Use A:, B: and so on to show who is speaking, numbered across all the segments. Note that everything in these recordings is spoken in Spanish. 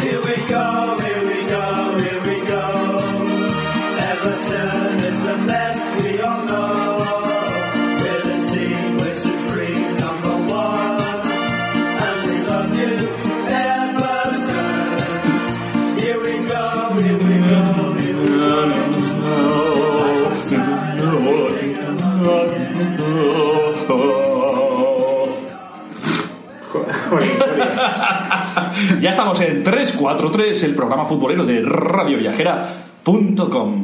A: Here we go, here we go, here we go. Everton is the best we all know. We're the team, we're supreme, number one. And we love you, Everton. Here we go, here we go, here we go.
B: Ya estamos en 343, el programa futbolero de radioviajera.com.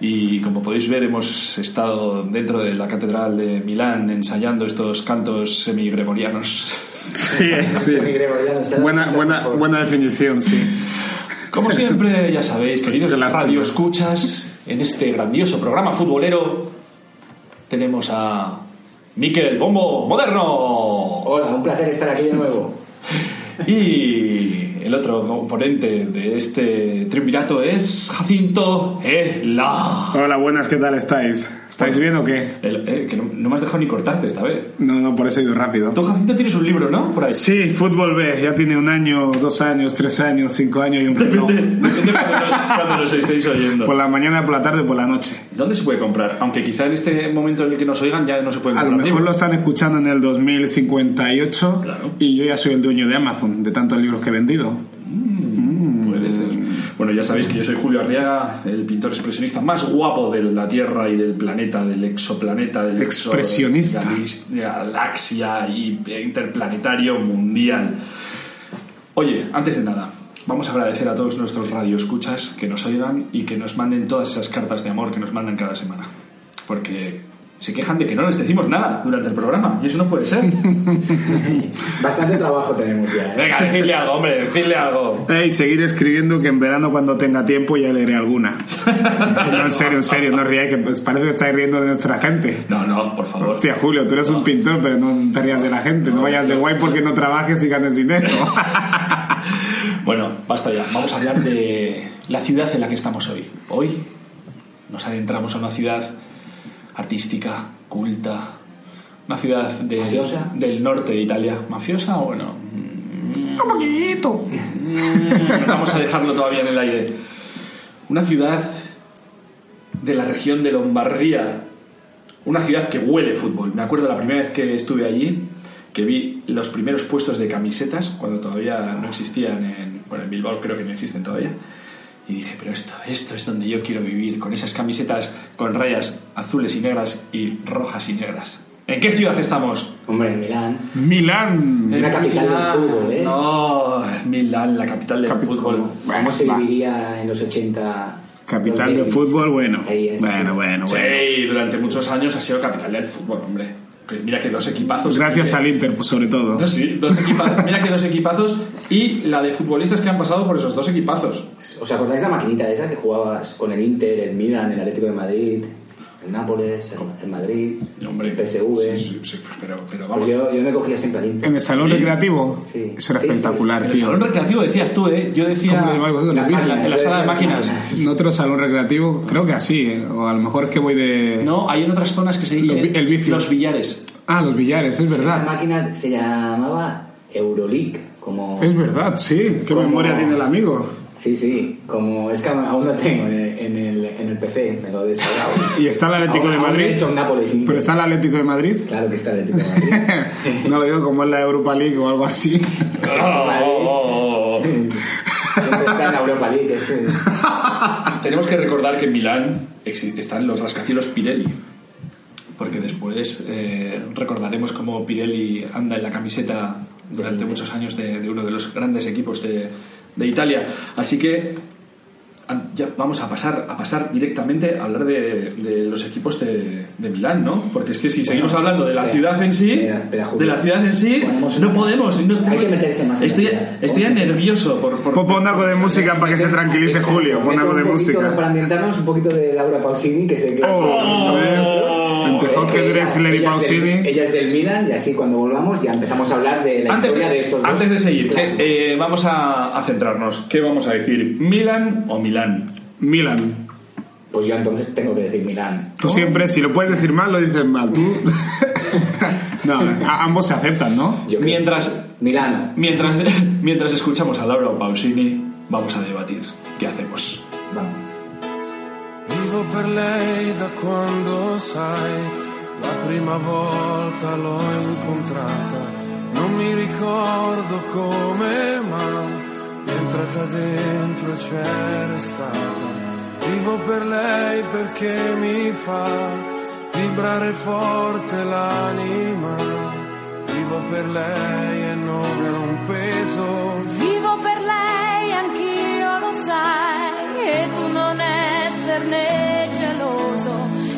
B: Y como podéis ver, hemos estado dentro de la Catedral de Milán ensayando estos cantos semigregorianos.
C: Sí, sí.
D: Mi gregoriano está-
C: Buena, buena,
D: mejor.
C: buena definición, sí.
B: Como siempre, ya sabéis, queridos
C: Qué lástima.
B: radioescuchas, en este grandioso programa futbolero tenemos a Miquel Bombo Moderno
D: Hola, un placer estar aquí de nuevo.
B: y el otro componente de este triunvirato es Jacinto Ela.
C: Hola, buenas, ¿qué tal estáis? ¿Estáis bien o qué?
B: El- eh, que no, no me has dejado ni cortarte esta vez.
C: No, no, por eso he ido rápido.
B: Tú, Jacinto, tienes un libro, ¿no? Por ahí.
C: Sí, fútbol B, ya tiene un año, dos años, tres años, cinco años y un pelón.
B: Depende cuando, lo- cuando los estéis oyendo.
C: Por la mañana, por la tarde, por la noche.
B: ¿Dónde se puede comprar? Aunque quizá en este momento en el que nos oigan ya no se puede
C: A
B: comprar.
C: lo mejor lo
B: libros.
C: están escuchando en el 2058
B: Claro.
C: y yo ya soy el dueño de Amazon, de tantos libros que he vendido. Mm.
B: Puede ser. Bueno, ya sabéis que yo soy Julio Arriaga, el pintor expresionista más guapo de la Tierra y del planeta, del exoplaneta, del exo-
C: Expresionista.
B: galis- galaxia y interplanetario mundial. Oye, antes de nada, vamos a agradecer a todos nuestros radioescuchas que nos oigan y que nos manden todas esas cartas de amor que nos mandan cada semana. Porque se quejan de que no les decimos nada durante el programa y eso no puede ser.
D: Bastante trabajo tenemos ya. ¿eh?
B: Venga, decirle algo, hombre, decirle algo.
C: Y seguir escribiendo que en verano cuando tenga tiempo ya leeré alguna. No, en serio, en serio, no os riáis, que pues, parece que estáis riendo de nuestra gente.
B: No, no, por favor.
C: Hostia, Julio, tú eres un pintor, pero no te rías de la gente. No vayas de guay porque no trabajes y ganes dinero.
B: Bueno, basta ya. Vamos a hablar de la ciudad en la que estamos hoy. Hoy nos adentramos a una ciudad artística, culta, una ciudad de-
D: ¿Mafiosa?
B: del norte de Italia. ¿Mafiosa o no?
C: Un poquito.
B: Mm, Vamos a dejarlo todavía en el aire. Una ciudad de la región de Lombardía. Una ciudad que huele fútbol. Me acuerdo la primera vez que estuve allí, que vi los primeros puestos de camisetas, cuando todavía no existían en, bueno, en Bilbao, creo que no existen todavía. Y dije, pero esto, esto es donde yo quiero vivir, con esas camisetas con rayas azules y negras y rojas y negras. ¿En qué ciudad estamos?
D: Hombre, en Milán.
B: Eh,
C: Milán.
D: La capital del
B: Milán.
D: fútbol, ¿eh?
B: No, es Milán, la capital del
C: Capi-
B: fútbol.
D: ¿Cómo se
C: Va.
D: viviría en los 80?
C: Capital
D: los
C: de
B: eh,
D: derbis?
C: fútbol, bueno.
D: Ahí es.
C: Bueno, bueno, bueno.
B: Sí, durante muchos años ha sido capital del fútbol, hombre. Que Mira que dos equipazos.
C: Gracias
B: que-
C: al Inter, pues, sobre todo.
B: No, sí, dos equipa- Mira que dos equipazos y la de futbolistas que han pasado por esos dos equipazos.
D: ¿Os acordáis de la maquinita esa que jugabas con el Inter, el Milan, el Atlético de Madrid, el Nápoles, el, el Madrid,
B: Hombre,
D: el PSV?
B: Sí, sí, sí, pero, pero
D: Pues
B: vamos.
D: yo, yo me cogía siempre al Inter.
C: En el salón
B: Sí.
C: recreativo.
D: Sí.
C: Eso era
D: Sí, sí.
B: En
C: espectacular,
B: el
C: tío.
B: salón recreativo decías tú, ¿eh? Yo decía.
C: ¿Cómo lo llamáis vosotros?
B: En la- en la- en la sala de máquinas.
C: En otro salón recreativo, creo que así, ¿eh? o a lo mejor es que voy de.
B: No, hay en otras zonas que se dice
C: Los bi- el vicio.
B: los billares.
C: Ah, los billares, es
D: Esa
C: verdad.
D: máquina se llamaba Euroleague, como...
C: Es verdad, sí. Qué
D: Como-
C: memoria tiene el amigo.
D: Sí, sí, como es que aún lo tengo en el, en el, en el PC, me lo he descargado.
C: Y está el Atlético
D: Aún-
C: de
D: aún
C: Madrid.
D: he hecho un Nápoles Inter.
C: Pero está el Atlético de Madrid.
D: Claro que está el Atlético de Madrid.
C: no lo digo como es la Europa League o algo así.
B: Oh,
D: Siempre está en la Europa League, eso es...
B: Tenemos que recordar que en Milán exi- están los rascacielos Pirelli. Porque después eh, recordaremos cómo Pirelli anda en la camiseta durante muchos años de, de uno de los grandes equipos de, de Italia. Así que an- ya vamos a pasar, a pasar directamente a hablar de, de los equipos de, de Milán, ¿no? Porque es que si seguimos hablando de la
D: espera,
B: ciudad en sí,
D: espera, espera, Julio.
B: de la ciudad en sí,
D: Ponemos
B: no
D: una-
B: podemos. no-
D: Hay que meterse más en la
B: Estoy,
D: ciudad.
B: estoy ya nervioso por, por-
C: Pon pon algo de música para que se tranquilice Julio. Pon algo de
D: Un poquito, Para
C: música.
D: ambientarnos un poquito de Laura Pausini, que se queda.
C: Oh, a ver. Entre Jorge Drexler y
D: ella es del-
C: Pausini.
D: Ella es del Milan y así cuando volvamos ya empezamos a hablar de la
B: antes
D: historia
B: de,
D: de estos dos.
B: antes de seguir, que,
D: clásicos.
B: eh, vamos a, a centrarnos. ¿Qué vamos a decir? ¿Milan o Milán?
C: Milan.
D: Pues yo entonces tengo que decir Milan.
C: Tú siempre, si lo puedes decir mal, lo dices mal. Tú. No, a- ambos se aceptan, ¿no?
D: Yo creo
B: Mientras-
D: que sí. Milano.
B: Mientras, mientras escuchamos a Laura Pausini, vamos a debatir qué hacemos.
D: Vamos.
E: Vivo per lei da quando sai, la prima volta l'ho incontrata, non mi ricordo come ma è entrata dentro e c'è restata. Vivo per lei perché mi fa vibrare forte l'anima, vivo per lei e non è un peso.
F: Vivo per lei, anch'io lo sai, e tu non esserne geloso.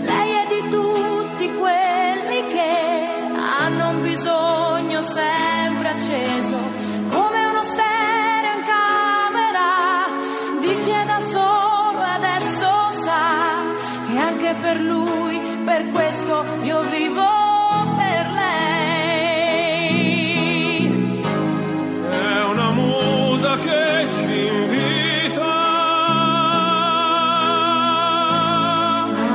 F: Lei è di tutti quelli che hanno un bisogno sempre acceso, come uno stereo in camera, di chi è da solo e adesso sa che anche per lui, per questo io vivo per lei.
E: È una musa che ci invita.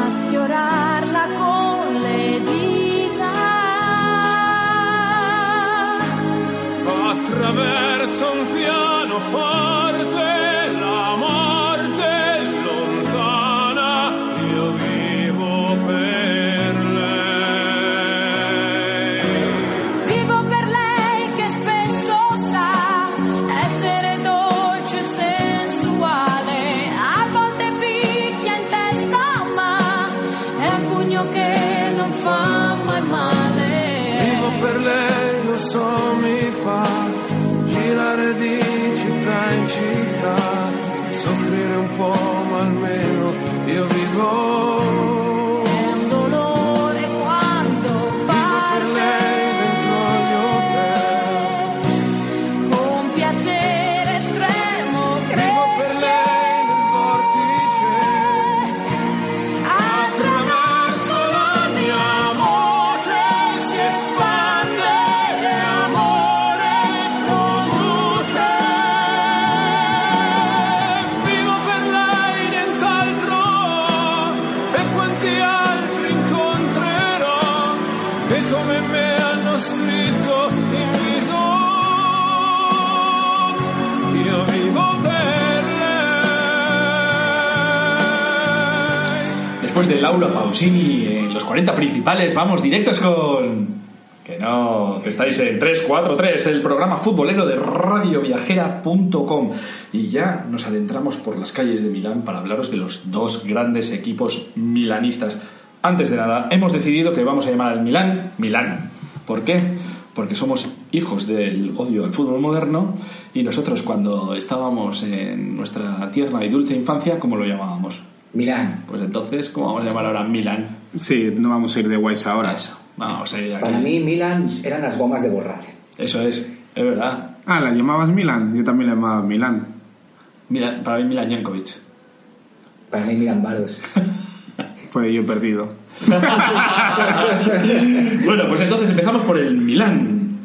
F: a sfiorarla con le dita.
E: Attraverso un piano forte, la morte lontana, io vivo per lei.
F: Vivo per lei che spesso sa essere dolce e sensuale. A volte picchia in testa, ma è un pugno che non fa mai
E: Vivo
F: male.
E: per lei, lo so, mi fa girare di città in città, soffrire un po', ma almeno io vivo.
F: È un dolore quando
E: Vivo per lei dentro agli hotel,
F: con piacere estremo
E: vivo per lei
F: cresce.
E: nel vortice, attraverso la mia voce si espande e amore produce. Vivo per lei, nient'altro, e quanti altri incontrerò che come me hanno scritto in viso. Io vivo per lei.
B: Después de Laura Pausini en los 40 principales, vamos directos con. Que no, que estáis en 343, el programa futbolero de radioviajera.com. Y ya nos adentramos por las calles de Milán para hablaros de los dos grandes equipos milanistas. Antes de nada, hemos decidido que vamos a llamar al Milán Milán. ¿Por qué? Porque somos hijos del odio al fútbol moderno y nosotros cuando estábamos en nuestra tierna y dulce infancia, ¿cómo lo llamábamos?
D: Milán.
B: Pues entonces, ¿cómo vamos a llamar ahora Milan?
C: Sí, no vamos a ir de guays
B: Ahora
C: ahora.
B: eso. Vamos a ir de aquí.
D: Para mí Milan eran las gomas de borrar.
B: Eso es, es verdad.
C: Ah, ¿la llamabas Milan? Yo también la llamaba Milan.
B: Mira, para mí Milan Jankovic.
D: Para mí Milan Baros.
C: Pues yo he perdido.
B: bueno, pues entonces empezamos por el Milan.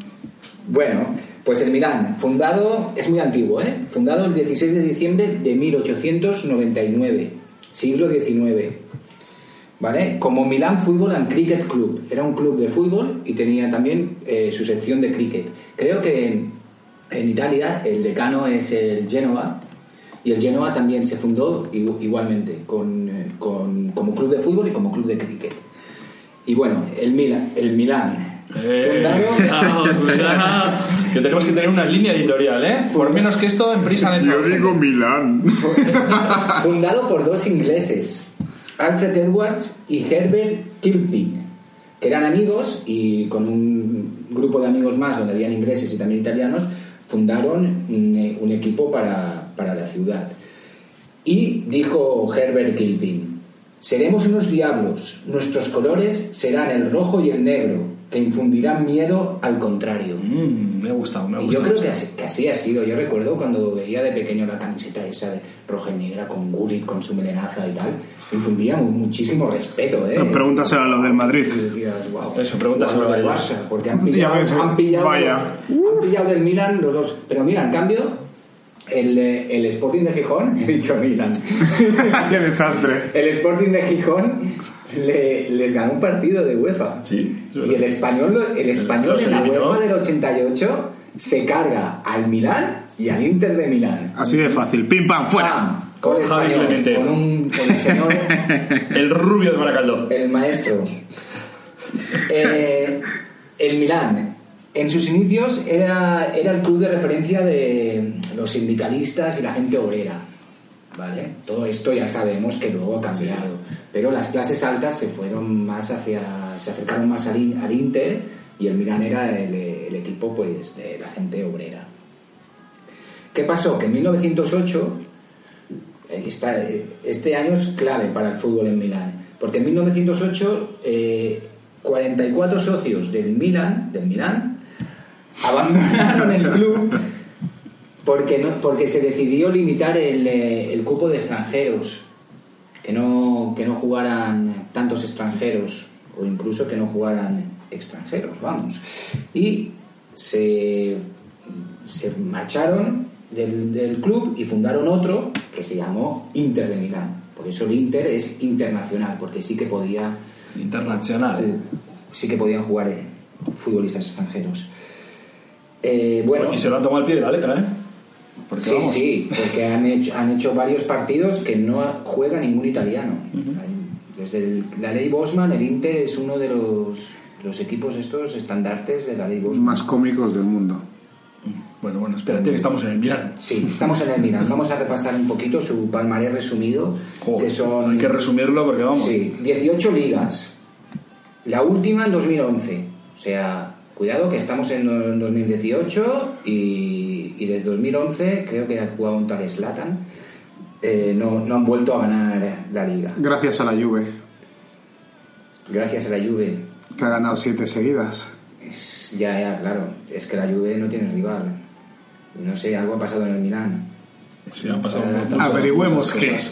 D: Bueno, pues el Milán, fundado, es muy antiguo, ¿eh? Fundado el 16 de diciembre de 1899, siglo XIX. ¿Vale? Como Milán Fútbol and Cricket Club. Era un club de fútbol y tenía también eh, su sección de cricket. Creo que en, en Italia el decano es el Genoa y el Genoa también se fundó i- igualmente con, eh, con- como club de fútbol y como club de cricket. Y bueno, el Milán. El Milán.
B: Eh,
D: Fundado-
B: vamos, cuidado, Eh, ah, que tenemos que tener una línea editorial, ¿eh? Por menos que esto, en prisa han hecho.
C: Milan.
D: fundado por dos ingleses, Alfred Edwards y Herbert Kirpin, que eran amigos y con un grupo de amigos más, donde habían ingleses y también italianos, fundaron un, un equipo para, para la ciudad. Y dijo Herbert Kilpin, seremos unos diablos, nuestros colores serán el rojo y el negro, que infundirán miedo al contrario.
B: Mm, me ha gustado, me ha
D: Y yo
B: gustado.
D: creo que así, que así ha sido. Yo recuerdo cuando veía de pequeño la camiseta esa de roja y negra con Gullit, con su melenaza y tal, infundía mu- muchísimo respeto, ¿eh?
C: Pregúntaselo a los del Madrid.
D: Y decías, "Guau,
B: Eso, pregúntaselo
D: guau,
B: a
D: del
B: ellos". eh,
D: Barça, porque han
C: Ya
D: pillado,
C: ves,
D: han pillado,
C: vaya.
D: han pillado del Milan los dos. Pero mira, en cambio, El, eh, el Sporting de Gijón, he dicho Milan,
C: ¡Qué desastre!
D: el Sporting de Gijón le- les ganó un partido de UEFA.
B: Sí, es verdad.
D: Y el español, lo- el español
B: Los
D: en la
B: eliminó.
D: UEFA del 88 se carga al Milán y al Inter de Milán.
C: Así de fácil. ¡Pim, pam, fuera!
D: Pam, Ah, Con, el
B: Ah, Javi
D: español,
B: Clemente.
D: con un con el señor,
B: El rubio de Maracaldo.
D: el maestro. Eh, el Milán. En sus inicios era, era el club de referencia de los sindicalistas y la gente obrera. ¿Vale? Todo esto ya sabemos que luego ha cambiado. Pero las clases altas se fueron más hacia. se acercaron más al, In- al Inter y el Milán era el, el equipo pues de la gente obrera. ¿Qué pasó? Que en 1908 eh, está- eh, este año es clave para el fútbol en Milán, porque en 1908 eh, 44 socios del Milán, del Milán abandonaron el club porque, no, porque se decidió limitar el, eh, el cupo de extranjeros, que no, que no jugaran tantos extranjeros o incluso que no jugaran extranjeros, vamos. Y se, se marcharon del, del club y fundaron otro que se llamó Inter de Milán. Por eso el Inter es internacional, porque sí que podía
B: Internacional.
D: sí que podían jugar eh, futbolistas extranjeros. Eh, bueno,
B: Y se lo han tomado al pie de la letra, ¿eh? Porque
D: sí,
B: vamos,
D: sí, porque han hecho, han hecho varios partidos que no juega ningún italiano. Desde el- la ley Bosman, el Inter es uno de los, los equipos estos estandartes de la ley
C: Los
D: Bosman.
C: más cómicos del mundo.
B: Bueno, bueno, espérate que estamos en el Milán.
D: Sí, estamos en el Milan. Vamos a repasar un poquito su palmarés resumido,
B: Joder,
D: que son
B: Hay que resumirlo porque vamos.
D: Sí, 18 ligas. La última en 2011. O sea, cuidado que estamos en 2018 y, y desde 2011 creo que ha jugado un tal Slatan. no, no han vuelto a ganar la liga.
C: Gracias a la Juve,
D: Gracias a la Juve.
C: que ha ganado siete seguidas.
D: Es- ya, ya, claro. Es que la Juve no tiene rival. No sé, algo ha pasado en el Milán.
B: Sí, han pasado
D: Eh,
B: muchas-
C: averigüemos
B: muchas
C: qué.
B: cosas.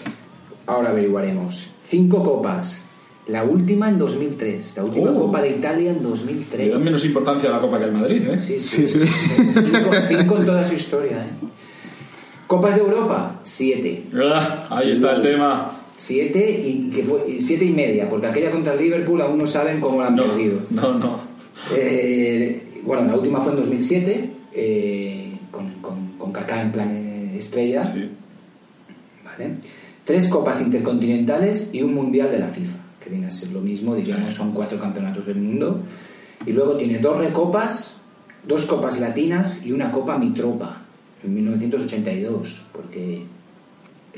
D: Ahora averiguaremos. Cinco copas. La última en 2003. La última
B: Oh.
D: Copa de Italia en
B: Le
D: 2003.
B: dan menos importancia a la Copa que al Madrid, ¿eh?
D: Sí,
C: Sí,
D: sí.
C: sí.
D: Cinco, cinco en toda su historia. ¿eh? Copas de Europa, siete.
B: Ah, Ahí está el tema.
D: Siete y, que fue, y siete y media, porque aquella contra el Liverpool aún no saben cómo la han
B: No,
D: perdido.
B: no, no.
D: Eh, bueno, la última fue en 2007, eh, con, con, con Kaká en plan eh, estrella.
B: Sí.
D: ¿vale? Tres copas intercontinentales y un mundial de la FIFA, que viene a ser lo mismo, digamos, son cuatro campeonatos del mundo. Y luego tiene dos recopas, dos copas latinas y una copa Mitropa, en 1982, porque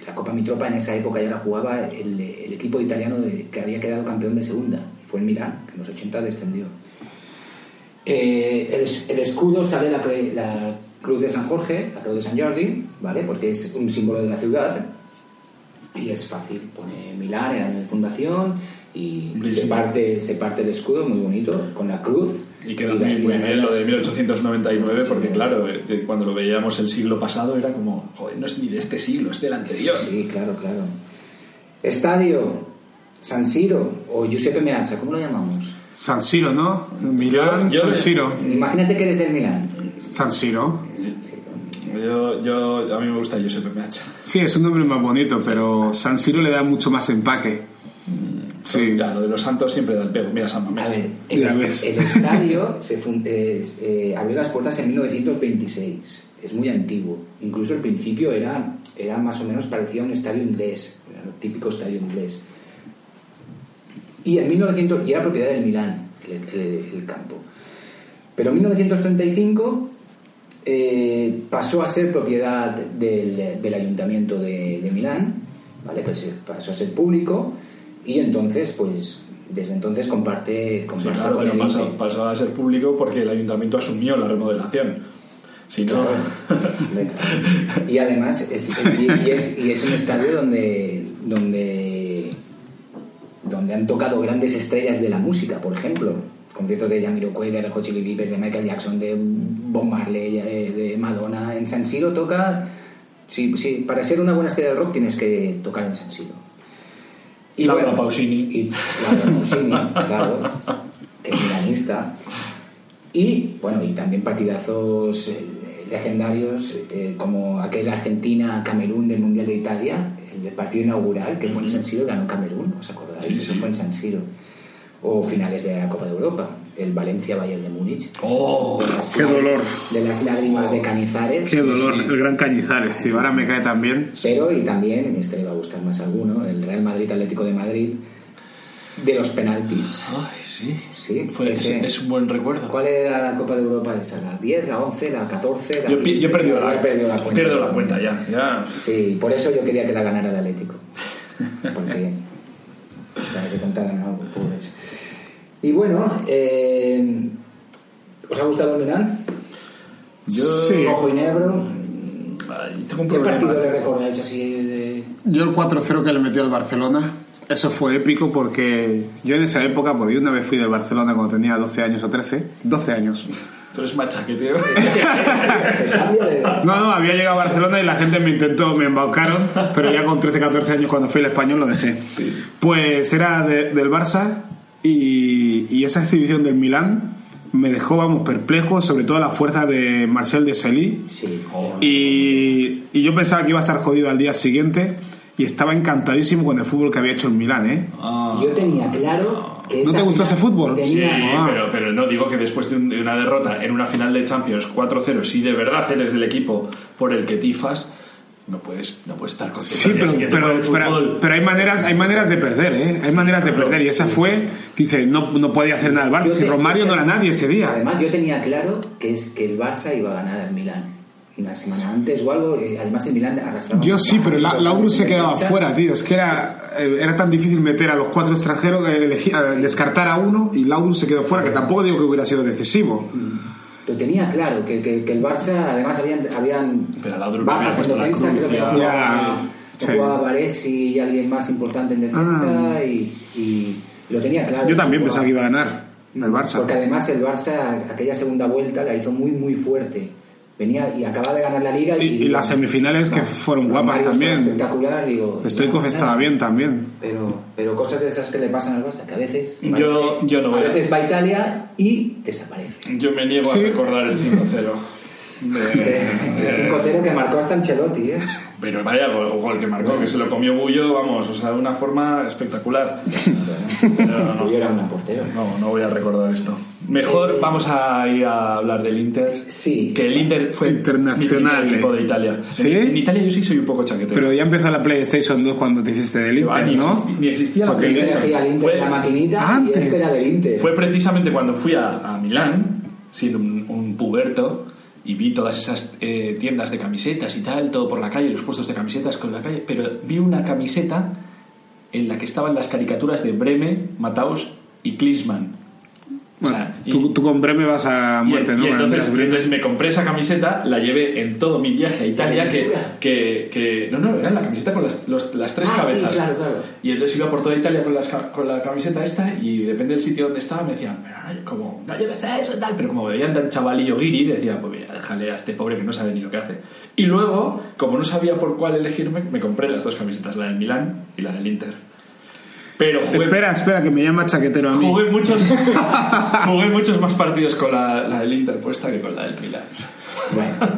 D: la copa Mitropa en esa época ya la jugaba el, el equipo italiano de- que había quedado campeón de segunda, fue el Milán, que en los 80 descendió. Eh, el, el escudo sale la, cre- la cruz de San Jorge, la cruz de San Jordi, ¿vale? Porque es un símbolo de la ciudad y es fácil. Pone Milán, el año de fundación y se
B: Hombre, sí.
D: parte, se parte el escudo, muy bonito, con la cruz.
B: Y queda
D: la-
B: muy, muy
D: la-
B: bien ¿eh? lo de 1899, porque claro, eh, de cuando lo veíamos el siglo pasado era como, joder, no es ni de este siglo, es del anterior.
D: Sí, claro, claro. Estadio, San Siro o Giuseppe Meazza, ¿cómo lo llamamos?
C: San Siro, ¿no? Milán,
B: Yo- yo
C: San
B: le-
C: Siro.
D: Imagínate que eres del Milán.
C: San Siro.
B: Yo, yo, a mí me gusta Josep Meacha.
C: Sí, es un nombre más bonito, pero San Siro le da mucho más empaque. Sí.
B: Ya, lo de los santos siempre da el pego. Mira, San
D: A
B: Mamés.
D: ver, el,
C: Ya
D: est-
C: ves.
D: el estadio se fun- eh, eh, abrió las puertas en 1926. Es muy antiguo. Incluso al principio era, era más o menos parecido a un estadio inglés, era el típico estadio inglés. Y en 1900 y era propiedad del Milán, el, el- el campo. Pero en 1935 eh, pasó a ser propiedad del, del ayuntamiento de, de Milán, ¿vale? Pues eh, pasó a ser público y entonces, pues, desde entonces comparte,
B: Sí,
D: comparte
B: claro,
D: con
B: pero
D: el
B: pasó,
D: INPE.
B: pasó a ser público porque el ayuntamiento asumió la remodelación. Si no,
D: Claro. y además es, y, y es, y es un estadio donde donde donde han tocado grandes estrellas de la música por ejemplo conciertos de Jamiroquai de Red Hot Chili Peppers de Michael Jackson de Bob Marley eh, de Madonna en San Siro toca sí, sí, para ser una buena estrella de rock tienes que tocar en San Siro
B: Laura Pausini.
D: y Laura Pausini claro que es milanista y bueno, y también partidazos eh, legendarios eh, como aquel Argentina-Camerún del Mundial de Italia, el del partido inaugural que fue en San Siro, ganó Camerún, ¿os acordáis?
B: Sí,
D: Eso
B: sí.
D: fue en San Siro. O finales de la Copa de Europa, el Valencia-Bayern de Múnich.
B: ¡Oh!
C: Qué dolor.
D: De las lágrimas de Canizares.
C: Qué dolor,
B: sí.
C: el gran Cañizares, tío. Ahora me cae también.
D: Pero, y también, este le va a gustar más a alguno, el Real Madrid Atlético de Madrid, de los penaltis.
B: Ay, sí.
D: Sí,
B: Fue- es,
D: ese-
B: es un buen recuerdo.
D: ¿Cuál era la Copa de Europa de esa? ¿La 10, la 11, la 14? La
B: Yo, pi- yo he perdido la,
D: He perdido la cuenta.
B: Pierdo la cuenta ya. ya.
D: Sí, por eso yo quería que la ganara el Atlético. Porque para que contaran algo, pobres. Y bueno, eh, ¿os ha gustado el Milán?
C: Sí.
D: Rojo y negro.
B: Ay, tengo un
D: ¿Qué partido le
B: problema.
D: recordáis así de...?
C: Yo el 4-0 que le metió al Barcelona, eso fue épico porque yo en esa época, porque yo una vez fui del Barcelona cuando tenía 12 años o 13, 12 años.
B: Tú eres machaquetero.
D: Se cambia de...
C: No, no, había llegado a Barcelona y la gente me intentó, me embaucaron, pero ya con 13, 14 años cuando fui al español lo dejé. Pues era de- del Barça y, y esa exhibición del Milán me dejó, vamos, perplejo, sobre todo la fuerza de Marcel de Selly.
D: Sí,
C: Y, y yo pensaba que iba a estar jodido al día siguiente y estaba encantadísimo con el fútbol que había hecho el Milán, ¿eh?
B: Ah.
D: yo tenía claro que
C: ¿No
D: esa
C: te gustó
D: final
C: ese fútbol?
B: Sí,
D: tenía-
C: Ah.
B: pero, pero no digo que después de, un- de una derrota en una final de Champions 4-0, si de verdad eres del equipo por el que tifas, no puedes, no puedes estar contento.
C: Sí,
B: al día
C: pero,
B: siguiente con
C: pero,
B: el
C: pero,
B: fútbol.
C: pero hay maneras hay maneras de perder, ¿eh? Hay maneras de perder. Y esa fue, dice, no, no podía hacer nada el Barça.
D: Yo
C: Si
D: te-
C: Romario
D: es que
C: no era
D: además-
C: nadie ese día. ¿eh?
D: Además, yo tenía claro que es que el Barça iba a ganar al Milán. Una semana antes o algo, eh, además el Milán arrastraba.
C: Yo sí, pero la, la
D: Lauro
C: Uru se quedaba fuera, tío. Es que era, eh, era tan difícil meter a los cuatro extranjeros, eh, elegir- eh, descartar a uno y la Uru se quedó fuera, que tampoco digo que hubiera sido decisivo.
D: Lo tenía claro, que, que, que el Barça, además, habían, habían
B: Pero Laudrup había
D: bajas en
B: puesto la
D: defensa,
B: cruz,
D: creo que
B: ya.
D: jugaba,
C: Ya,
D: que
C: sí. Ah.
D: jugaba Baresi y alguien más importante en defensa, y, y lo tenía claro.
C: Yo también
D: Jugaba-
C: pensaba que iba a ganar el Barça.
D: Porque además el Barça, aquella segunda vuelta la hizo muy, muy fuerte. Venía y acaba de ganar la liga. Y,
C: Y- y las semifinales que fueron
D: Romario
C: guapas
D: estaba
C: también.
D: Espectacular, digo.
C: Stoikov
D: no,
C: estaba
D: no,
C: bien también.
D: Pero, pero cosas de esas que le pasan al Barça, que a veces.
B: Yo-
D: parece-
B: yo no
D: A
B: veo.
D: veces va a Italia y desaparece.
B: Yo me niego
C: Sí.
B: a recordar el 5-0.
D: Eh, El
B: De-
D: 5-0 que marcó hasta Ancelotti, ¿eh?
B: Pero vaya gol, gol que marcó, que se lo comió Bullo, vamos, o sea, de una forma espectacular. Pero no, no.
D: Yo era un portero.
B: No, no voy a recordar esto. Mejor
D: Eh,
B: vamos a ir a hablar del Inter.
D: Sí.
B: Que el Inter fue
C: Internacional,
B: mi primer equipo
C: eh.
B: de Italia.
C: ¿Sí?
B: En, en Italia yo sí soy un poco chaquetero.
C: Pero ya empezó la PlayStation 2 cuando te hiciste del
B: Ah,
C: Inter,
B: ni,
C: ¿no?
B: existi- ni existía la
C: Porque
D: Este
B: PlayStation.
D: era el Inter,
B: Fue-
D: la maquinita
C: Antes.
D: y este era del Inter.
B: Fue precisamente cuando fui a, a Milán, siendo un, un puberto, y vi todas esas eh, tiendas de camisetas y tal, todo por la calle, los puestos de camisetas con la calle, pero vi una camiseta en la que estaban las caricaturas de Breme, Mataus y Klinsmann. O
C: Bueno,
B: sea, y-
C: tú, tú con Breme vas a
B: y,
C: muerte,
B: y
C: ¿no? Con
B: entonces,
C: Andrés Breme.
B: entonces me compré esa camiseta, la llevé en todo mi viaje a Italia,
D: ¿La
B: que,
D: camiseta?
B: que, que- No, no, era la camiseta con las, los- las tres
D: Ah, sí,
B: cabezas.
D: claro, claro.
B: Y entonces iba por toda Italia con, las ca- con la camiseta esta y depende del sitio donde estaba me decían, pero no, como, no lleves eso y tal, pero como veían tan chavalillo guiri, decía, pues mira, déjale a este pobre que no sabe ni lo que hace. Y luego, como no sabía por cuál elegirme, me compré las dos camisetas, la del Milán y la del Inter. Pero jugué
C: Espera, espera, que me llama chaquetero a mí.
B: Jugué muchos, jugué muchos más partidos con la, la del Inter puesta que con la del Milan.
D: Bueno,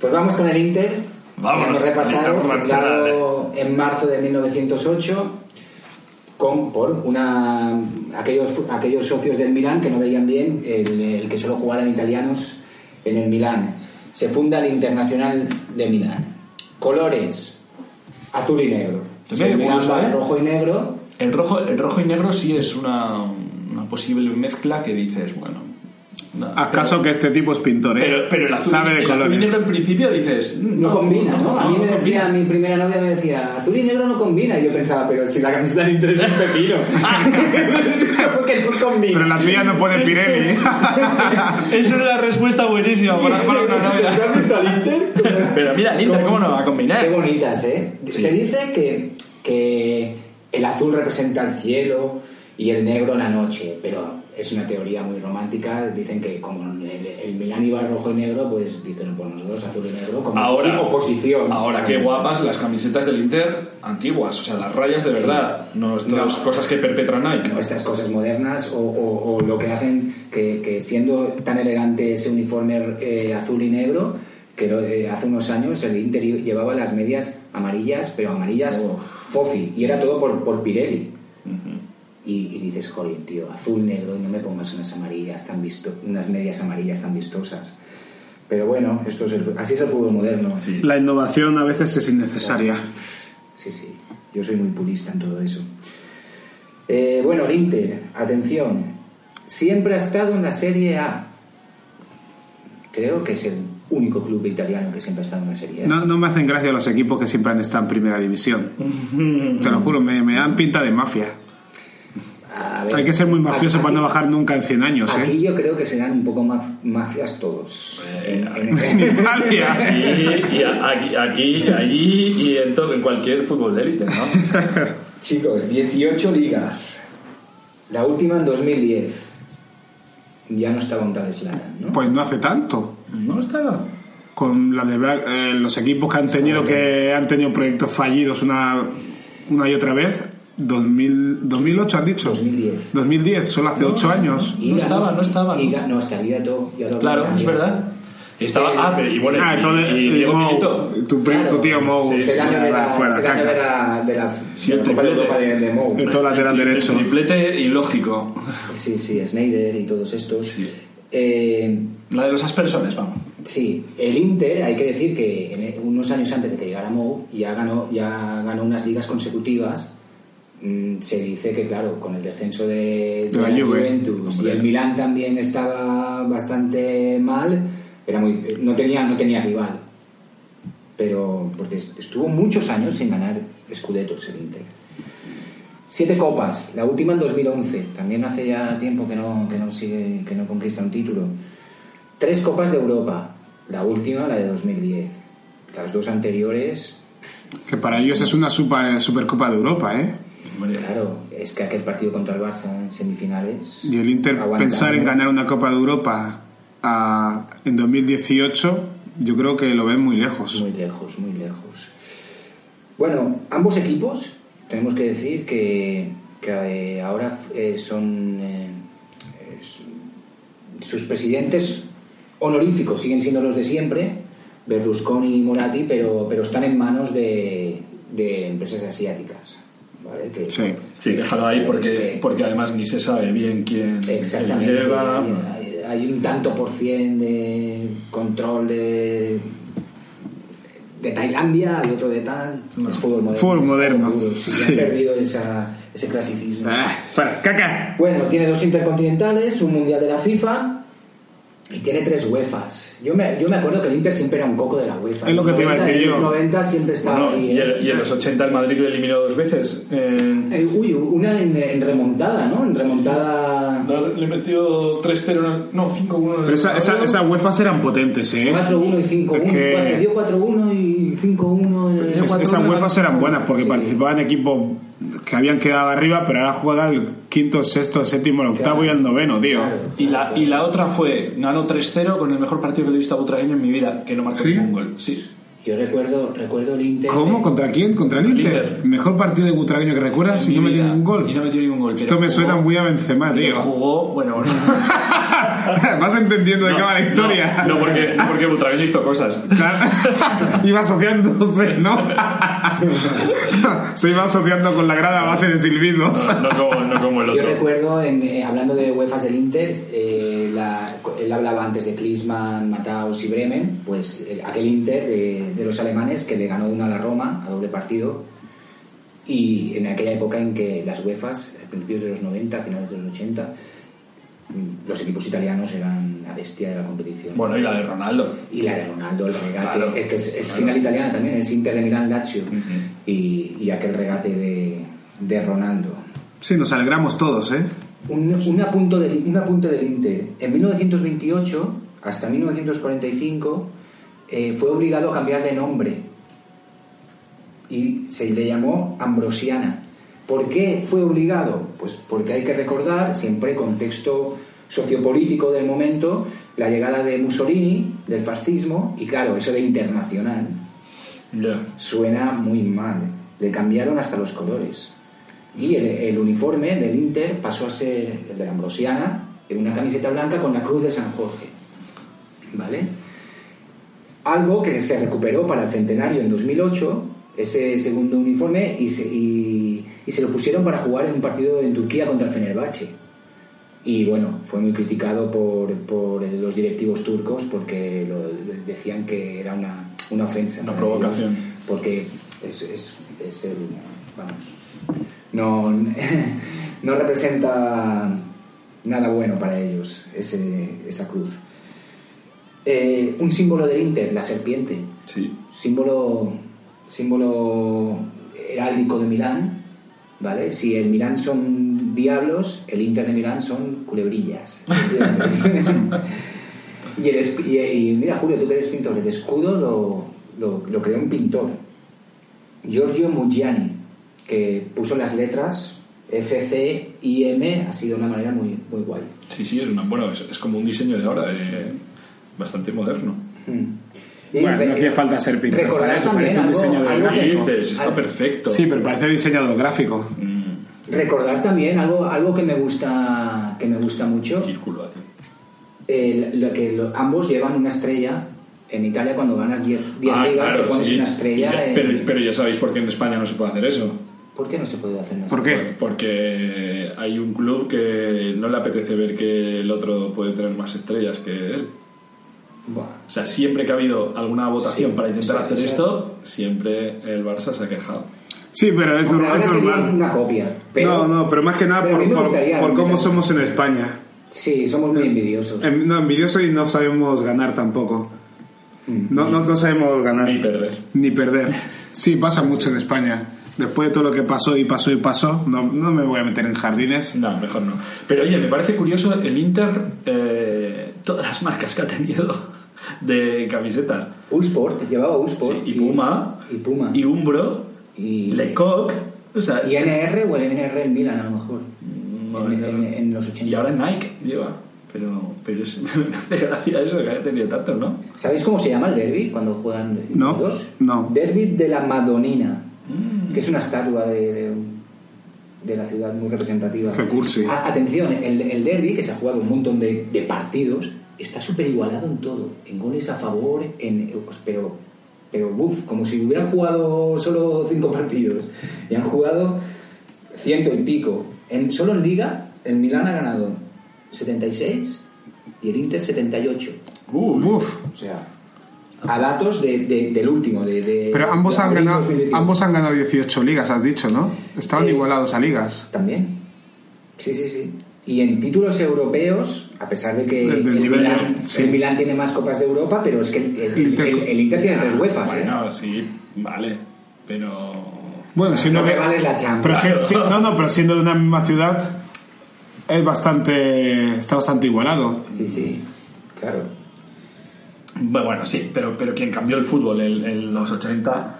D: pues vamos con el Inter.
B: Vámonos,
D: Hemos repasado,
B: Inter Barcelona.
D: fundado en marzo de 1908 con, por una, aquellos, aquellos socios del Milán que no veían bien el, el que solo jugaran italianos en el Milán. Se funda el Internacional de Milán. Colores, azul y negro.
B: También
D: El
B: hay
D: Milán
B: muchos,
D: va
B: ¿eh?
D: rojo y negro.
B: El rojo, el rojo y negro sí es una, una posible mezcla que dices, bueno. no,
C: Haz caso que este tipo es pintor, ¿eh?
B: Pero, pero el azul,
C: Sabe de
B: el azul y
C: colores.
B: negro en principio dices. "Mm,
D: No, combina, ¿no? A mí me
B: no
D: decía,
B: combina.
D: mi primera novia me decía, azul y negro no combina. Y yo pensaba, pero si la camiseta de Inter es un pepino. ¿Cómo que no combina?
C: Pero la tuya no pone Pirelli. ¿eh?
B: Es una respuesta buenísima para, para una
D: ¿Te
B: novela.
D: has visto al Inter?
B: Pero mira, el Inter, ¿cómo no va a
D: Qué
B: combinar?
D: bonitas, ¿eh? Se dice que, que el azul representa el cielo y el negro la noche, pero es una teoría muy romántica. Dicen que como el, el Milán iba rojo y negro, pues dicen, pues nosotros azul y negro como
B: Ahora,
D: oposición.
B: ahora qué guapas las camisetas del Inter antiguas, o sea, las rayas de verdad, no estas
D: No.
B: cosas que perpetra Nike.
D: o estas cosas modernas o, o- o lo que hacen que, que siendo tan elegante ese uniforme eh, azul y negro que lo- eh, hace unos años el Inter llevaba las medias amarillas pero amarillas fofi y era todo por, por Pirelli y, y dices jolín tío azul negro y no me pongas unas amarillas tan visto unas medias amarillas tan vistosas pero bueno esto es el- así es el fútbol moderno
B: Sí.
C: La innovación a veces es innecesaria.
D: Sí, sí. Yo soy muy purista en todo eso. Eh, bueno, el Inter, atención. Siempre ha estado en la Serie A. Creo que es el único club italiano que siempre ha estado en la Serie A.
C: No, no me hacen gracia los equipos que siempre han estado en primera división. Te lo juro, me, me dan pinta de mafia.
D: A ver,
C: Hay que ser muy mafioso
D: aquí-
C: para no bajar nunca en 100 años,
D: Aquí
C: ¿eh?
D: yo creo que serán un poco más mafias todos.
B: Eh,
C: En Italia.
B: Y, y a- aquí, aquí, allí y en, todo, en cualquier fútbol de élite, ¿no?
D: Chicos, 18 ligas. La última en 2010. Ya no estaba un tal Zlatan, ¿no?
C: Pues no hace tanto.
B: No está.
C: Con la de Bra- eh, los equipos que han tenido que han tenido proyectos fallidos una, una y otra vez. 2000, 2008 has dicho.
D: 2010.
C: 2010, solo hace 8 años.
B: No estaba, no estaba.
D: Y ganó, no, estaría todo. ya lo
B: Claro,
D: había
B: es verdad. Estaba, ah, pero y bueno,
C: Ah,
B: y-
C: entonces
B: y, Diego
C: Mou,
B: Milito.
C: tu, pri-
D: Claro,
C: tu tío Mou
D: Es el año de la,
C: fuera,
D: es el año
C: caca.
D: de la, de la,
B: Sí,
D: de la
B: el
D: Copa de
B: triplete.
D: Europa de, de Mou.
C: El todo lateral
B: El tri-
C: derecho.
B: El triplete ilógico.
D: Sí, sí, Snyder y todos estos.
B: Sí.
D: Eh,
B: La de los aspersores, vamos.
D: sí, el Inter, hay que decir que en- unos años antes de que llegara Mou, ya ganó, ya ganó unas ligas consecutivas. Mm, Se dice que, claro, con el descenso de,
C: De la Juve.
D: Juventus y
B: Hombre.
D: el Milán también estaba bastante mal, era muy, no, tenía, no tenía rival. Pero porque est- estuvo muchos años sin ganar escudetos el Inter. Siete copas, la última en 2011. También hace ya tiempo que no, que no, sigue, que no conquista un título. Tres copas de Europa, la última, la de 2010. Las dos anteriores,
C: Que para ellos es una super, Supercopa de Europa, ¿eh?
B: Hombre,
D: claro, es que aquel partido contra el Barça en semifinales.
C: Y el Inter
D: aguantando.
C: pensar en ganar una Copa de Europa a- en 2018, yo creo que lo ven muy lejos.
D: Muy lejos, muy lejos. Bueno, ambos equipos, tenemos que decir que, que, eh, ahora eh, son. eh, eh, su- sus presidentes honoríficos siguen siendo los de siempre, Berlusconi y Moratti, pero, pero están en manos de, de empresas asiáticas. ¿vale? Que-
C: Sí.
B: Sí, déjalo ahí porque,
D: que-
B: porque además ni se sabe bien quién
D: Exactamente.
B: lleva.
D: Hay, hay un tanto por cien de control de, de Tailandia y otro de tal. Es fútbol moderno.
C: Fútbol moderno.
D: Está duro, sí,
C: Sí.
D: Han perdido esa- ese clasicismo.
C: Ah, fuera, caca.
D: Bueno, tiene dos intercontinentales, un mundial de la FIFA y tiene tres UEFAs. Yo me, yo me acuerdo que el Inter siempre era un coco de la UEFA.
C: Es lo que te iba a decir
D: En los
C: yo.
D: 90 siempre estaba
B: Bueno,
D: ahí.
B: y,
D: ¿eh?
B: el- y en los 80 el Madrid lo eliminó dos veces. En-
D: Eh, uy, una en, en remontada, ¿no? En remontada...
B: No, le metió 3-0, no, 5-1.
C: Pero esa- esa- esas UEFAs eran potentes, ¿eh?
D: 4-1 y 5-1.
C: Es que-
D: cuatro- dio 4-1 y 5-1. en el
B: Perdió
C: Es-
D: 4-1.
C: esas UEFAs eran buenas porque
D: Sí.
C: participaban equipos que habían quedado arriba, pero ahora juega el quinto, sexto, el séptimo, el octavo y el noveno, tío.
D: Claro.
B: Y la, y la otra fue, ganó 3-0 con el mejor partido que le he visto a Butragueño en mi vida, que no marcó
C: ¿Sí?
B: ningún gol. Sí.
D: Yo recuerdo, recuerdo el Inter.
C: ¿Cómo? ¿Contra quién? ¿Contra el
B: El
C: Inter?
B: Inter.
C: Mejor partido de Butragueño que recuerdas
B: En
C: y no
B: mi
C: metió
B: vida.
C: ningún gol.
B: Y no metió ningún gol.
C: Esto
B: pero
C: me
B: jugó-
C: suena muy a Benzema,
B: pero
C: tío.
B: Jugó, bueno,
C: Vas entendiendo de qué va la historia.
B: No, no, porque, no porque Butragueño hizo cosas.
C: Claro. iba asociándose, ¿no? Se iba asociando con la grada a base de silbidos.
B: No, no como, no como el
D: Yo
B: otro.
D: recuerdo, en, eh, hablando de UEFAs del Inter, eh, la- él hablaba antes de Klinsmann, Mataus y Bremen, pues eh, aquel Inter de, de los alemanes que le ganó una a la Roma a doble partido y en aquella época en que las UEFAs, a principios de los 90, a finales de los 80, mm, los equipos italianos eran la bestia de la competición.
B: Bueno, y la de Ronaldo.
D: Y la de Ronaldo, el regate. Este
B: Claro.
D: es que es, es
B: Claro.
D: final italiana también, es Inter de Milán Lazio. y, y aquel regate de, de Ronaldo.
C: Sí, nos alegramos todos, ¿eh?
D: Un, un apunto del, un apunte del Inter. En 1928 hasta 1945 eh, fue obligado a cambiar de nombre y se le llamó Ambrosiana. ¿Por qué fue obligado? Pues porque hay que recordar, siempre contexto sociopolítico del momento, la llegada de Mussolini, del fascismo, y claro, eso de internacional
B: Ya.
D: suena muy mal. Le cambiaron hasta los colores. Y el, el uniforme del Inter pasó a ser el de la Ambrosiana, en una camiseta blanca con la cruz de San Jorge. ¿Vale? Algo que se recuperó para el centenario en 2008, ese segundo uniforme, y se, y- y se lo pusieron para jugar en un partido en Turquía contra el Fenerbahce. Y bueno, fue muy criticado por, por los directivos turcos porque lo- decían que era una, una ofensa.
B: Una
D: para ellos,
B: provocación.
D: porque es, es, es el. Vamos. No, no representa nada bueno para ellos ese, esa cruz. Eh, un símbolo del Inter, la serpiente.
B: Sí.
D: Símbolo, símbolo heráldico de Milán. ¿Vale? Si el Milán son diablos, el Inter de Milán son culebrillas. y, el, escu- y, y mira, Julio, tú que eres pintor, el escudo lo, lo, lo creó un pintor, Giorgio Mugiani, que puso las letras F, C, I, M, ha sido una manera muy, muy guay.
B: Sí, sí, es una. Bueno, es, es como un diseño de ahora, eh, bastante moderno.
D: Y
C: Mm. Bueno,
D: re-
C: no hacía falta ser pintor
D: recordar
C: para eso,
D: también
C: parece un
D: algo-
C: diseño de
D: algo
B: ¿Qué
D: que-
B: dices? Está
D: al-
B: perfecto.
C: Sí, pero parece diseñador gráfico.
D: Recordar también algo, algo que me gusta que me gusta mucho,
B: Círculo a ti.
D: el- lo que lo- ambos llevan una estrella. En Italia cuando ganas 10 10
B: Ah,
D: ligas te
B: claro,
D: pones
B: sí.
D: una estrella.
B: Y ya-
D: en-
B: pero, pero ya sabéis por qué en España no se puede hacer eso.
D: ¿Por qué no se puede hacer una
C: ¿Por qué?
B: Porque hay un club que no le apetece ver que el otro puede tener más estrellas que él.
D: Buah.
B: O sea, siempre que ha habido alguna votación
D: Sí,
B: para intentar
D: sí,
B: hacer
D: sí.
B: esto, siempre el Barça se ha quejado.
C: Sí, pero es,
D: Ahora
C: normal- es
D: sería
C: normal.
D: una copia.
C: no,
D: Pero,
C: no, pero más que nada
D: pero a
C: por,
D: mí me
C: por-
D: gustaría
C: por cómo
D: algún-
C: somos en España.
D: Sí, somos muy envidiosos.
C: Em- No, envidiosos y no sabemos ganar tampoco. No, no, no sabemos ganar.
B: Ni perder.
C: Ni perder. Sí, pasa mucho en España. Después de todo lo que pasó y pasó y pasó, no, no me voy a meter en jardines.
B: No, mejor no. Pero oye, me parece curioso el Inter, eh, todas las marcas que ha tenido de camisetas.
D: Usport, llevaba Usport.
B: Sí, y Puma.
D: Y, Puma.
B: Y Umbro,
D: Y-
B: Lecoq, o sea,
D: Y NR o el NR en Milan, a lo mejor.
B: No,
D: en,
B: no,
D: en-
B: no.
D: en los 80.
B: Y ahora Nike lleva. Pero, pero es me hace gracia eso que haya tenido tanto, ¿no?
D: ¿Sabéis cómo se llama el derby cuando juegan
C: No,
D: los dos?
C: no.
D: Derby de la Madonina, que es una estatua de, de un- de la ciudad muy representativa.
C: Qué cursi.
D: A- atención, el, el derby, que se ha jugado un montón de, de partidos, está súper igualado en todo. En goles a favor, en, pero, pero uf, como si hubieran jugado solo cinco partidos. Y han jugado ciento y pico. En, solo en Liga, el Milán ha ganado 76 y el Inter 78.
C: Uf.
D: O sea, a datos de, de- del último, de, de-
C: Pero ambos
D: de
C: han,
D: abril
C: ganado,
D: 2018.
C: ambos han ganado 18 ligas, has dicho, ¿no? Estaban
D: Eh,
C: igualados a ligas.
D: También. Sí, sí, sí. Y en títulos europeos, a pesar de que
C: Del- del
D: el,
C: nivel,
D: Milán,
C: sí.
D: el Milán tiene más copas de Europa, pero es que el, el-
C: El Inter-
D: el- el Inter tiene tres UEFAs, ¿eh?
B: Bueno, sí, vale. Pero.
C: Bueno, siendo
D: Lo
C: que-
D: que vale es la
C: pero
D: Champions.
C: si- si- no, no, pero siendo de una misma ciudad, es bastante, está bastante igualado.
D: Sí, sí. Claro.
B: Bueno, bueno, sí, pero, pero quien cambió el fútbol en, en los 80,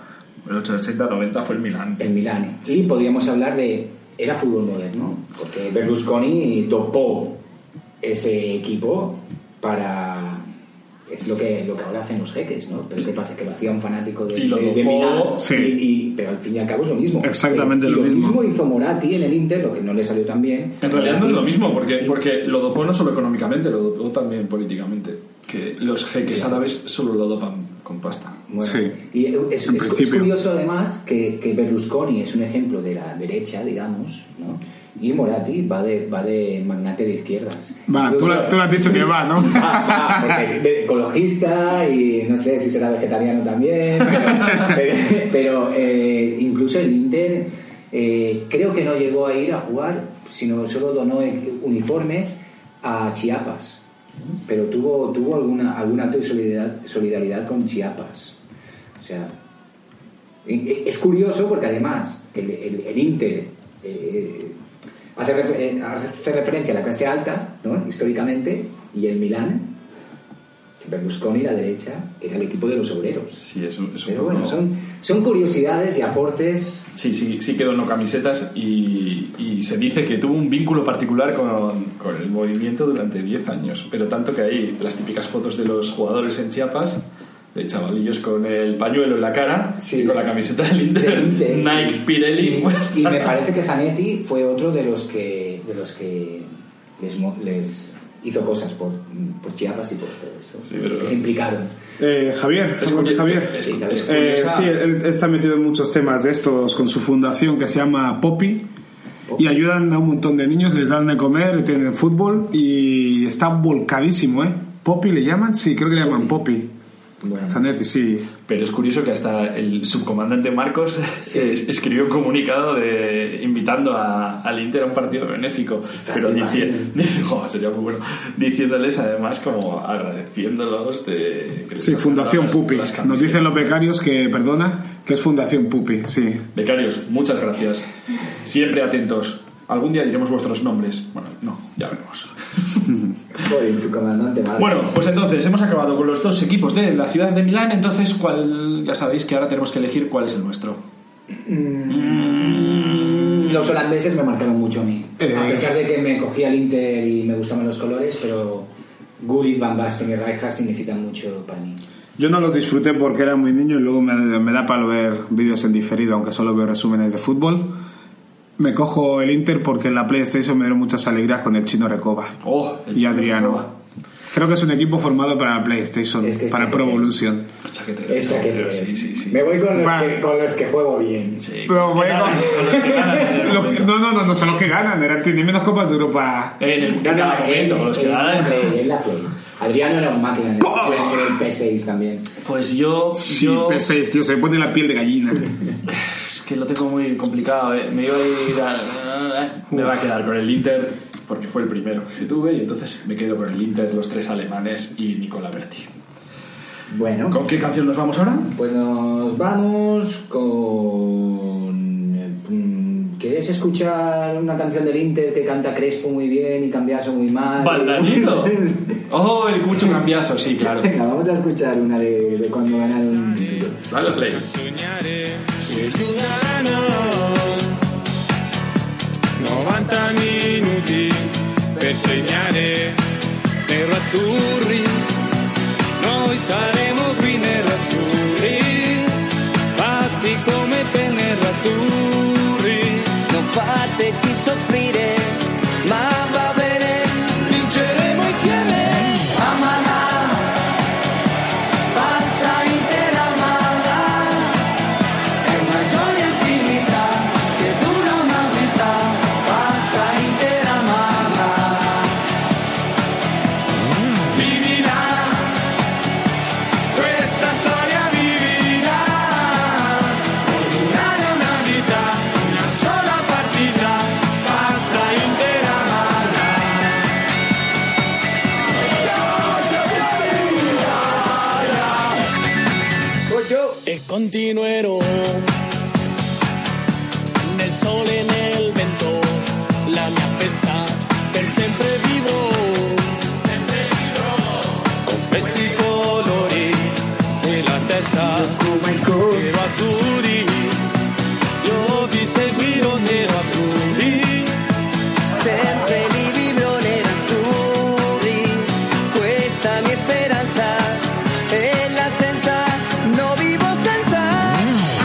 B: en los 80, 90 fue el Milán.
D: El Milán. Y podríamos hablar de... Era fútbol moderno, porque Berlusconi topó ese equipo para... Es lo que, lo que ahora hacen los jeques, ¿no? Pero ¿qué pasa? Que lo hacía un fanático de,
B: Y lo
D: de- de
B: dopó,
D: Milán.
C: sí.
D: Y- y- pero al fin y al cabo es lo mismo.
C: Exactamente
D: Eh, y
C: lo mismo.
D: Lo mismo hizo Moratti en el Inter, lo que no le salió tan bien.
B: En realidad no es lo mismo, porque, porque lo dopó no solo económicamente, lo dopó también políticamente. Que los jeques árabes solo lo dopan con pasta.
D: Bueno,
C: Sí,
D: y es,
C: en
D: es- es
C: principio.
D: curioso además que, que Berlusconi es un ejemplo de la derecha, digamos, ¿no? y Moratti va de, va de magnate de izquierdas.
C: Va, tú,
D: Incluso-
C: la- tú le has dicho que va, ¿no?
D: Ah, ah, porque de ecologista y no sé si será vegetariano también, pero, pero- pero, eh, incluso el Inter eh, creo que no llegó a ir a jugar, sino solo donó eh, uniformes a Chiapas, pero tuvo, tuvo alguna, algún acto de solidaridad, solidaridad con Chiapas. O sea, e- e- es curioso porque además el, el- el Inter eh, hace, refer- eh, hace referencia a la clase alta, ¿no? históricamente, y el Milán, Berlusconi, la derecha, era el equipo de los obreros.
B: Sí, es un, es un
D: Pero
B: poco-
D: bueno, son, son curiosidades y aportes
B: Sí, sí, sí que donó camisetas y, y se dice que tuvo un vínculo particular con, con el movimiento durante 10 años. Pero tanto que hay las típicas fotos de los jugadores en Chiapas, de chavalillos con el pañuelo en la cara
D: Sí.
B: y con la camiseta del Inter,
D: Inter,
B: Nike,
D: sí.
B: Pirelli. pues.
D: Y-
B: puesta.
D: Y, me parece que Zanetti fue otro de los que, de los que les, mo- les hizo cosas por, por Chiapas y por todo eso.
B: Sí, pero-
D: Que se implicaron.
C: Eh, Javier,
B: Es
C: ¿cómo
B: curioso-
C: Javier?
B: es-
D: Sí,
B: es-
D: Javier.
C: Eh,
D: curiosa.
C: sí, él está metido en muchos temas de estos con su fundación que se llama Poppy y ayudan a un montón de niños, les dan de comer, tienen fútbol y está volcadísimo, ¿eh? ¿Poppy le llaman? Sí, creo que le llaman Poppy.
D: Bueno.
C: Zanetti, sí.
B: Pero es curioso que hasta el subcomandante Marcos es- escribió un comunicado de, invitando a, al Inter a un partido benéfico.
D: Ostras,
B: Pero
D: ¿te
B: diciendo,
D: imaginas?
B: sería muy bueno, diciéndoles además como agradeciéndolos de... que les
C: Sí,
B: han
C: Fundación
B: dado las-
C: Pupi.
B: las camisetas.
C: Nos dicen los becarios que, perdona, que es Fundación Pupi, sí.
B: Becarios, muchas gracias. Siempre atentos. Algún día diremos vuestros nombres. Bueno, no, ya veremos.
D: Joder, su comandante madre.
B: Bueno, pues entonces hemos acabado con los dos equipos de la ciudad de Milán. Entonces, ¿cuál, ya sabéis que ahora tenemos que elegir cuál es el nuestro.
D: Los holandeses me marcaron mucho a mí.
C: Eh.
D: A pesar de que me cogía el Inter y me gustaban los colores, pero Gullit, Van Basten y Rijkaard significan mucho para mí.
C: Yo no los disfruté porque era muy niño y luego me, me da para ver vídeos en diferido, aunque solo veo resúmenes de fútbol. Me cojo el Inter porque en la PlayStation me dieron muchas alegrías con el chino Recoba
B: Oh, el
C: y
B: chico
C: Adriano.
B: que roba.
C: Creo que es un equipo formado para la PlayStation,
D: Es que es
C: para Pro
D: chaquetero.
C: Evolution.
B: Es chaquetero.
D: Es chaquetero.
B: Sí, sí, sí.
D: Me voy con los,
C: Vale.
D: que, con los que juego bien.
B: Sí,
C: Pero voy
B: ganan,
C: con-
B: los que ganan en el
C: Lo que-
B: momento.
C: no, no, no, no son los que ganan, eran, tienen menos copas de Europa.
B: En el en
D: No,
B: cada
D: no,
B: momento,
D: en-
B: los que
D: en-
B: ganan.
D: en- en la Play. Adriano era un máquina en el PS, el P6 también.
B: Pues yo,
C: Sí,
B: yo
C: P6, tío, se me pone la piel de gallina.
B: es que lo tengo muy complicado. eh. Me iba a ir a... eh, Me va a quedar con el Inter porque fue el primero que tuve y entonces me quedo con el Inter, los tres alemanes y Nicola Berti.
D: Bueno,
B: ¿Con qué canción nos vamos ahora?
D: pues nos vamos con. eh, mm, ¿Quieres escuchar una canción del Inter que canta Crespo muy bien y Cambiaso muy mal?
B: Baldanito. Oh, el cucho cambiaso, sí, claro.
D: Venga, vamos a escuchar una de, de cuando ganaron.
B: Dale play.
E: sognare se giungeranno 90 minuti per segnare nerazzurri noi saremo qui nerazzurri pazzi come per nerazzurri
G: non fateci soffrire, ma va bene, vinceremo insieme. Amala, pazza intera amala, è una gioia infinita che dura una vita, pazza intera amala.
E: Vivila, questa storia vivila, può durare una vita, una sola partita, pazza intera mala.
H: e continuerò nel sole e nel vento la mia festa per sempre vivrò con questi colori nella testa nero azzurri io vi seguirò nero azzurri
G: Sempre li vibro nerazzurri, questa mia speranza è la senza, no vivo senza.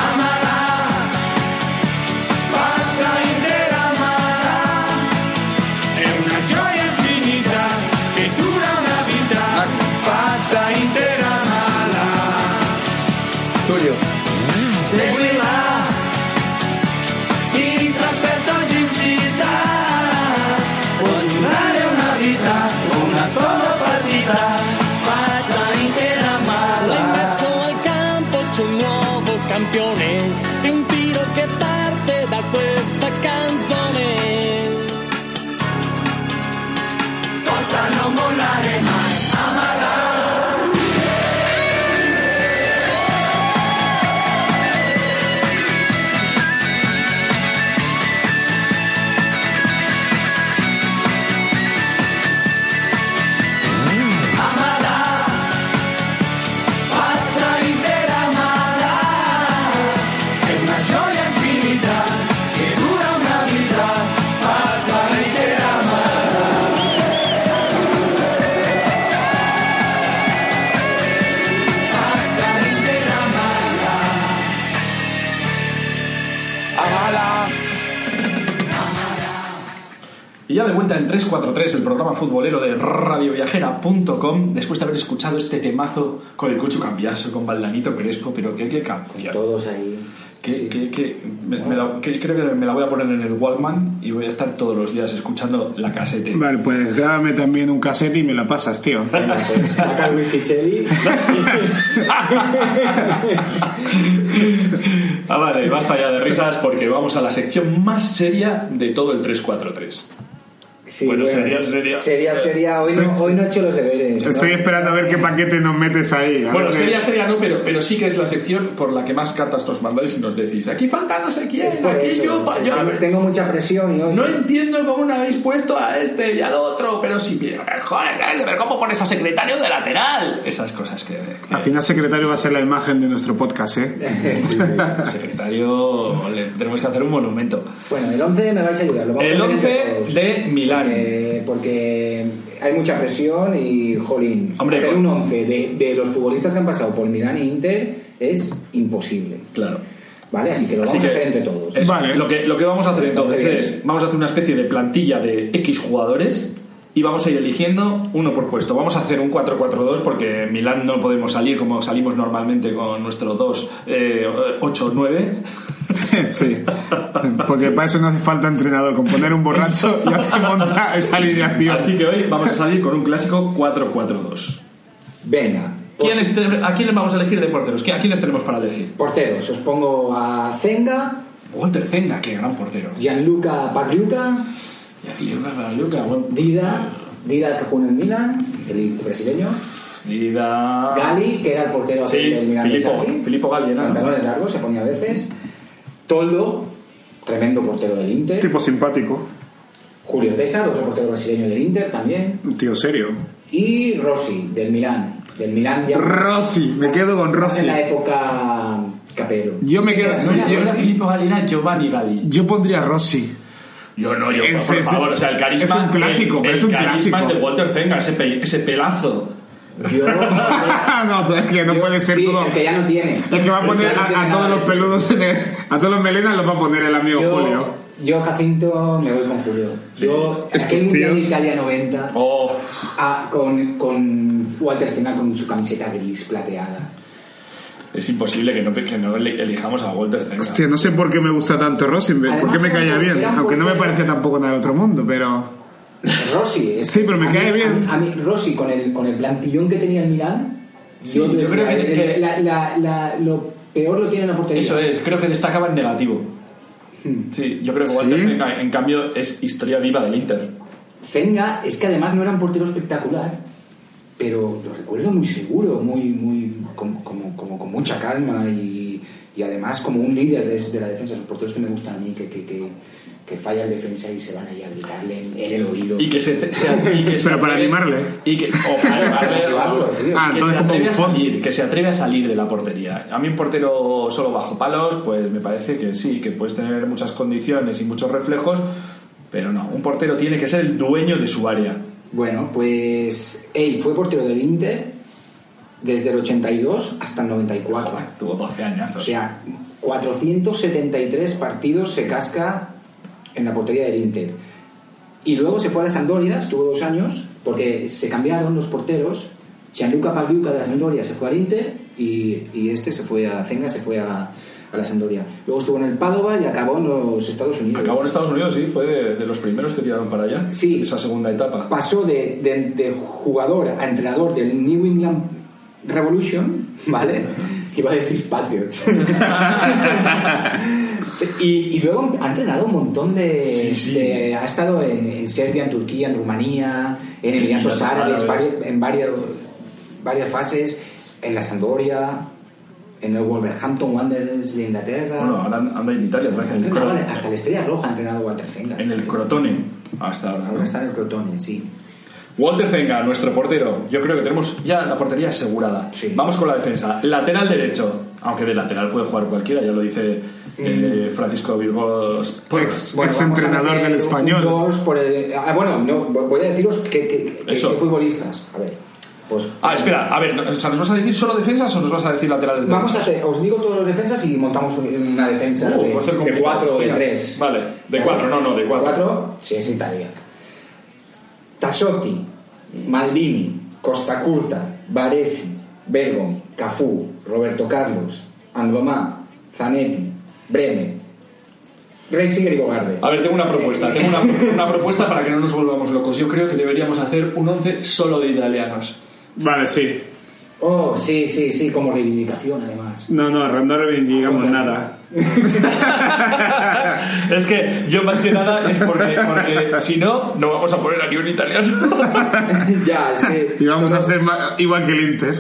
G: Amala, pazza intera amala,
E: È una gioia infinita che dura una vita, pazza intera mala.
G: seguila,
E: In trasferta o in città, può durare una vita, una sola partita.
G: pazza intera
H: Là in
G: amala.
H: mezzo al campo c'è un nuovo campione è un tiro che parte da questa canzone
E: Forza non mollare mai, amala.
G: Amala,
B: Y ya de vuelta en 343, el programa futbolero de radioviajera.com, después de haber escuchado este temazo con el Cucho Cambiaso, con Valdanito Crespo, pero qué, qué canción.
D: Todos ahí.
B: Que, que- que me- me la- que creo que me la voy a poner en el Walkman y voy a estar todos los días escuchando la casete.
C: Vale, pues grábame también un cassette y me la pasas, tío.
D: Pues saca el whisky chelly.
B: Ah, vale, basta ya de risas porque vamos a la sección más seria de todo el 343.
D: Sí,
B: Bueno, sería- sería-
D: Sería, sería. Hoy,
C: Estoy-
D: no, hoy no he hecho los deberes. ¿no?
C: Estoy esperando a ver qué paquete nos metes ahí. a
B: Bueno,
C: ver qué-
B: seria, seria no, pero, pero sí que es la sección por la que más cartas nos mandáis y nos decís, aquí falta no sé quién,
D: Es por
B: aquí
D: eso,
B: yo, pa- yo, a
D: tengo,
B: ver,
D: tengo mucha presión y hoy.
B: No entiendo cómo no habéis puesto a este y al otro, pero sí, pero, joder, pero ¿cómo pones a secretario de lateral? Esas cosas que... que-
C: Al final, secretario va a ser la imagen de nuestro podcast, ¿eh?
D: Sí, sí.
B: secretario, le tenemos que hacer un monumento.
D: Bueno, el 11 me vais a ayudar. Lo vamos
B: El
D: a hacer
B: 11
D: entre todos.
B: de Milán.
D: Eh, porque hay mucha presión y, jolín,
B: Hombre,
D: hacer
B: con-
D: un 11 de, de los futbolistas que han pasado por Milán e Inter es imposible.
B: Claro.
D: ¿Vale? Así que lo
B: Así
D: vamos
B: que
D: a hacer entre todos.
B: eso,
C: Vale.
B: lo, que, lo que vamos a hacer entonces
D: Parece bien.
B: es, vamos a hacer una especie de plantilla de X jugadores y vamos a ir eligiendo uno por puesto. Vamos a hacer un 4-4-2 porque en Milán no podemos salir como salimos normalmente con nuestro 2, eh, 8-9.
C: sí. Porque para eso no hace falta entrenador. Con poner un borracho ya te monta esa alineación.
B: Así que hoy vamos a salir con un clásico 4-4-2.
D: Venga. por-
B: ¿Quién es- ¿A quién les vamos a elegir de porteros? ¿Qué- ¿A quiénes tenemos para elegir?
D: Porteros, os pongo a Zenga,
B: Walter Zenga, qué gran portero.
D: Gianluca Pagliuca,
B: Y aquí una Galiuca, buen-
D: Dida, Dida que juega en Milán, el brasileño,
B: Dida.
D: Gali, que era el portero
B: Sí,
D: del Milán de
B: Filippo,
D: Sarri.
B: Filippo Gali, era.
D: pantalones largos se ponía a veces, Toldo, tremendo portero del Inter,
C: Tipo simpático.
D: Julio César, otro portero brasileño del Inter también,
C: Un tío serio.
D: y Rossi, del Milán, del Milán ya
C: Rossi. Me quedo con
D: en
C: Rossi.
D: la época capero.
C: Yo me quedo...
B: No, yo
C: Yo,
B: era Filippo Gali, era Giovanni Gali.
C: yo pondría Rossi.
B: Yo no, yo,
C: Es-
B: por
C: es-
B: favor, o sea, el carisma.
C: es un clásico,
B: el,
C: pero es un
B: el carisma
C: clásico.
B: es de Walter Zenga, ese, pe- ese pelazo.
D: Yo-
C: no, es que no puede ser
D: sí,
C: todo...
D: el que ya no tiene.
C: Es que va a poner
D: Ya no
C: a,
D: tiene
C: a
D: nada
C: todos los
D: de eso.
C: peludos, en el- a todos los melenas los va a poner el amigo Julio.
D: Yo, Jacinto, me voy con Julio. Yo, en
C: Estos
D: aquel Mundial de
C: tíos.
D: Italia 90,
B: Oh,
D: ah, con, con Walter Zenga con su camiseta gris plateada.
B: es imposible que no, que no le- elijamos a Walter Zenga.
C: Hostia, no sé por qué me gusta tanto Rossi, por qué
D: Además,
C: me caía
D: era-
C: bien,
D: era un
C: aunque no me
D: portero-
C: parecía tampoco nada del otro mundo, pero...
D: Rossi, es-
C: Sí, pero me
D: a
C: cae
D: mí-
C: bien.
D: A mí, a mí Rossi, con el, con el plantillón que tenía el Milán, yo,
B: yo creo
D: decía,
B: que-
D: el-
B: que-
D: la- la- la- lo peor lo tiene en la portería.
B: Eso es, creo que destacaba en negativo. Sí, yo creo que
C: Hmm. ¿Sí?
B: Walter Zenga, en cambio, es historia viva del Inter.
D: Zenga es que además no era un portero espectacular, pero lo recuerdo muy seguro, muy, muy, como, como- como con mucha calma y, y además como un líder de, de la defensa. Los porteros que me gustan a mí, que, que, que, que falla el defensa y se van ahí a gritarle en, en el oído.
B: Y que se. se- y que se
C: Pero para
B: atreve-
C: animarle.
B: Y que, o para animarle,
D: Llevarlo,
B: o-
D: tío.
C: Ah,
B: que
C: entonces
B: se
C: como
B: atreve
C: un
B: a
C: fondo.
B: salir, que se atreve a salir de la portería. A mí un portero solo bajo palos, pues me parece que sí, que puedes tener muchas condiciones y muchos reflejos, pero no, un portero tiene que ser el dueño de su área.
D: Bueno, pues él fue portero del Inter desde el 82 hasta el 94.
B: Joder, tuvo 12 años.
D: O sea, 473 partidos se casca en la portería del Inter. Y luego se fue a la Sampdoria, estuvo dos años, porque se cambiaron los porteros. Gianluca Pagliuca de la Sampdoria se fue al Inter y, y este se fue a Zenga, se fue a, a la Sampdoria. Luego estuvo en el Padova y acabó en los Estados Unidos.
B: Acabó en Estados Unidos, sí, fue de, de los primeros que tiraron para allá.
D: Sí.
B: Esa segunda etapa.
D: pasó de, de- de jugador a entrenador del New England Revolution, ¿vale? Iba a decir Patriots. y, y luego ha entrenado un montón de...
B: Sí, sí.
D: de- ha estado en, en Serbia, en Turquía, en Rumanía, en Emiratos
B: Emiratos
D: Árabes,
B: Árabes.
D: vari- en varias, varias fases, en la Sampdoria, en el Wolverhampton Wanderers de Inglaterra.
B: Bueno, ahora anda en Italia, parece, en el,
D: Entrenador,
B: Cro-
D: hasta la Estrella Roja ha entrenado Walter Zenga.
B: en el Crotone. Hasta ahora.
D: Ahora está en el Crotone, sí.
B: Walter Zenga, nuestro portero. Yo creo que tenemos ya la portería asegurada.
D: Sí.
B: Vamos con la defensa. Lateral derecho. Aunque de lateral puede jugar cualquiera, ya lo dice
D: Mm.
B: eh, Francisco Virgos. Porras.
C: Ex-
D: Pues.
C: Ex-entrenador
D: vamos a
C: del
D: meter
C: español.
D: un dos por el- ah, bueno, no, voy a deciros que, que- que-
B: Eso.
D: que futbolistas. A ver, pues.
B: Ah, espera, a ver, o sea, ¿nos vas a decir solo defensas o nos vas a decir laterales
D: Vamos a
B: derechos?
D: hacer, os digo todos los defensas y montamos una defensa
B: Uh,
D: de,
B: va a ser
D: de
B: complicado.
D: cuatro o de
B: Venga.
D: tres.
B: Vale, de cuatro, no, no, de cuatro.
D: sí, es Italia. Tassotti, Maldini, Costa Curta, Baresi, Bergomi, Cafú, Roberto Carlos, Anglomá, Zanetti, Bremer, Reisiger y Bogarde.
B: A ver, tengo una propuesta. Tengo una, una propuesta para que no nos volvamos locos. Yo creo que deberíamos hacer un 11 solo de italianos.
C: Vale, sí.
D: Oh, sí, sí, sí, como reivindicación además.
C: No, no, no reivindicamos nada.
B: Es que yo más que nada es porque, porque si no, no vamos a poner aquí un italiano.
D: ya, es que-
C: Y vamos a ser ma- igual que el Inter.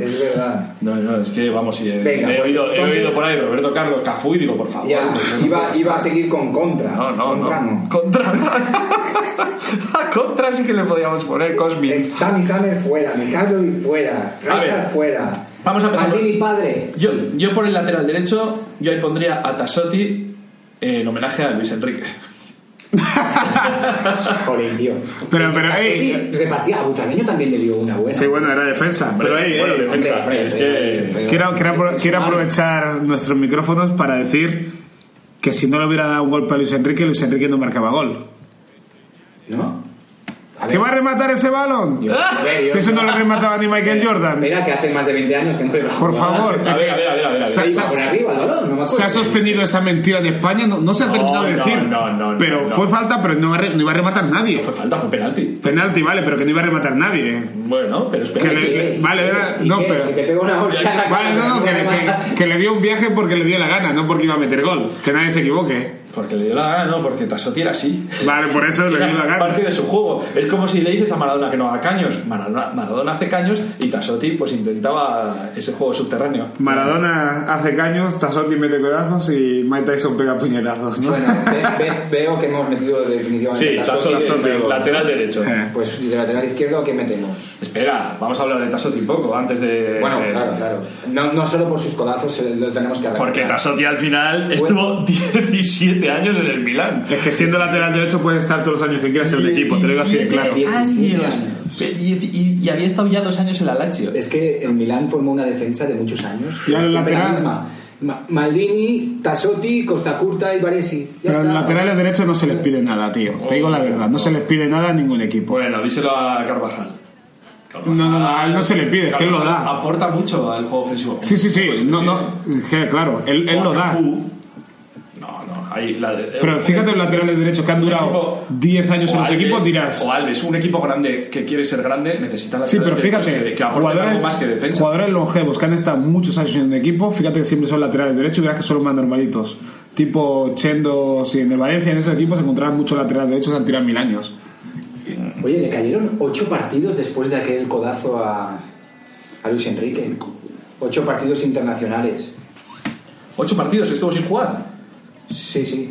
D: Es verdad.
B: No, no, es que vamos, sí, eh,
D: Venga,
B: he,
D: pues,
B: oído, he
D: entonces-
B: oído por ahí Roberto Carlos Cafú y digo, por favor.
D: Ya,
B: pues, no
D: iba,
B: puede
D: iba a
B: ser.
D: seguir con contra.
B: No, no,
D: contra
B: no. Contra. a contra sí que le podíamos poner Cosmis.
D: Stami Samer fuera, Mikhailo y fuera,
B: A ver.
D: Rijkaard fuera.
B: Vamos a empezar.
D: Maldini padre.
B: Yo, yo por el lateral derecho, yo ahí pondría a Tassotti eh, en homenaje a Luis Enrique.
D: Joder, tío.
C: Pero, pero,
D: Tassotti
C: ey.
D: repartía, a Butragueño también le dio una buena.
C: Sí, bueno, era defensa. Pero, ey,
B: bueno,
C: ey,
B: defensa,
D: hombre,
B: es
D: hombre,
B: que...
D: hombre.
C: Quiero, quiero apro- quiero
D: Vale.
C: aprovechar nuestros micrófonos para decir que si no le hubiera dado un golpe a Luis Enrique, Luis Enrique no marcaba gol.
D: ¿No? A
C: ¿Qué va a rematar ese balón?
D: a ver, yo-
C: Si eso no lo remataba ni Michael Jordan.
D: Mira que hace más de 20 años que no le va a
C: Por
D: jugar.
C: favor.
B: A ver, a ver, a ver, a ver. a ver.
C: Se-
D: Ahí va por arriba el balón, no me acuerdo.
C: Se ha sostenido esa mentira de España, no, no se ha
B: No,
C: terminado de
B: no,
C: decir.
B: no, no, no,
C: pero
B: no.
C: fue falta, pero no, re- no iba a rematar nadie.
B: Fue falta, fue penalti.
C: Penalti, vale, pero que no iba a rematar nadie.
B: Bueno, pero espera.
C: Que
D: ¿Y
C: le-
D: qué?
C: le- vale,
D: ¿Y
C: era-
D: qué?
C: no,
D: ¿Y qué?
C: pero-
D: Si te pega una hostia en la
C: Vale,
D: cara,
C: no, no, que, le-
D: remata.
C: que- que le dio un viaje porque le dio la gana, no porque iba a meter gol. Que nadie se equivoque.
B: Porque le dio la gana, no, porque Tassotti era así.
C: Vale, por eso le dio la
B: Era
C: gana.
B: parte de su juego. Es como si le dices a Maradona que no haga caños. Maradona, Maradona hace caños y Tassotti pues intentaba ese juego subterráneo.
C: Maradona hace caños, Tassotti mete codazos y Mike Tyson pega puñetazos, ¿no?
D: Bueno, ve- ve- veo que hemos metido definitivamente
B: Sí,
D: la
B: Tassotti,
D: Sotti.
B: el lateral derecho.
C: Eh.
D: Pues de lateral izquierdo, ¿qué metemos?
B: Espera, vamos a hablar de Tassotti un poco antes de...
D: Bueno,
B: eh,
D: claro, claro. No, no solo por sus codazos eh, lo tenemos que arreglar.
B: Porque Tassotti al final estuvo 17 años en el Milán.
C: Es que siendo lateral derecho puedes estar todos los años que quieras en un equipo, te lo digo así de claro.
D: 17
B: Años. Y, y había estado ya dos años en la Lazio.
D: Es que el Milán formó una defensa de muchos años.
C: Y ahora el
D: Siempre la
C: lateral.
D: misma. Ma- Maldini, Tassotti, Costa Curta y Baresi. Ya
C: Pero a
D: está.
C: los laterales derechos no se les pide nada, tío. Te digo la verdad, no se les pide nada a ningún equipo.
B: Bueno, díselo a Carvajal. Carvajal-
C: No, no, no, a él no se le pide, es que él lo da.
B: Aporta mucho al juego ofensivo.
C: Sí, sí, sí,
B: Pues,
C: no,
B: eh,
C: no, que, claro, él, él
B: o a
C: lo da.
B: Cafú. No, no, ahí la de-
C: Pero fíjate los laterales derechos que han
B: un
C: durado
B: equipo-
C: 10 años
B: o
C: en los
B: Alves,
C: equipos, dirás.
B: O Alves, un equipo grande que quiere ser grande necesita
C: Sí,
B: laterales
C: pero
B: derechos
C: fíjate,
B: que, que aporten
C: jugadores,
B: algo más que defensa.
C: jugadores longevos que han estado muchos años en el equipo, fíjate que siempre son laterales derechos y verás que son los más normalitos. Tipo Chendo, si en el Valencia, en esos equipos se encontraban muchos laterales derechos que han tirado mil años.
D: Oye, le cayeron ocho partidos después de aquel codazo a, a Luis Enrique. Ocho partidos internacionales.
B: Ocho partidos estuvo sin jugar.
D: Sí, sí.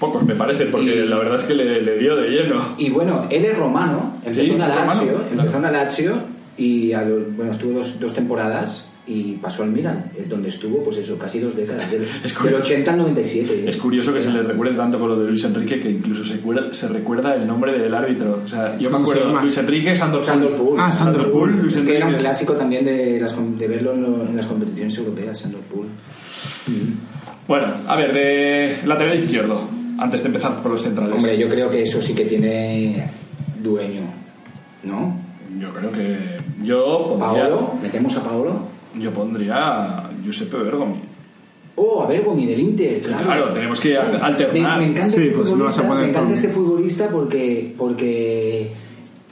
B: Pocos, me parece, porque
D: Y-
B: la verdad es que le, le dio de lleno.
D: Y bueno, él es romano, empezó
B: Sí,
D: en la
B: romano,
D: Lazio,
B: claro.
D: empezó en la Lazio y a lo- bueno, estuvo dos, dos temporadas y pasó al Milan, eh, donde estuvo pues eso, casi dos décadas, del,
B: Es
D: del
B: curioso.
D: 80 al 97.
B: Es curioso que se le recuerde tanto con lo de Luis Enrique que incluso se, cuer- se recuerda el nombre del árbitro. O sea, yo me
C: ¿Cómo se
B: acuerdo
C: llama?
B: Luis Enrique, Sandor
D: Sandor Pool.
C: Ah, Sandor Pool,
B: Luis
D: es que era un
B: Enrique.
D: clásico también de, las, com- de verlo en, lo- en las competiciones europeas, Sandor Pool.
B: Bueno, a ver, de lateral izquierdo, antes de empezar por los centrales.
D: Hombre, yo creo que eso sí que tiene dueño, ¿no?
B: Yo creo que. Yo pondría.
D: Paolo, metemos a Paolo.
B: Yo pondría a Giuseppe Bergomi.
D: Oh, a Bergomi del Inter, claro.
B: Claro, tenemos que hacer-
D: Me,
B: alternar.
D: me encanta
C: Sí,
D: este
C: pues
D: futbolista,
C: lo vas a poner
D: me encanta
C: todo.
D: este futbolista porque porque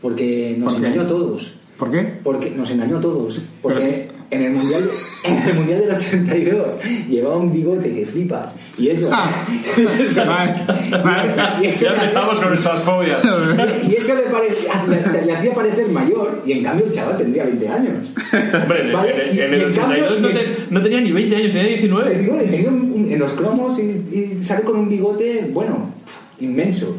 D: porque nos
C: ¿Por qué?
D: engañó a todos.
C: ¿Por qué?
D: Porque nos engañó a todos, porque en el mundial en el mundial del 82 llevaba un bigote que flipas y eso.
C: Ah, vale, vale.
D: Y eso-
B: ya empezamos con esas fobias.
D: Y eso le, parecía- le- le hacía parecer mayor y en cambio el chaval tendría 20 años.
B: Hombre, en el-
D: Vale,
B: en,
D: y-
B: el- en
D: y
B: el
D: en cambio- eh,
B: 82 no,
D: y-
B: te- no tenía ni 20 años, tenía
D: Le
B: 19.
D: digo, le tenía un- un- en los cromos y, y sale con un bigote, bueno, pf, inmenso.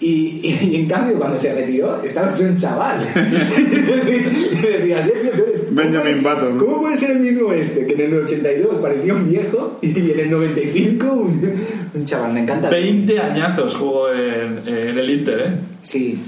D: Y, y- y en cambio, cuando se retiró, estaba hecho un chaval. y decías, "Tío, tío, tío,
C: Benjamin Button.
D: ¿Cómo puede ser el mismo este? Que en el 82 parecía un viejo y en el 95 un, un chaval. Me encanta.
B: 20 añazos jugó en, en el Inter, ¿eh?
D: Sí.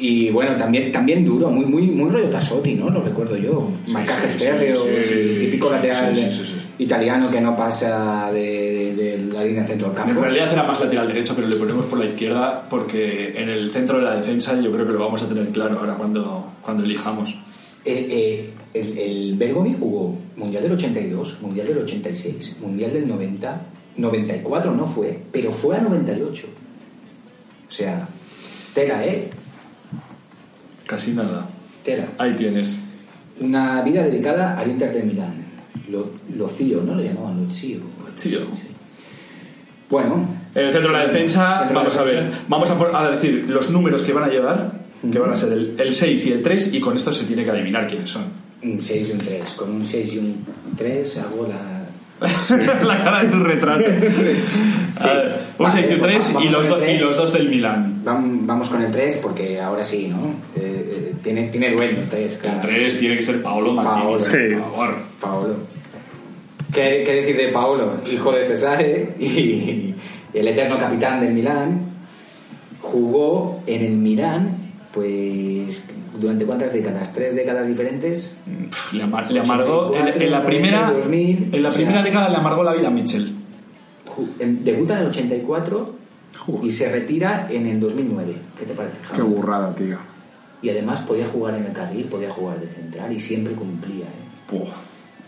D: Y bueno, también, también duro, muy, muy, muy rollo Tassotti, ¿no? Lo recuerdo yo. Marcajes
B: sí, sí,
D: férreos,
B: sí,
D: y típico
B: sí,
D: lateral
B: sí, sí, sí, sí.
D: italiano que no pasa de, de- de la línea centro del
B: En
D: campo.
B: realidad era más lateral derecho, pero le ponemos por la izquierda porque en el centro de la defensa yo creo que lo vamos a tener claro ahora cuando, cuando elijamos.
D: Eh, eh, el, el Bergomi jugó Mundial del 82, Mundial del 86, Mundial del 90, 94 no fue, pero fue a 98. O sea, tela, ¿eh?
B: Casi nada.
D: Tela.
B: Ahí tienes.
D: Una vida dedicada al Inter de Milán. Lo, Locío, ¿no? Le llamaban Locío.
B: Tío.
D: Bueno,
B: En el Eh, centro de la defensa,
D: Centro de la
B: vamos a ver.
D: defensa.
B: Vamos a, por- a decir los números que van a llevar, que van a ser el, 6 y el 3, y con esto se tiene que adivinar quiénes son.
D: un 6 y un 3. Con un 6 y un 3 hago la...
B: la cara de tu retrato. A ver, un
D: Vale,
B: 6 y un
D: pues
B: 3
D: vamos
B: y los,
D: con
B: do-
D: el
B: y
D: tres.
B: los dos del Milan.
D: Vam- Vamos con el 3 porque ahora sí, ¿no? Eh, eh, tiene, tiene dueño el 3,
B: El
D: claro.
B: 3 tiene que ser Paolo
D: Paolo.
B: Maldini,
C: Sí.
B: por favor.
D: Paolo. ¿Qué, qué decir de Paolo? Hijo de Cesare y el eterno capitán del Milán. Jugó en el Milán, pues, ¿durante cuántas décadas? ¿Tres décadas diferentes?
B: Pf, Le, ama- le amargó en, en la
D: 84,
B: primera
D: 2000,
B: en la
D: o sea-
B: primera década le amargó la vida a Mitchell.
D: Ju- em- Debuta en el 84
C: Joder.
D: y se retira en el 2009. ¿Qué te parece, Javi?
C: Qué burrada, tío.
D: Y además podía jugar en el carril, podía jugar de central y siempre cumplía. ¿eh?
B: Puh,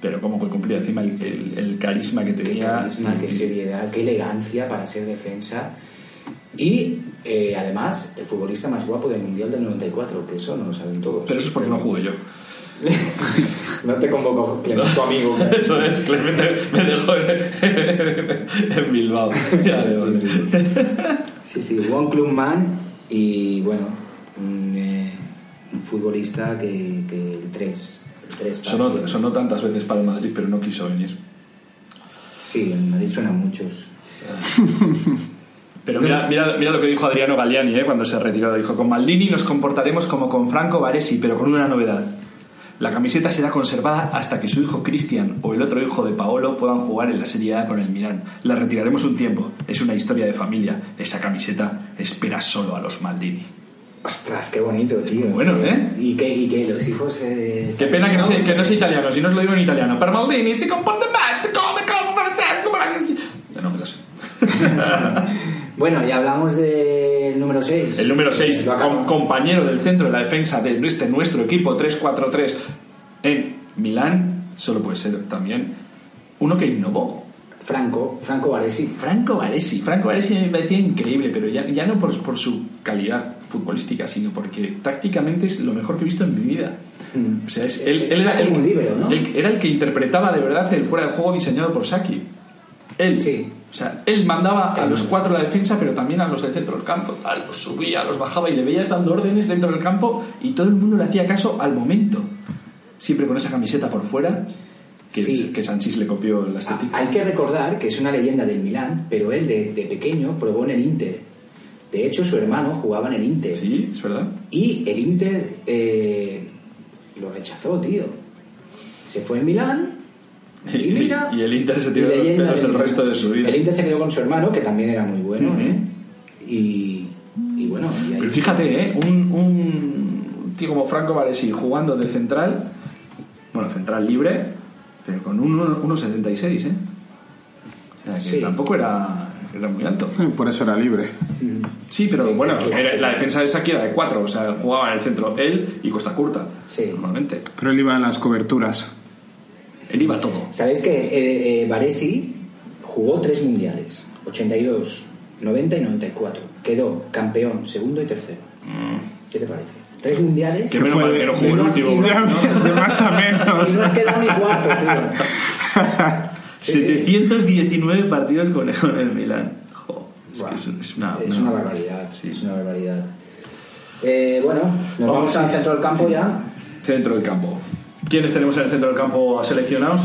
B: pero como que cumplía encima el, el- el carisma que
D: Qué
B: tenía.
D: carisma,
B: Y-
D: qué seriedad, qué elegancia para ser defensa. Y eh, además, el futbolista más guapo del Mundial del 94, que eso no lo saben todos.
B: Pero eso es porque no jugué yo.
D: No te convoco, Clemente, tu amigo.
B: Eso es, Clemente me dejó en, en Bilbao. Ya de
D: Sí,
B: hoy.
D: sí. Sí, sí, One Club Man y bueno, un, eh, un futbolista que, que el 3.
B: Sonó, sonó tantas veces para el Madrid, pero no quiso venir.
D: Sí, en Madrid suenan muchos.
B: Pero mira, mira, mira lo que dijo Adriano Galliani ¿eh? cuando se retiró. Dijo, con Maldini nos comportaremos como con Franco Baresi, pero con una novedad. La camiseta será conservada hasta que su hijo Cristian o el otro hijo de Paolo puedan jugar en la Serie A con el Milan. La retiraremos un tiempo. Es una historia de familia. Esa camiseta espera solo a los Maldini.
D: Ostras, qué bonito, tío.
B: bueno, ¿eh?
D: ¿Y qué? ¿Y qué? ¿Los hijos? eh,
B: Qué
D: están
B: pena que no, sé,
D: firmados?
B: que no sea italiano, si no os lo digo en italiano. Per Maldini, si comporta mal, come, come, francés, come, francés. No, no me lo sé.
D: Bueno, ya hablamos del número 6.
B: El número 6, compañero del centro de la defensa de este nuestro equipo 3-4-3 en Milán, solo puede ser también uno que innovó.
D: Franco, Franco Baresi.
B: Franco Baresi. Franco Baresi me parecía increíble, pero ya, ya no por, por su calidad futbolística, sino porque tácticamente es lo mejor que he visto en mi vida.
D: Mm.
B: O sea, es, él, él era,
D: Era como
B: el-
D: un líbero, ¿no?
B: el- era el que interpretaba de verdad el fuera de juego diseñado por Saki. Él,
D: Sí.
B: o sea, él mandaba a
D: Claro.
B: los cuatro la defensa, pero también a los del centro del campo. Tal, los subía, los bajaba y le veías dando órdenes dentro del campo y todo el mundo le hacía caso al momento. Siempre con esa camiseta por fuera, que,
D: Sí.
B: que Sanchís le copió la
D: Ah,
B: estética.
D: Hay que recordar que es una leyenda del Milán, pero él de, de pequeño probó en el Inter. De hecho, su hermano jugaba en el Inter.
B: Sí, es verdad.
D: Y el Inter eh, lo rechazó, tío. Se fue en Milán.
B: Y,
D: Y mira,
B: y el Inter se tiró
D: y
B: de los
D: leyenda
B: pelos
D: del
B: el
D: Milán.
B: resto de su vida.
D: El Inter se quedó con su hermano, que también era muy bueno,
B: Ujú.
D: ¿eh? Y, y bueno, y ahí-
B: Pero fíjate, ¿eh? un, un tío como Franco Baresi jugando de central, bueno, central libre, pero con un 1,76, ¿eh? O sea, que
D: Sí.
B: tampoco era, era muy alto.
C: Por eso era libre.
D: Mm.
B: Sí, pero bueno,
D: clase.
B: era- la defensa de esa aquí era de 4, o sea, jugaba en el centro él y Costa Curta,
D: Sí.
B: normalmente.
C: Pero él iba en las coberturas.
B: Él iba a todo.
D: Sabéis que eh, eh, Baresi jugó tres mundiales: 82, 90 y 94. Quedó campeón, segundo y tercero. ¿Qué te parece? Tres mundiales.
B: Mm. Que menos
C: fue
B: mal que
C: de-
B: no jugó
C: de
B: el
C: más-
B: último.
D: de
B: ¿no?
C: De más a
D: Y
C: menos.
D: no has quedado ni cuarto, tío.
B: 719 partidos con el, con el Milan. Jo, es,
D: Buah,
B: que es- es una,
D: es una barbaridad.
B: Sí.
D: Es una barbaridad. Eh, bueno, nos vamos,
B: Vamos,
D: al
B: sí.
D: centro del campo ya.
B: Centro del campo. ¿Quiénes tenemos en el centro del campo seleccionados?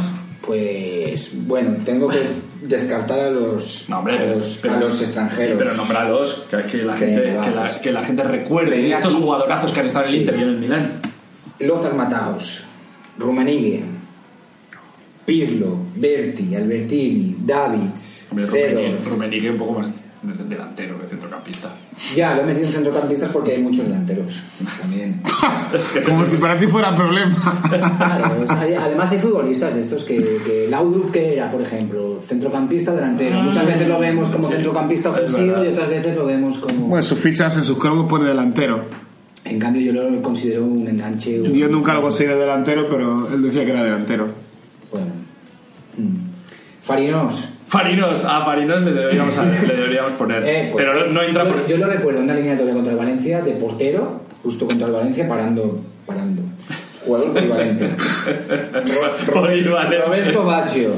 D: Pues bueno, tengo que descartar a los,
B: No, hombre,
D: a
B: pero-
D: los,
B: pero-
D: a los extranjeros.
B: Sí, pero nombralos, que, que la,
D: Que
B: gente, que,
D: nombrados.
B: la, que la gente recuerde
D: Venía
B: estos
D: aquí.
B: jugadorazos que han estado en el
D: Sí.
B: Inter y en el Milán.
D: Lozar Mataos, Rummenigge, Pirlo, Berti, Albertini, Davids,
B: Hombre,
D: Sedor,
B: Rummenigge- Rummenigge un poco más de- delantero que centrocampista.
D: Ya, lo he metido en centrocampistas porque hay muchos delanteros.
B: Pues
D: También.
B: Es que
C: Como si para ti fuera problema.
D: Claro, o sea, hay- además hay futbolistas de estos que, que Laudrup que era, por ejemplo, centrocampista delantero. Muchas veces lo vemos como centrocampista
B: Ah, es
D: ofensivo
B: verdad.
D: y otras veces lo vemos como.
C: Bueno, sus fichas en sus cromos pone delantero.
D: En cambio, yo lo considero un enganche. un-
C: Yo nunca lo consideré delantero, pero él decía que era delantero.
D: Bueno. Mm. Farinos.
B: Farinos, a Farinos le deberíamos, le deberíamos poner.
D: Eh, pues,
B: Pero no, no entra
D: yo,
B: por.
D: yo lo recuerdo en una eliminatoria contra el Valencia de portero, justo contra el Valencia, parando. parando. Jugador polivalente. Ro-
B: por ir, vale.
D: Roberto Baggio.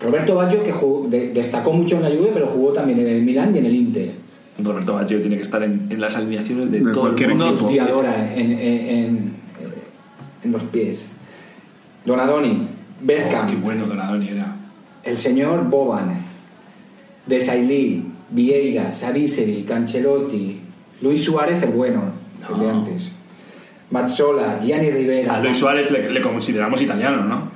D: Roberto Baggio que jugó- de- destacó mucho en la Juve, pero jugó también en el Milán y en el Inter.
B: Roberto Baggio tiene que estar en, en las alineaciones de,
C: De
B: todo
C: cualquier
B: el mundo.
C: equipo.
D: Hostiadora en, en, en, en los pies. Donadoni,
B: Oh,
D: Berkham,
B: qué bueno Donadoni era.
D: el señor Boban, Desailly, Vieira, Savicevi, Cancelotti, Luis Suárez, el bueno, el de
B: No.
D: antes. Mazzola, Gianni Rivera.
B: A Luis Suárez le, le consideramos italiano, ¿no?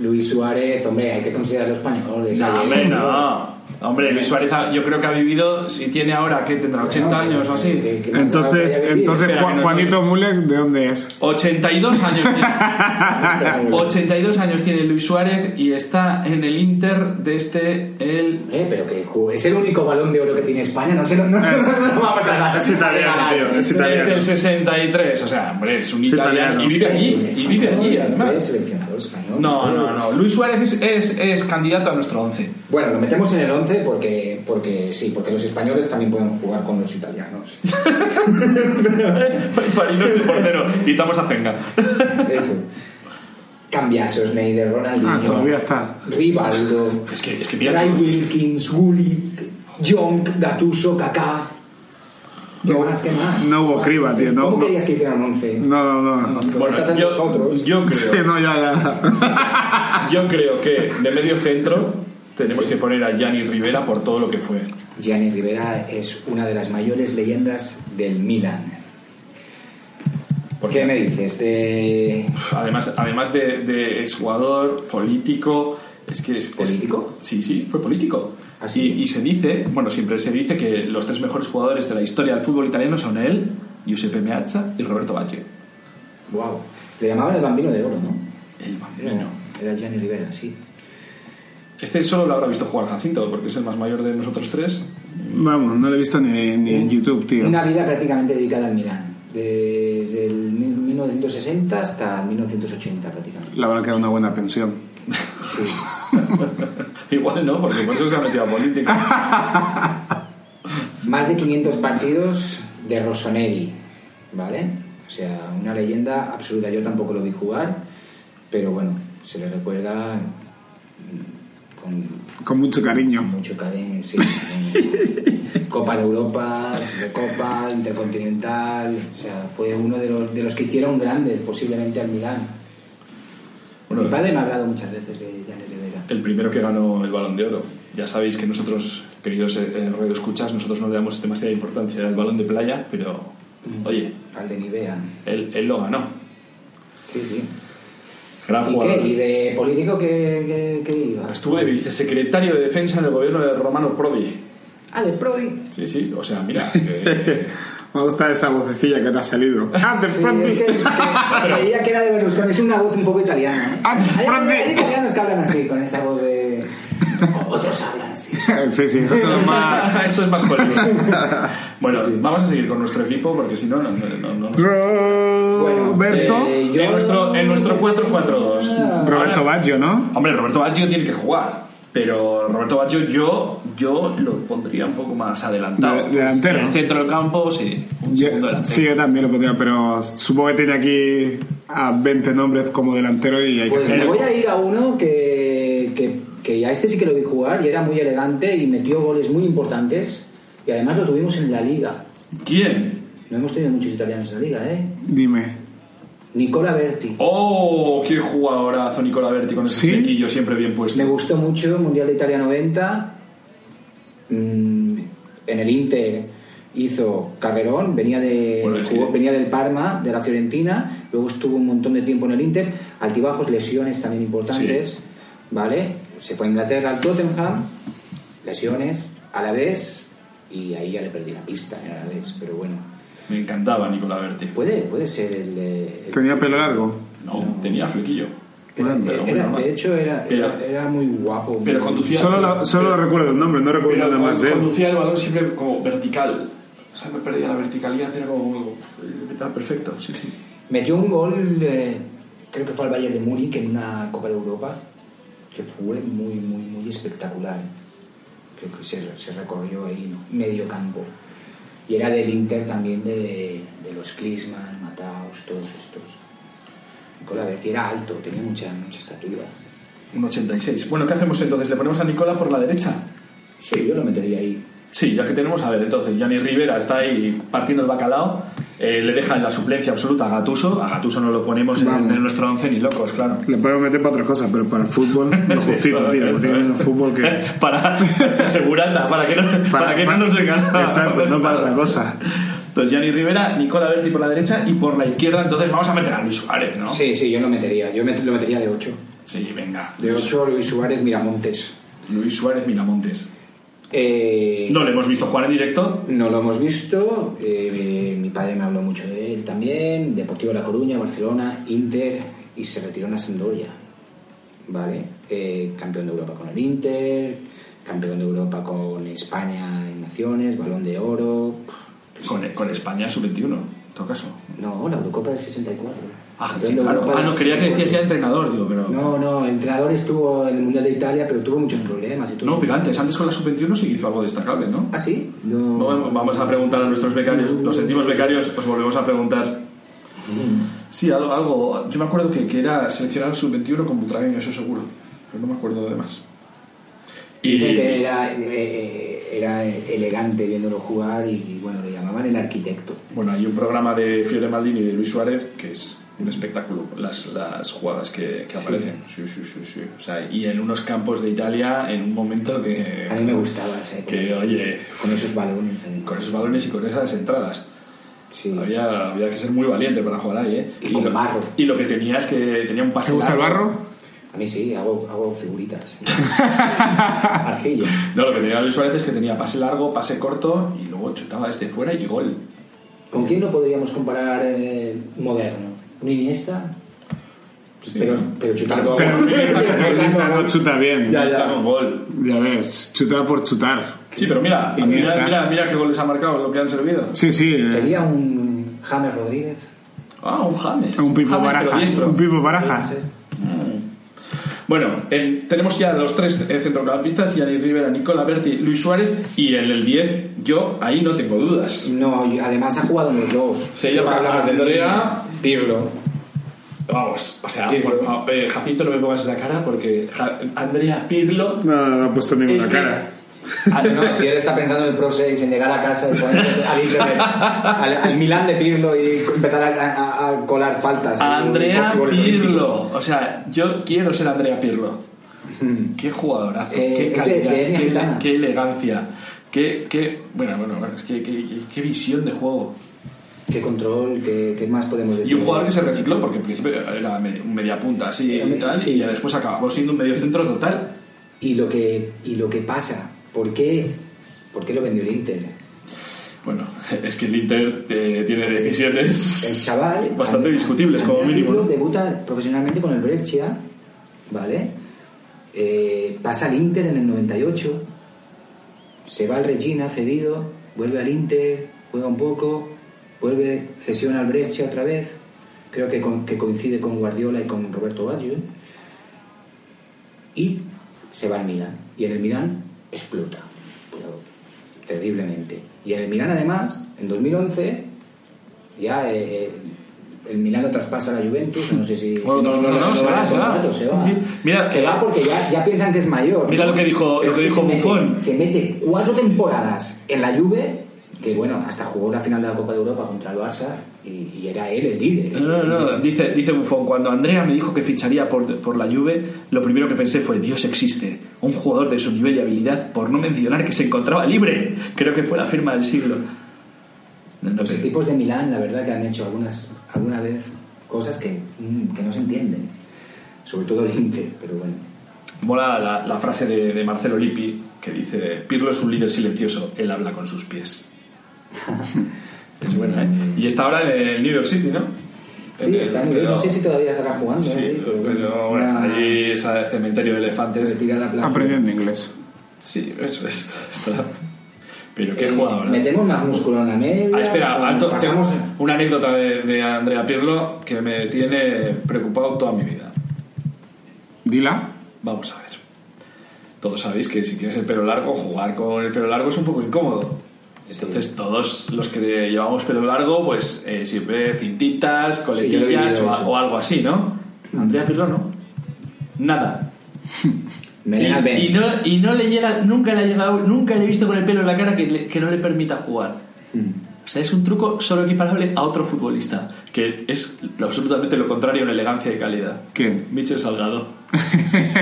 D: Luis Suárez, hombre, hay que considerarlo español. es
B: No,
D: alguien,
B: hombre,
D: ¿no?
B: no. Hombre, Luis Suárez ha- yo creo que ha vivido, si tiene ahora, que tendrá 80
D: Bueno,
B: años o así.
D: que- que- que no
C: Entonces,
D: haya vivido.
C: entonces
B: Espera, que
C: Juan-
B: no-
C: Juanito Mulek, ¿de dónde es?
B: 82 años tiene. 82 años tiene Luis Suárez y está en el Inter desde el
D: Eh, pero que ju- es el único balón de oro que tiene España, no se lo, no, no se lo vamos a dar.
C: Es italiano, tío, es
B: Desde
C: italiano.
B: el 63, o sea, hombre, es un
C: Es
B: italiano.
C: italiano.
B: Y vive allí,
D: Es
B: y vive
D: español,
B: allí,
D: y es
B: además.
D: seleccionador español.
B: No, no, no. Luis Suárez es, es, es candidato a nuestro 11.
D: Bueno, lo metemos en el 11 porque, porque sí, porque los españoles también pueden jugar con los italianos.
B: Farinos el portero. Quitamos a Zenga.
D: Eso. Cambiasos, Schneider, Ronaldinho.
C: Ah, todavía está.
D: Rivaldo.
B: Es que, es que mira,
D: Ray Wilkins, Gullit, Young, Gattuso, Kaká. ¿Qué
C: No-
D: más? ¿Qué más?
C: no hubo criba, tío, no-
D: ¿Cómo
C: no-
D: querías que hicieran 11?
C: No, no, no.
D: Lo
B: bueno,
D: vais a hacer
B: yo,
D: vosotros.
B: yo
C: Sí,
B: creo,
C: no, ya, ya.
B: yo creo que de medio centro tenemos que poner a Gianni Rivera por todo lo que fue.
D: Gianni Rivera es una de las mayores leyendas del Milan. ¿Por qué me dices? Eh, De...
B: Además, además de, de exjugador, político. Es que es, es-
D: ¿Político?
B: sí, sí, fue político.
D: ¿Ah, sí?
B: Y, y se dice, bueno, siempre se dice que los tres mejores jugadores de la historia del fútbol italiano son él, Giuseppe Meazza y Roberto Baggio.
D: Wow. Le llamaban el bambino de oro, ¿no?
B: El
D: Era,
B: bambino.
D: era Gianni Rivera, sí.
B: Este solo lo habrá visto jugar Jacinto, porque es el más mayor de nosotros tres.
C: Vamos, no lo he visto ni, ni en YouTube, tío.
D: Una vida prácticamente dedicada al Milán. Desde el mil- 1960 hasta 1980 prácticamente.
C: La verdad que era una buena pensión.
D: Sí.
B: Igual no, porque por eso se ha metido a política.
D: Más de 500 partidos de Rossoneri, ¿vale? O sea, una leyenda absoluta. Yo tampoco lo vi jugar, pero bueno, se le recuerda mm, con
C: Con mucho cariño.
D: mucho cariño, sí. con Copa de Europa, Copa Intercontinental, o sea, fue uno de los, de los que hicieron grandes posiblemente al Milán. Mi
B: Bueno,
D: padre me ha hablado muchas veces de Gianni Rivera.
B: el primero que ganó el balón de oro. Ya sabéis que nosotros, queridos eh, radio escuchas, nosotros no le damos demasiada importancia al balón de playa, pero
D: Mm.
B: oye,
D: Al de Nivea.
B: él, él lo ganó.
D: Sí, sí.
B: Gran
D: ¿Y qué?
B: jugador.
D: ¿Y de político qué, qué, qué iba?
B: Estuvo de vicesecretario de defensa en el gobierno de Romano Prodi.
D: Ah, de Prodi.
B: Sí, sí, o sea, mira. eh,
C: Me gusta esa vocecilla que te ha salido. ¡Ah, de
D: Sí,
C: pronto!
D: es que, que- creía que era de Berlusconi. Es una voz un poco italiana. ¿eh?
C: Ah,
D: Hay,
C: Prodi.
D: hay italianos que hablan así, con esa voz de... Otros hablan así.
C: Sí, sí, eso es lo más...
B: Esto es más político. Bueno, vamos a seguir con nuestro equipo porque si no, no, no, no- no-
C: Roberto...
D: eh, yo-
B: En nuestro, en nuestro 4-4-2.
C: Roberto
B: Ahora-
C: Baggio, ¿no?
B: Hombre, Roberto Baggio tiene que jugar. Pero Roberto Baggio yo, yo lo pondría un poco más adelantado.
C: De- delantero.
B: En el centro del campo, sí. Un
C: Yo-
B: segundo delantero.
C: sí, yo también lo pondría, pero supongo que tiene aquí a 20 nombres como delantero y hay que
D: Pues
C: hacer-
D: me voy a ir a uno que, que, que a este sí que lo vi jugar y era muy elegante y metió goles muy importantes. Y además lo tuvimos en la Liga.
B: ¿Quién?
D: No hemos tenido muchos italianos en la Liga, ¿eh?
C: Dime.
D: Nicola Berti.
B: ¡Oh! ¡Qué jugadorazo Nicola Berti con ese
C: ¿Sí?
B: flequillo siempre bien
D: Me
B: puesto!
D: gustó mucho Mundial de Italia 90. Mm, en el Inter hizo carrerón, venía, de,
B: Bueno, es
D: jugó-
B: que-
D: venía del Parma, de la Fiorentina, luego estuvo un montón de tiempo en el Inter, altibajos, lesiones también importantes, ¿vale? Se fue a Inglaterra al Tottenham, lesiones, a la vez, y ahí ya le perdí la pista en a la vez, pero bueno.
B: Me encantaba Nicola Berti.
D: Puede, puede ser el... eh, el-
C: Tenía pelo largo.
B: No, tenía flequillo.
D: era-
B: pero
D: era-
B: bueno,
D: de hecho, era, era,
B: Pero-
D: era muy guapo.
B: Pero
D: muy-
B: conducía.
C: Solo, la- solo recuerdo el nombre, no recuerdo
B: pero
C: nada más de él.
B: conducía el balón siempre como vertical. O sea, me perdía la verticalidad, era como. Era perfecto, sí, sí.
D: Metió un gol, eh, creo que fue al Bayern de Múnich en una Copa de Europa, que fue muy, muy, muy espectacular. Creo que se, se recorrió ahí ¿no? medio campo. Y era del Inter también, de, de los Klinsmann, Mataos, todos estos. Nicola Berti era alto, tenía mucha, mucha estatura.
B: Un 86. Bueno, ¿qué hacemos entonces? ¿Le ponemos a Nicola por la derecha?
D: Sí, yo lo metería ahí.
B: Sí, ya que tenemos, a ver, entonces, Gianni Rivera está ahí partiendo el bacalao. eh, le deja en la suplencia absoluta a Gatuso. A Gatuso no lo ponemos en,
C: Vamos.
B: en nuestro once ni locos, claro.
C: Le podemos meter para otras cosas, pero para el fútbol, lo justito, tío.
B: Eso
C: Lo
B: es.
C: tiene el fútbol que.
B: para segurata, para que no, para, que no nos engañen.
C: Exacto, no para otra cosa.
B: Entonces, Gianni Rivera, Nicola Berti por la derecha y por la izquierda, entonces vamos a meter a Luis Suárez, ¿no?
D: Sí, sí, yo lo metería. Yo met- lo metería de 8.
B: Sí, venga.
D: De 8, Luis Suárez, Miramontes.
B: Luis Suárez Miramontes.
D: Eh,
B: No le hemos visto jugar en directo.
D: No lo hemos visto, eh, mi padre me habló mucho de él también, Deportivo La Coruña, Barcelona, Inter y se retiró en la Sampdoria, ¿vale? Eh, campeón de Europa con el Inter, campeón de Europa con España en Naciones, Balón de Oro,
B: Con, con España sub-21, en todo caso.
D: no, la Eurocopa del 64.
B: Ah,
D: Campeón
B: sí,
D: de
B: claro.
D: Europa
B: Ah,
D: del
B: no, quería que
D: 64.
B: decías ya entrenador, digo, pero...
D: No, no, el entrenador estuvo en el Mundial de Italia, pero tuvo muchos problemas. Y tuvo-
B: No, pero antes, antes con la sub-21 sí que hizo algo destacable, ¿no?
D: ¿Ah, sí? No.
B: Bueno, vamos a preguntar a nuestros becarios, los sentimos becarios, os volvemos a preguntar. Mm. Sí, algo, algo- yo me acuerdo que, que era seleccionar al sub-21 con Butragueño, eso seguro, pero no me acuerdo de más. Y
D: Dicen que era, eh, era elegante viéndolo jugar y, bueno, le llamaban el arquitecto.
B: bueno, hay un programa de Fiore Maldini y de Luis Suárez que es un espectáculo, las, las jugadas que, que aparecen. Sí, sí, sí, sí. O sea, y en unos campos de Italia, en un momento que...
D: A mí me gustaba ese.
B: Que, oye,
D: Con esos balones. ahí.
B: con esos balones y con esas entradas.
D: Sí.
B: Había, había que ser muy valiente para jugar ahí, ¿eh?
D: Y con
B: lo,
D: barro.
B: y lo que tenía es que tenía un pase.
C: ¿Te gusta el
B: largo.
C: barro?
D: A mí sí, hago, hago figuritas. Arcilla.
B: No, lo que tenía Luis Suárez es que tenía pase largo, pase corto y luego chutaba desde fuera y gol.
D: ¿Con quién lo podríamos comparar eh, moderno? ¿Un Iniesta? pero, pero chutando.
C: Pero Iniesta no chuta bien.
B: Ya,
C: Ya,
B: está con gol.
C: ves, chuta por chutar.
B: Sí, pero mira, al
C: Iniesta.
B: final, mira, mira qué goles ha marcado, lo que han servido.
C: Sí, sí. eh,
D: ¿Sería un James Rodríguez?
B: Ah, un James.
C: Un pipo
B: James, pero
C: baraja.
B: diestro.
C: Un pipo baraja.
D: Sí.
B: Bueno, en- tenemos ya los tres eh, centrocampistas, Yanni Rivera, Nicola Berti, Luis Suárez y en el 10 yo ahí no tengo dudas.
D: No, y además ha jugado en los dos.
B: Se llama
D: Hablamos de-
B: Andrea
D: Pirlo.
B: Vamos, o sea,
D: Sí,
B: por
D: bueno.
B: favor, eh, Jacinto, no me pongas esa cara porque Ja- Andrea Pirlo.
C: No, no ha puesto ninguna
B: es que-
C: cara.
B: Ah,
D: No, si él está pensando en el Pro 6, en llegar a casa y poner al, Inter- al, al Milán de Pirlo y empezar a, a- a colar faltas.
B: A
D: Y-
B: Andrea
D: y goles olímpicos.
B: Pirlo. O sea, yo quiero ser Andrea Pirlo.
C: Hmm.
B: Qué jugadorazo,
D: Eh,
B: qué
D: es de-
B: calidad,
D: de etnia
B: qué,
D: gitana.
B: qué elegancia, qué, qué- bueno, bueno, bueno, es que, qué, qué- qué visión de juego.
D: Qué control, qué, qué más podemos decir.
B: Y un jugador que se recicló porque en principio era me- un media punta así y tal,
D: Sí.
B: y ya después acabó siendo un medio centro total.
D: Y lo que, y lo que pasa, ¿por qué, ¿por qué lo vendió el Inter?
B: Bueno, es que el Inter eh, tiene decisiones
D: El chaval.
B: bastante
D: Andrea-
B: discutibles, como
D: Andrea
B: mínimo.
D: Pirlo
B: ¿no?
D: debuta profesionalmente con el Brescia, ¿vale? Eh, pasa al Inter en el 98, se va al Regina cedido, vuelve al Inter, juega un poco, vuelve, cesión al Brescia otra vez, creo que, con- que coincide con Guardiola y con Roberto Baggio, y se va al Milan. Y en el Milan explota, pero terriblemente. Y en el Milan además, en 2011, ya eh, eh, el Milan lo traspasa a la Juventus, no sé si...
B: Bueno,
D: si
B: no, no, no, se va, se va.
D: contrato, se va.
B: Sí, sí. Mira,
D: Se
B: eh,
D: va porque ya, ya piensan que es mayor.
B: Mira lo que dijo-
D: Pero
B: lo que
D: es
B: dijo
D: se mete-
B: Buffon.
D: se mete cuatro
B: Sí, sí, sí.
D: temporadas en la Juve, que bueno, hasta jugó la final de la Copa de Europa contra el Barça y, y era él el líder. ¿eh?
B: No, no, no, dice, dice Buffon, cuando Andrea me dijo que ficharía por, por la Juve, lo primero que pensé fue, Dios existe, un jugador de su nivel y habilidad, por no mencionar que se encontraba libre. Creo que fue la firma del siglo. No, no,
D: Los
B: pero-
D: equipos de Milán, la verdad que han hecho algunas alguna vez cosas que, mm, que no se entienden. Sobre todo el Inter, pero bueno.
B: Mola la, la frase de, de Marcelo Lippi que dice: Pirlo es un líder silencioso, él habla con sus pies. es buena, ¿eh? Y está ahora en el New York City, ¿no?
D: Sí,
B: En el-
D: está muy bien.
B: pero-
D: No sé si todavía estará jugando.
B: Sí,
D: ¿eh?
B: pero, bueno,
D: una
B: allí es el cementerio de elefantes.
D: retirada a plazo.
C: Aprendiendo inglés.
B: Sí, eso es. Está- Pero qué
D: Eh,
B: jugador. ¿eh?
D: Metemos más músculo en la media.
B: Ah, espera,
D: bueno,
B: alto,
D: pasamos-
B: tengo una anécdota de, de Andrea Pirlo que me tiene preocupado toda mi vida.
C: Dila.
B: Vamos a ver. Todos sabéis que si tienes el pelo largo, jugar con el pelo largo es un poco incómodo. Entonces todos los que llevamos pelo largo, pues eh, siempre cintitas,
D: yo lo he
B: coletillas
D: vivido
B: o, a-
D: eso.
B: o algo así, ¿no? Andrea Pirlo no. Nada.
D: Melena
B: Y-
D: Ben.
B: Y, no, y no le llega, nunca le ha llegado, nunca le he visto con el pelo en la cara que, le- que no le permita jugar. O sea, es un truco solo equiparable a otro futbolista, que es lo- absolutamente lo contrario en elegancia y calidad.
C: ¿Quién?
B: Michel Salgado.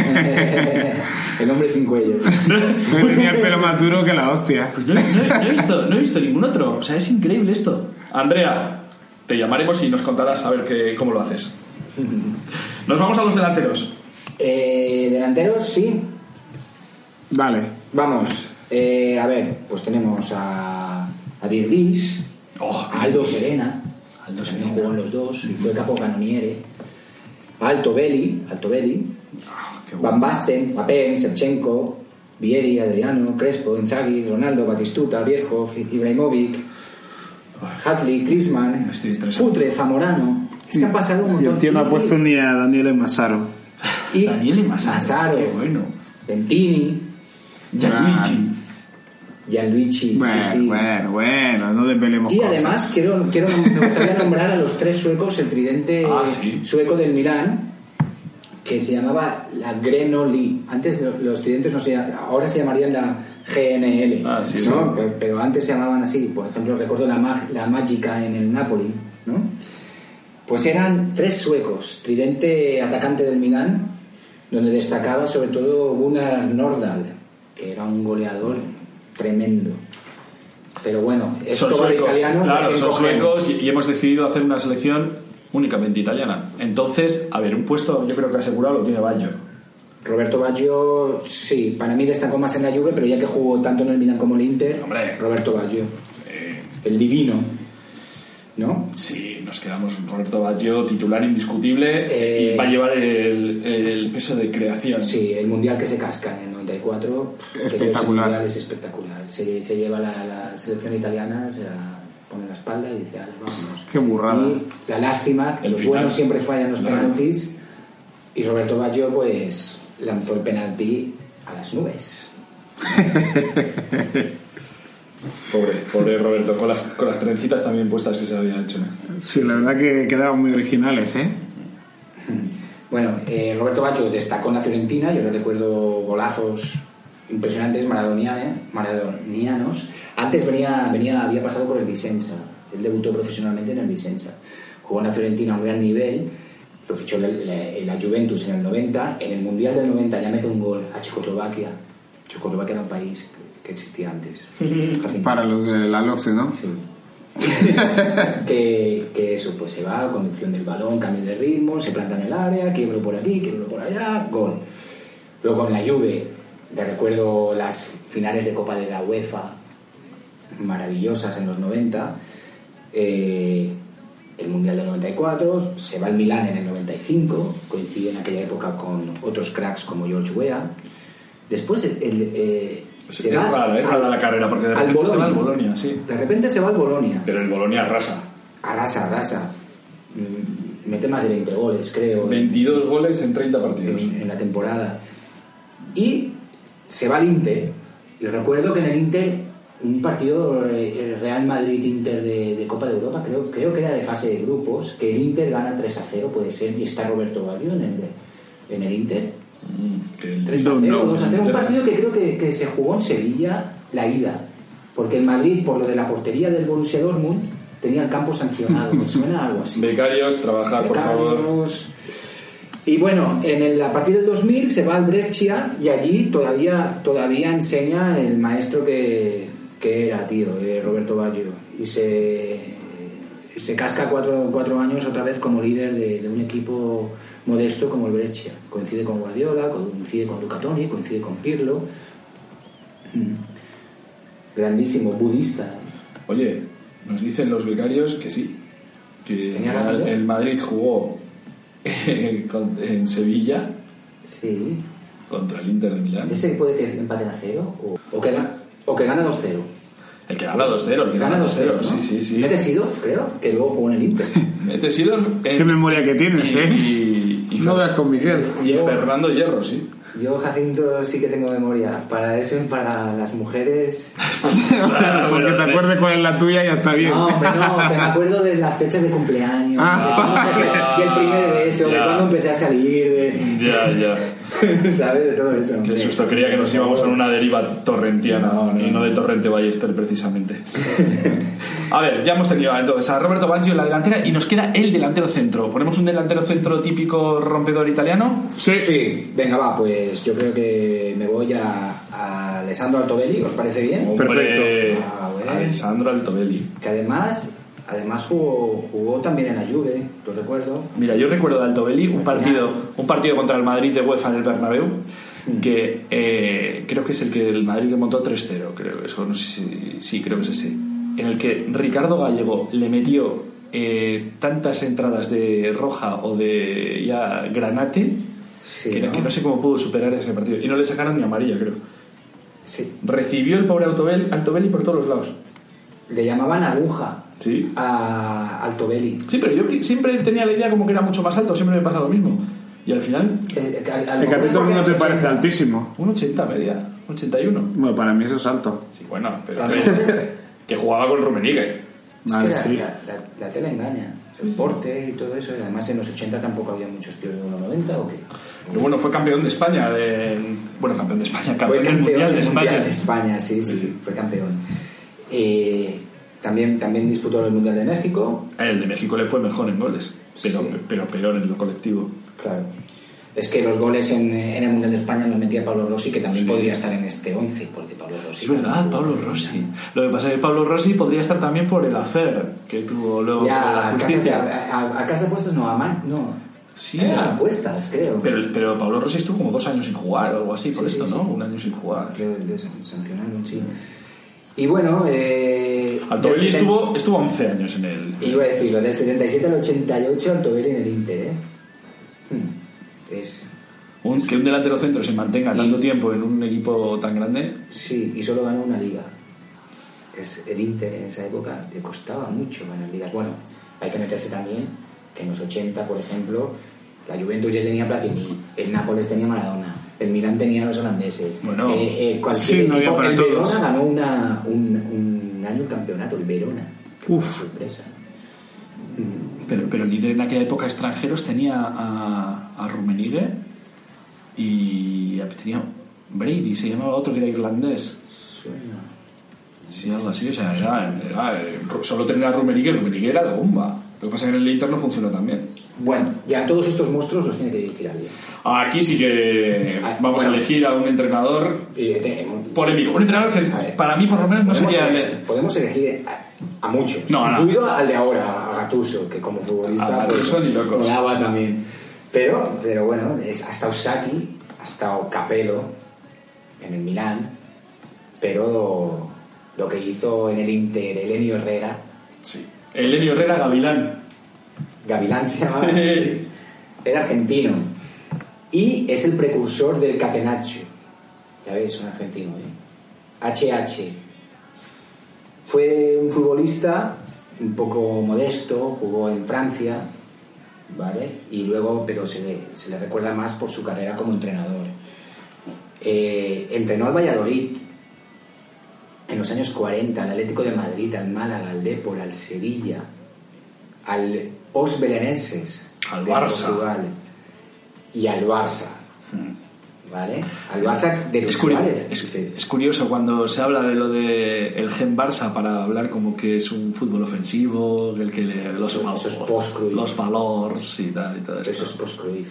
D: el hombre sin cuello.
C: Yo tenía el pelo más duro que la hostia.
B: Pues no, no- no he visto, no he visto ningún otro. O sea, es increíble esto. Andrea, te llamaremos y nos contarás a ver qué- cómo lo haces. Nos vamos a los delanteros.
D: Eh, delanteros, sí.
C: Dale.
D: Vamos. eh, a ver, pues tenemos a, a Virdis,
B: Oh,
D: a Aldo Serena.
B: Aldo
D: también
B: Serena.
D: jugó en los dos. y Fue capo canoniere. Alto Belli, Alto Belli,
B: qué guapo.
D: Van Basten, Papen, Shevchenko, Vieri, Adriano, Crespo, Inzaghi, Ronaldo, Batistuta, Vierjo, Ibrahimovic, Hatley, Klinsmann,
B: Estoy estresado.
D: Futre, Zamorano. Es que han pasado un
C: Y
D: montón.
C: el tío no ha puesto ni a Daniel Masaro.
D: Y
B: Daniel y Massaro,
D: Massaro,
B: qué bueno.
D: Ventini,
B: Gianluigi.
D: Gianluigi.
C: Bueno,
D: sí, sí.
C: bueno, bueno, no desvelemos
D: Y
C: cosas.
D: además quiero, quiero me gustaría nombrar a los tres suecos el tridente
B: Ah, sí.
D: sueco del Milán que se llamaba la Grenoli. Antes lo- los tridentes no se llamaban, ahora se llamarían la GNL,
B: Ah, sí,
D: ¿no?
B: sí.
D: Pe- Pero antes se llamaban así. Por ejemplo, recuerdo la, mag- la Mágica en el Napoli, ¿no? Pues eran tres suecos, tridente atacante del Milán, donde destacaba sobre todo Gunnar Nordahl, que era un goleador tremendo. Pero bueno, es
B: son
D: todo de
B: suecos,
D: italianos. ¿a
B: claro,
D: quién
B: son
D: cogemos?
B: suecos y, y hemos decidido hacer una selección únicamente italiana. Entonces, a ver, un puesto yo creo que asegurado lo tiene Baggio.
D: Roberto Baggio, sí, para mí destacó más en la Juve, pero ya que jugó tanto en el Milan como en el Inter,
B: Hombre.
D: Roberto Baggio, el divino, ¿no?
B: Eh, Sí, nos quedamos con Roberto Baggio, titular indiscutible,
D: Eh,
B: y va a llevar el, el peso de creación.
D: Sí, el mundial que se casca en el 94, que ese
C: Espectacular.
D: mundial es espectacular. Se, se lleva la, la selección italiana, se la pone en la espalda y dice, "Ale, vámonos.
C: Qué burrada.
D: Y la lástima, que
B: El
D: los
B: final.
D: buenos siempre fallan los
B: Claro.
D: penaltis, y Roberto Baggio, pues, lanzó el penalti a las nubes.
B: Pobre, pobre Roberto, con las, con las trencitas también puestas que se había hecho.
C: Sí, la verdad que quedaban muy originales, ¿eh?
D: Bueno, eh, Roberto Baggio destacó en la Fiorentina, yo le recuerdo golazos impresionantes maradoniane- maradonianos. Antes venía, venía, había pasado por el Vicenza, él debutó profesionalmente en el Vicenza. Jugó en la Fiorentina a un gran nivel, lo fichó la, la- la Juventus en el 90, en el Mundial del 90 ya mete un gol a Checoslovaquia. Checoslovaquia era un país que existía antes.
C: Para los de la LOXE, ¿no?
D: Sí. que, que eso, pues se va, conducción del balón, cambio de ritmo, se planta en el área, quiebro por aquí, quiebro por allá, gol. Luego en la Juve, te recuerdo las finales de Copa de la UEFA, maravillosas en los 90, eh, el Mundial del 94, se va al Milán en el 95, coincide en aquella época con otros cracks como George Weah. Después el, el, eh,
B: Es- es rara, es rara la carrera, porque de repente se va al Bolonia, sí.
D: De repente se va al Bolonia.
B: Pero el Bolonia arrasa.
D: Arrasa, arrasa. Mm, Mete más de 20 goles, creo. en-
B: 22 goles en 30 partidos.
D: en, en la temporada. Y se va al Inter. Y recuerdo que en el Inter, un partido eh, el Real Madrid-Inter de, de Copa de Europa, creo, creo que era de fase de grupos, que el Inter gana 3 a 0, puede ser, y está Roberto Baggio en el, en el Inter.
B: Mm, que el-
D: 3 a 0, 2 a 0, un partido que creo que, que se jugó en Sevilla la ida. Porque el Madrid, por lo de la portería del Borussia Dortmund, tenía el campo sancionado. Me suena a algo así.
B: Becarios, trabajar, Ah, por favor.
D: Becarios. Y bueno, en el, a partir del 2000 se va al Brescia y allí todavía, todavía enseña el maestro que, que era, tío, de Roberto Baggio. Y se, se casca cuatro, cuatro años otra vez como líder de, de un equipo modesto como el Brescia. Coincide con Guardiola, coincide con Luca Toni, coincide con Pirlo. Mm. Grandísimo, budista.
B: Oye, nos dicen los becarios que sí. Que
D: Tenía razón,
B: el,
D: ¿eh?
B: el Madrid jugó con- en Sevilla
D: Sí.
B: contra el Inter de Milán.
D: Ese puede que empaten a cero o, o que, ga- o que gana 2-0.
B: El que Pues gana 2-0, el que
D: Gana 2-0. ¿no?
B: Sí, sí, sí.
D: Mete Sidorf, creo, que luego jugó en el Inter.
B: Mete Sidor
C: Qué memoria que tienes, ¿eh?
B: y, y,
C: No veas con Miguel.
B: y Fernando Hierro, sí.
D: Yo, Jacinto, sí que tengo memoria. Para eso y para las mujeres.
C: Porque te acuerdes cuál es la tuya, ya está bien.
D: No, hombre, no, que me acuerdo de las fechas de cumpleaños.
C: Ah,
D: de-
B: vale.
D: del primer beso, de
B: Ya.
D: cuando empecé a salir, de.
B: Ya, ya.
D: ¿Sabes? De todo eso.
B: Qué
D: hombre.
B: susto, creía que nos íbamos a una deriva torrentiana
D: No, no.
B: y no de Torrente Ballester precisamente. a ver, ya hemos tenido entonces a Roberto Baggio en la delantera y nos queda el delantero centro. ¿Ponemos un delantero centro típico rompedor italiano?
C: Sí,
D: Sí, venga, va, pues yo creo que me voy a, a Alessandro Altobelli, ¿os parece bien?
C: Perfecto.
D: Ah, bueno.
B: Alessandro Altobelli.
D: Que además, además jugó, jugó también en la Juve, lo recuerdo.
B: Mira, yo recuerdo de Altobelli un partido, un partido contra el Madrid de UEFA en el Bernabéu
D: Mm.
B: que eh, creo que es el que el Madrid remontó 3-0, creo, eso no sé si sí, creo que es ese. En el que Ricardo Gallego le metió eh, tantas entradas de roja o de ya granate
D: Sí,
B: que,
D: ¿no?
B: que no sé cómo pudo superar ese partido y no le sacaron ni amarilla, creo.
D: Sí.
B: Recibió el pobre Altobelli, Altobelli por todos los lados.
D: Le llamaban aguja
B: Sí.
D: a Altobelli.
B: Sí, pero yo cre- siempre tenía la idea como que era mucho más alto, siempre me pasa lo mismo. Y al final
D: Eh, a- a lo
C: El
D: mejor
C: capítulo
D: porque
C: no te
D: los
C: parece
D: 80.
C: altísimo.
B: Un 80 media, un 81.
C: Bueno, para mí eso es alto.
B: Sí, bueno,
D: Ah,
B: pero a ver, que jugaba con Rummenigge.
D: Es
B: Ah,
C: Vale,
D: que la,
C: sí.
D: la, la- la tele engaña. El porte y todo eso. Y además en los 80 tampoco había muchos tíos de 1,90 o qué.
B: Pero bueno, fue campeón de España, de... bueno, campeón de España, campeón,
D: Fue
B: del Mundial
D: campeón
B: de
D: del
B: España.
D: Mundial de España, sí, sí, fue campeón. Eh, también, también disputó el Mundial de México,
B: El de México le fue mejor en goles, pero,
D: Sí.
B: pero peor en lo colectivo.
D: claro. Es que los goles en, en el Mundial de España los metía Pablo Rossi, que también podría estar en este 11, porque Pablo Rossi...
B: Es verdad, Pablo Rossi. Lo que pasa es que Pablo Rossi podría estar también por el hacer que tuvo luego con
D: Ya,
B: la
D: a casa, de,
B: justicia.
D: a, a- a casa de puestas no, a man, no.
B: Sí,
D: Era
B: ya.
D: apuestas, creo.
B: Pero, pero Pablo Rossi estuvo como dos años sin jugar o algo así por
D: Sí,
B: esto,
D: sí,
B: ¿no?
D: sí.
B: Un año sin jugar.
D: Creo que les sancionaron, sí. Y bueno, eh...
B: Altobelli
D: del seten-
B: estuvo, estuvo 11 años en el...
D: Iba a decirlo, del 77 al 88 Altobelli en el Inter, ¿eh? Hmm. Es...
B: Un- que un delantero centro se mantenga tanto
D: Y-
B: tiempo en un equipo tan grande.
D: Sí, y solo ganó una liga. Es el Inter en esa época le costaba mucho ganar ligas. Bueno, hay que meterse también que en los 80, por ejemplo, la Juventus ya tenía Platini, el Nápoles tenía Maradona, el Milan tenía a los holandeses.
B: Bueno,
D: Eh, eh, cualquier
C: sí, no había
D: equipo-
C: para
D: el
C: todos.
D: Verona ganó una, un, un año un campeonato, el Verona. Que fue una sorpresa.
B: Pero, pero el líder en aquella época extranjeros tenía a, a Rummenigge y a- tenía Brady, se llamaba otro que era irlandés.
D: Suena.
B: Sí, algo así, o sea, era, era- era- solo tenía a Rummenigge, Rummenigge era la bomba. Lo que pasa es que en el Inter no funcionó tan bien.
D: Bueno, ya todos estos monstruos los tiene que dirigir alguien.
B: Aquí sí que
D: Ah,
B: vamos
D: bueno.
B: a elegir a un entrenador
D: Y, eh, tenemos-
B: polémico. Un entrenador
D: A
B: que
D: ver.
B: para mí por lo menos no
D: Podemos,
B: sería...
D: elegir, podemos elegir a, a muchos.
B: No, no.
D: Incluido al de ahora, a Gattuso, que como futbolista
B: A Gattuso ni locos.
D: molaba también. Pero, pero bueno, es, ha estado Saki, ha estado Capello en el Milán, pero lo que hizo en el Inter Elenio Herrera,
B: Sí. Elenio Herrera Gavilán.
D: Gavilán se llamaba, era argentino. Y es el precursor del Catenaccio. Ya veis, un argentino, ¿eh? HH. Fue un futbolista un poco modesto, jugó en Francia, ¿vale? Y luego, pero se le, se le recuerda más por su carrera como entrenador. Eh, entrenó al Valladolid en los años 40, al Atlético de Madrid, al Málaga, al Depor, al Sevilla, al Os Belenenses,
B: Al
D: de
B: Barça.
D: Portugal, y al Barça. ¿Vale? Al Barça de Luis
B: Mm. Es, curi-
D: Suárez.
B: es-
D: Sí.
B: es curioso cuando se habla de lo de el gen Barça para hablar como que es un fútbol ofensivo, el que le- los,
D: Eso- eso es post-Cruyff.
B: los valores y tal y todo esto.
D: Eso es post-Cruyff.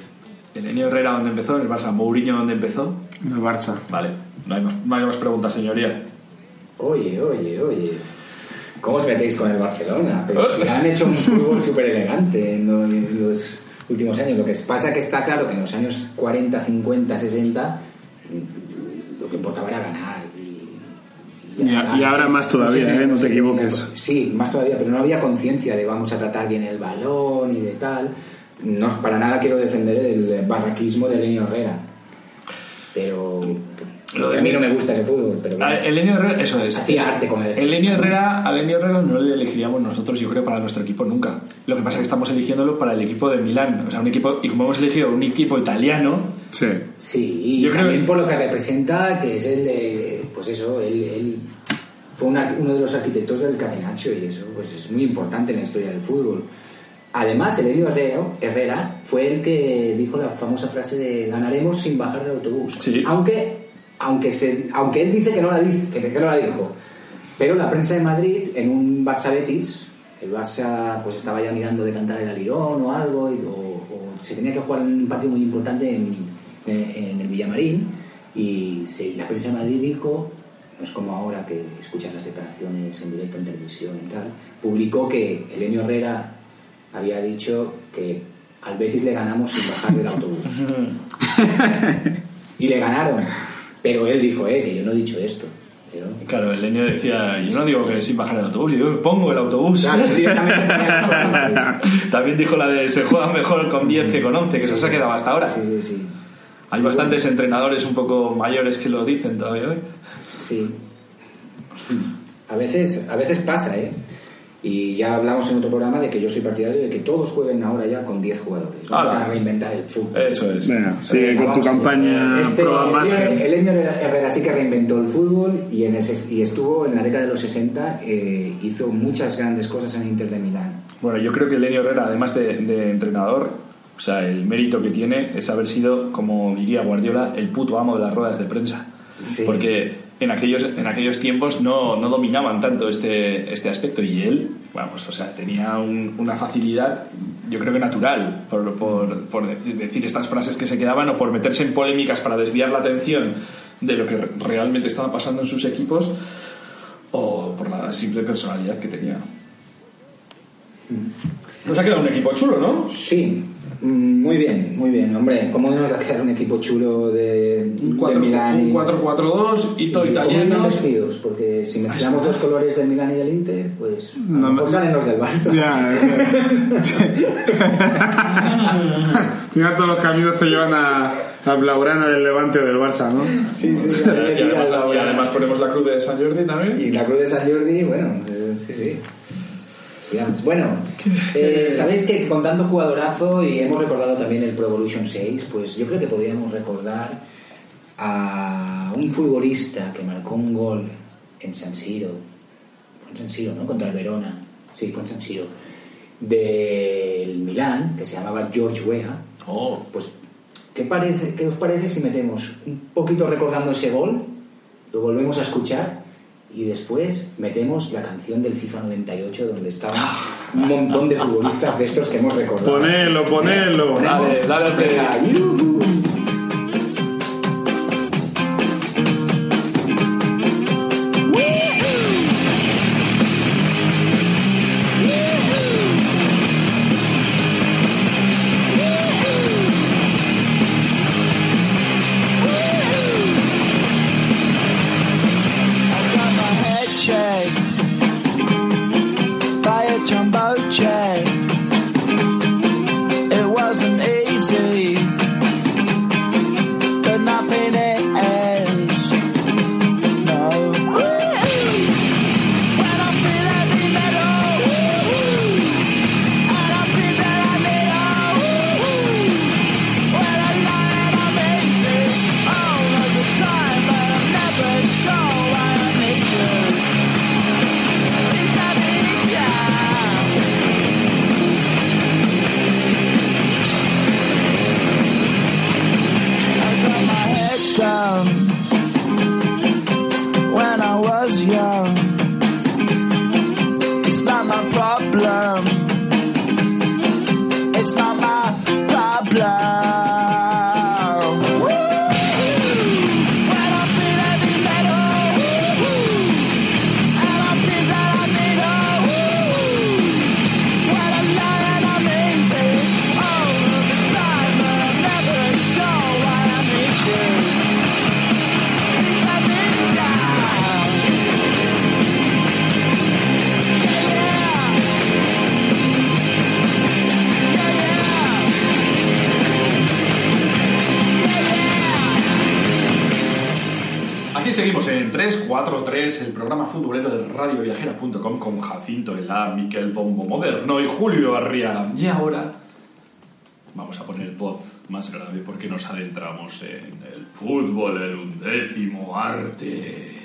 B: El Enio Herrera donde empezó, el Barça, Mourinho donde empezó.
C: En el Barça.
B: Vale, no hay más, no hay más preguntas, señoría.
D: Oye, oye, oye. ¿Cómo os metéis con el Barcelona? Pero si han hecho un fútbol súper elegante en los- en los últimos años. Lo que pasa que está claro que en los años 40, 50, 60 lo que importaba era ganar.
C: Y
D: Y,
C: a-
D: está,
C: y ahora
D: sí.
C: más todavía,
D: sé,
C: ¿eh? No te
D: sé,
C: equivoques.
D: Sí, más todavía, pero no había conciencia de vamos a tratar bien el balón y de tal. No es- para nada quiero defender el barraquismo de Lenny Herrera. Pero
B: Lo de- Ah,
D: a mí no me gusta ese fútbol, pero
B: A-
D: bueno.
B: Elenio Herrera, eso es.
D: Pues Hacía eh. arte como defensa.
B: Elenio Herrera, a Elenio Herrera no le elegiríamos nosotros, yo creo, para nuestro equipo nunca. Lo que pasa es que estamos eligiéndolo para el equipo de Milán. O sea, un equipo, y como hemos elegido un equipo italiano,
C: Sí.
D: Sí, y
B: Yo creo
D: también
B: que-
D: por lo que representa, que es el de. Pues eso, él, él fue un ar- uno de los arquitectos del Catenaccio y eso pues es muy importante en la historia del fútbol. Además, Elenio Herrera, Herrera fue el que dijo la famosa frase de ganaremos sin bajar del autobús.
B: Sí.
D: Aunque, aunque, se, aunque él dice que no la dice, que, que no la dijo. Pero la prensa de Madrid, en un Barça Betis, el Barça pues estaba ya mirando de cantar el alirón o algo, y- o, o se tenía que jugar un partido muy importante en, en- en el Villamarín, y se- la prensa de Madrid dijo, no es como ahora que escuchas las declaraciones en directo en televisión y tal, publicó que Elenio Herrera había dicho que al Betis le ganamos sin bajar del autobús. y le ganaron. Pero él dijo, eh, que yo no he dicho esto. Pero,
B: claro, Elenio decía, yo no digo que sin bajar el autobús, yo pongo el autobús.
D: Claro, directamente ponía
B: También dijo la de se juega mejor con 10 que con 11, que eso se ha quedado hasta ahora.
D: Sí, sí, sí.
B: Hay bastantes entrenadores un poco mayores que lo dicen todavía hoy.
D: Sí. A veces, a veces pasa, ¿eh? Y ya hablamos en otro programa de que yo soy partidario de que todos jueguen ahora ya con 10 jugadores. Vamos
B: Ala. Eh,
D: a reinventar el fútbol.
B: Eso es.
C: Venga, sigue
D: Venga,
C: con tu
D: vamos a ver.
C: campaña
D: Este,
C: Pro Master.
D: El Elenio Herrera sí que reinventó el fútbol y, en el ses- y estuvo en la década de los 60, eh, hizo muchas grandes cosas en Inter de Milán.
B: Bueno, yo creo que Lenio Herrera, además de, de entrenador, o sea, el mérito que tiene es haber sido, como diría Guardiola, el puto amo de las ruedas de prensa.
D: Sí.
B: Porque en aquellos, en aquellos tiempos no, no dominaban tanto este, este aspecto y él, vamos, o sea, tenía un- una facilidad, yo creo que natural, por, por- por deci- decir estas frases que se quedaban o por meterse en polémicas para desviar la atención de lo que re- realmente estaba pasando en sus equipos o por la simple personalidad que tenía. Nos ha quedado un equipo chulo, ¿no?
D: Sí, mm, muy bien, muy bien. Hombre, ¿cómo no va a quedar un equipo chulo de,
B: Un
D: de
B: cuatro-
D: Milán?
B: un
D: y-
B: 4-4-2, hito
D: y cómo
B: italiano.
D: iban vestidos? Porque si mezclamos los colores del Milán y del Inter, pues a lo
C: No,
D: mejor
C: no.
D: salen los del Barça.
C: Ya, es que- Mira, todos los caminos te llevan a, a Blaugrana del Levante o del Barça, ¿no?
D: Sí, sí,
B: Y además, y además
D: y,
B: ponemos la cruz de San Jordi también.
D: y la Cruz de San Jordi, bueno, eh, sí, sí. Digamos, Bueno, eh, sabéis que con tanto jugadorazo y hemos recordado también el Pro Evolution 6, pues yo creo que podríamos recordar a un futbolista que marcó un gol en San Siro, fue en San Siro, ¿no? Contra el Verona, sí, fue en San Siro, del Milán, que se llamaba George Weah.
B: Oh,
D: Pues, ¿qué, parece, ¿qué os parece si metemos un poquito recordando ese gol? Lo volvemos a escuchar y después metemos la canción del FIFA 98 donde estaban un montón de futbolistas de estos que hemos recordado.
C: Ponelo, ponelo.
D: Ponemos.
B: Dale, dale al play.
D: Venga, yuhu.
G: got my head shaved by a jumbo jet. It wasn't easy
B: Aquí seguimos en 343, el programa futbolero de radioviajera.com con Jacinto Elá, Miquel Bombo Moderno y Julio Barría. Y ahora vamos a poner voz más grave porque nos adentramos en el fútbol, el undécimo arte.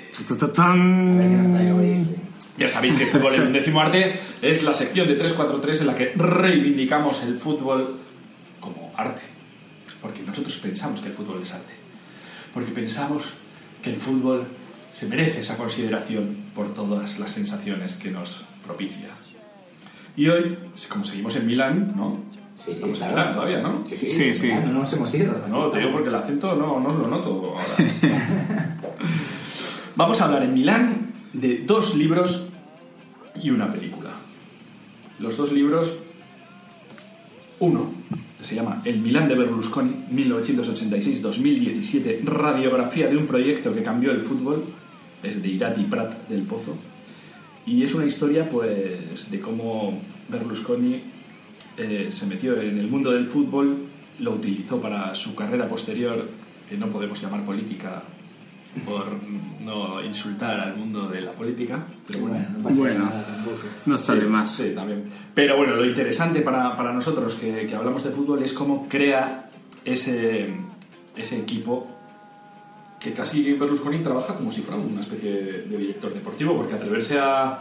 B: Ya sabéis que el fútbol, el undécimo arte, es la sección de 343 en la que reivindicamos el fútbol como arte. Porque nosotros pensamos que el fútbol es arte. Porque pensamos que el fútbol se merece esa consideración por todas las sensaciones que nos propicia. Y hoy, como seguimos en Milán, ¿no?
D: Sí, sí,
B: Estamos en
D: claro.
B: Milán todavía, ¿no?
D: Sí,
C: Sí, sí.
D: claro, No nos hemos ido.
B: No, te digo porque el acento no, no os lo noto ahora. Vamos a hablar en Milán de dos libros y una película. Los dos libros, uno se llama El Milán de Berlusconi, 1986-2017, radiografía de un proyecto que cambió el fútbol, es de Irati Prat del Pozo, y es una historia pues de cómo Berlusconi eh, se metió en el mundo del fútbol, lo utilizó para su carrera posterior, que no podemos llamar política por no insultar al mundo de la política, pero bueno.
D: Bueno, no pasa
C: Bueno.
D: nada tampoco.
C: No está de más.
B: Sí, también. Pero bueno, lo interesante para, para nosotros que, que hablamos de fútbol es cómo crea ese, ese equipo que casi Berlusconi trabaja como si fuera una especie de, de director deportivo, porque atreverse a,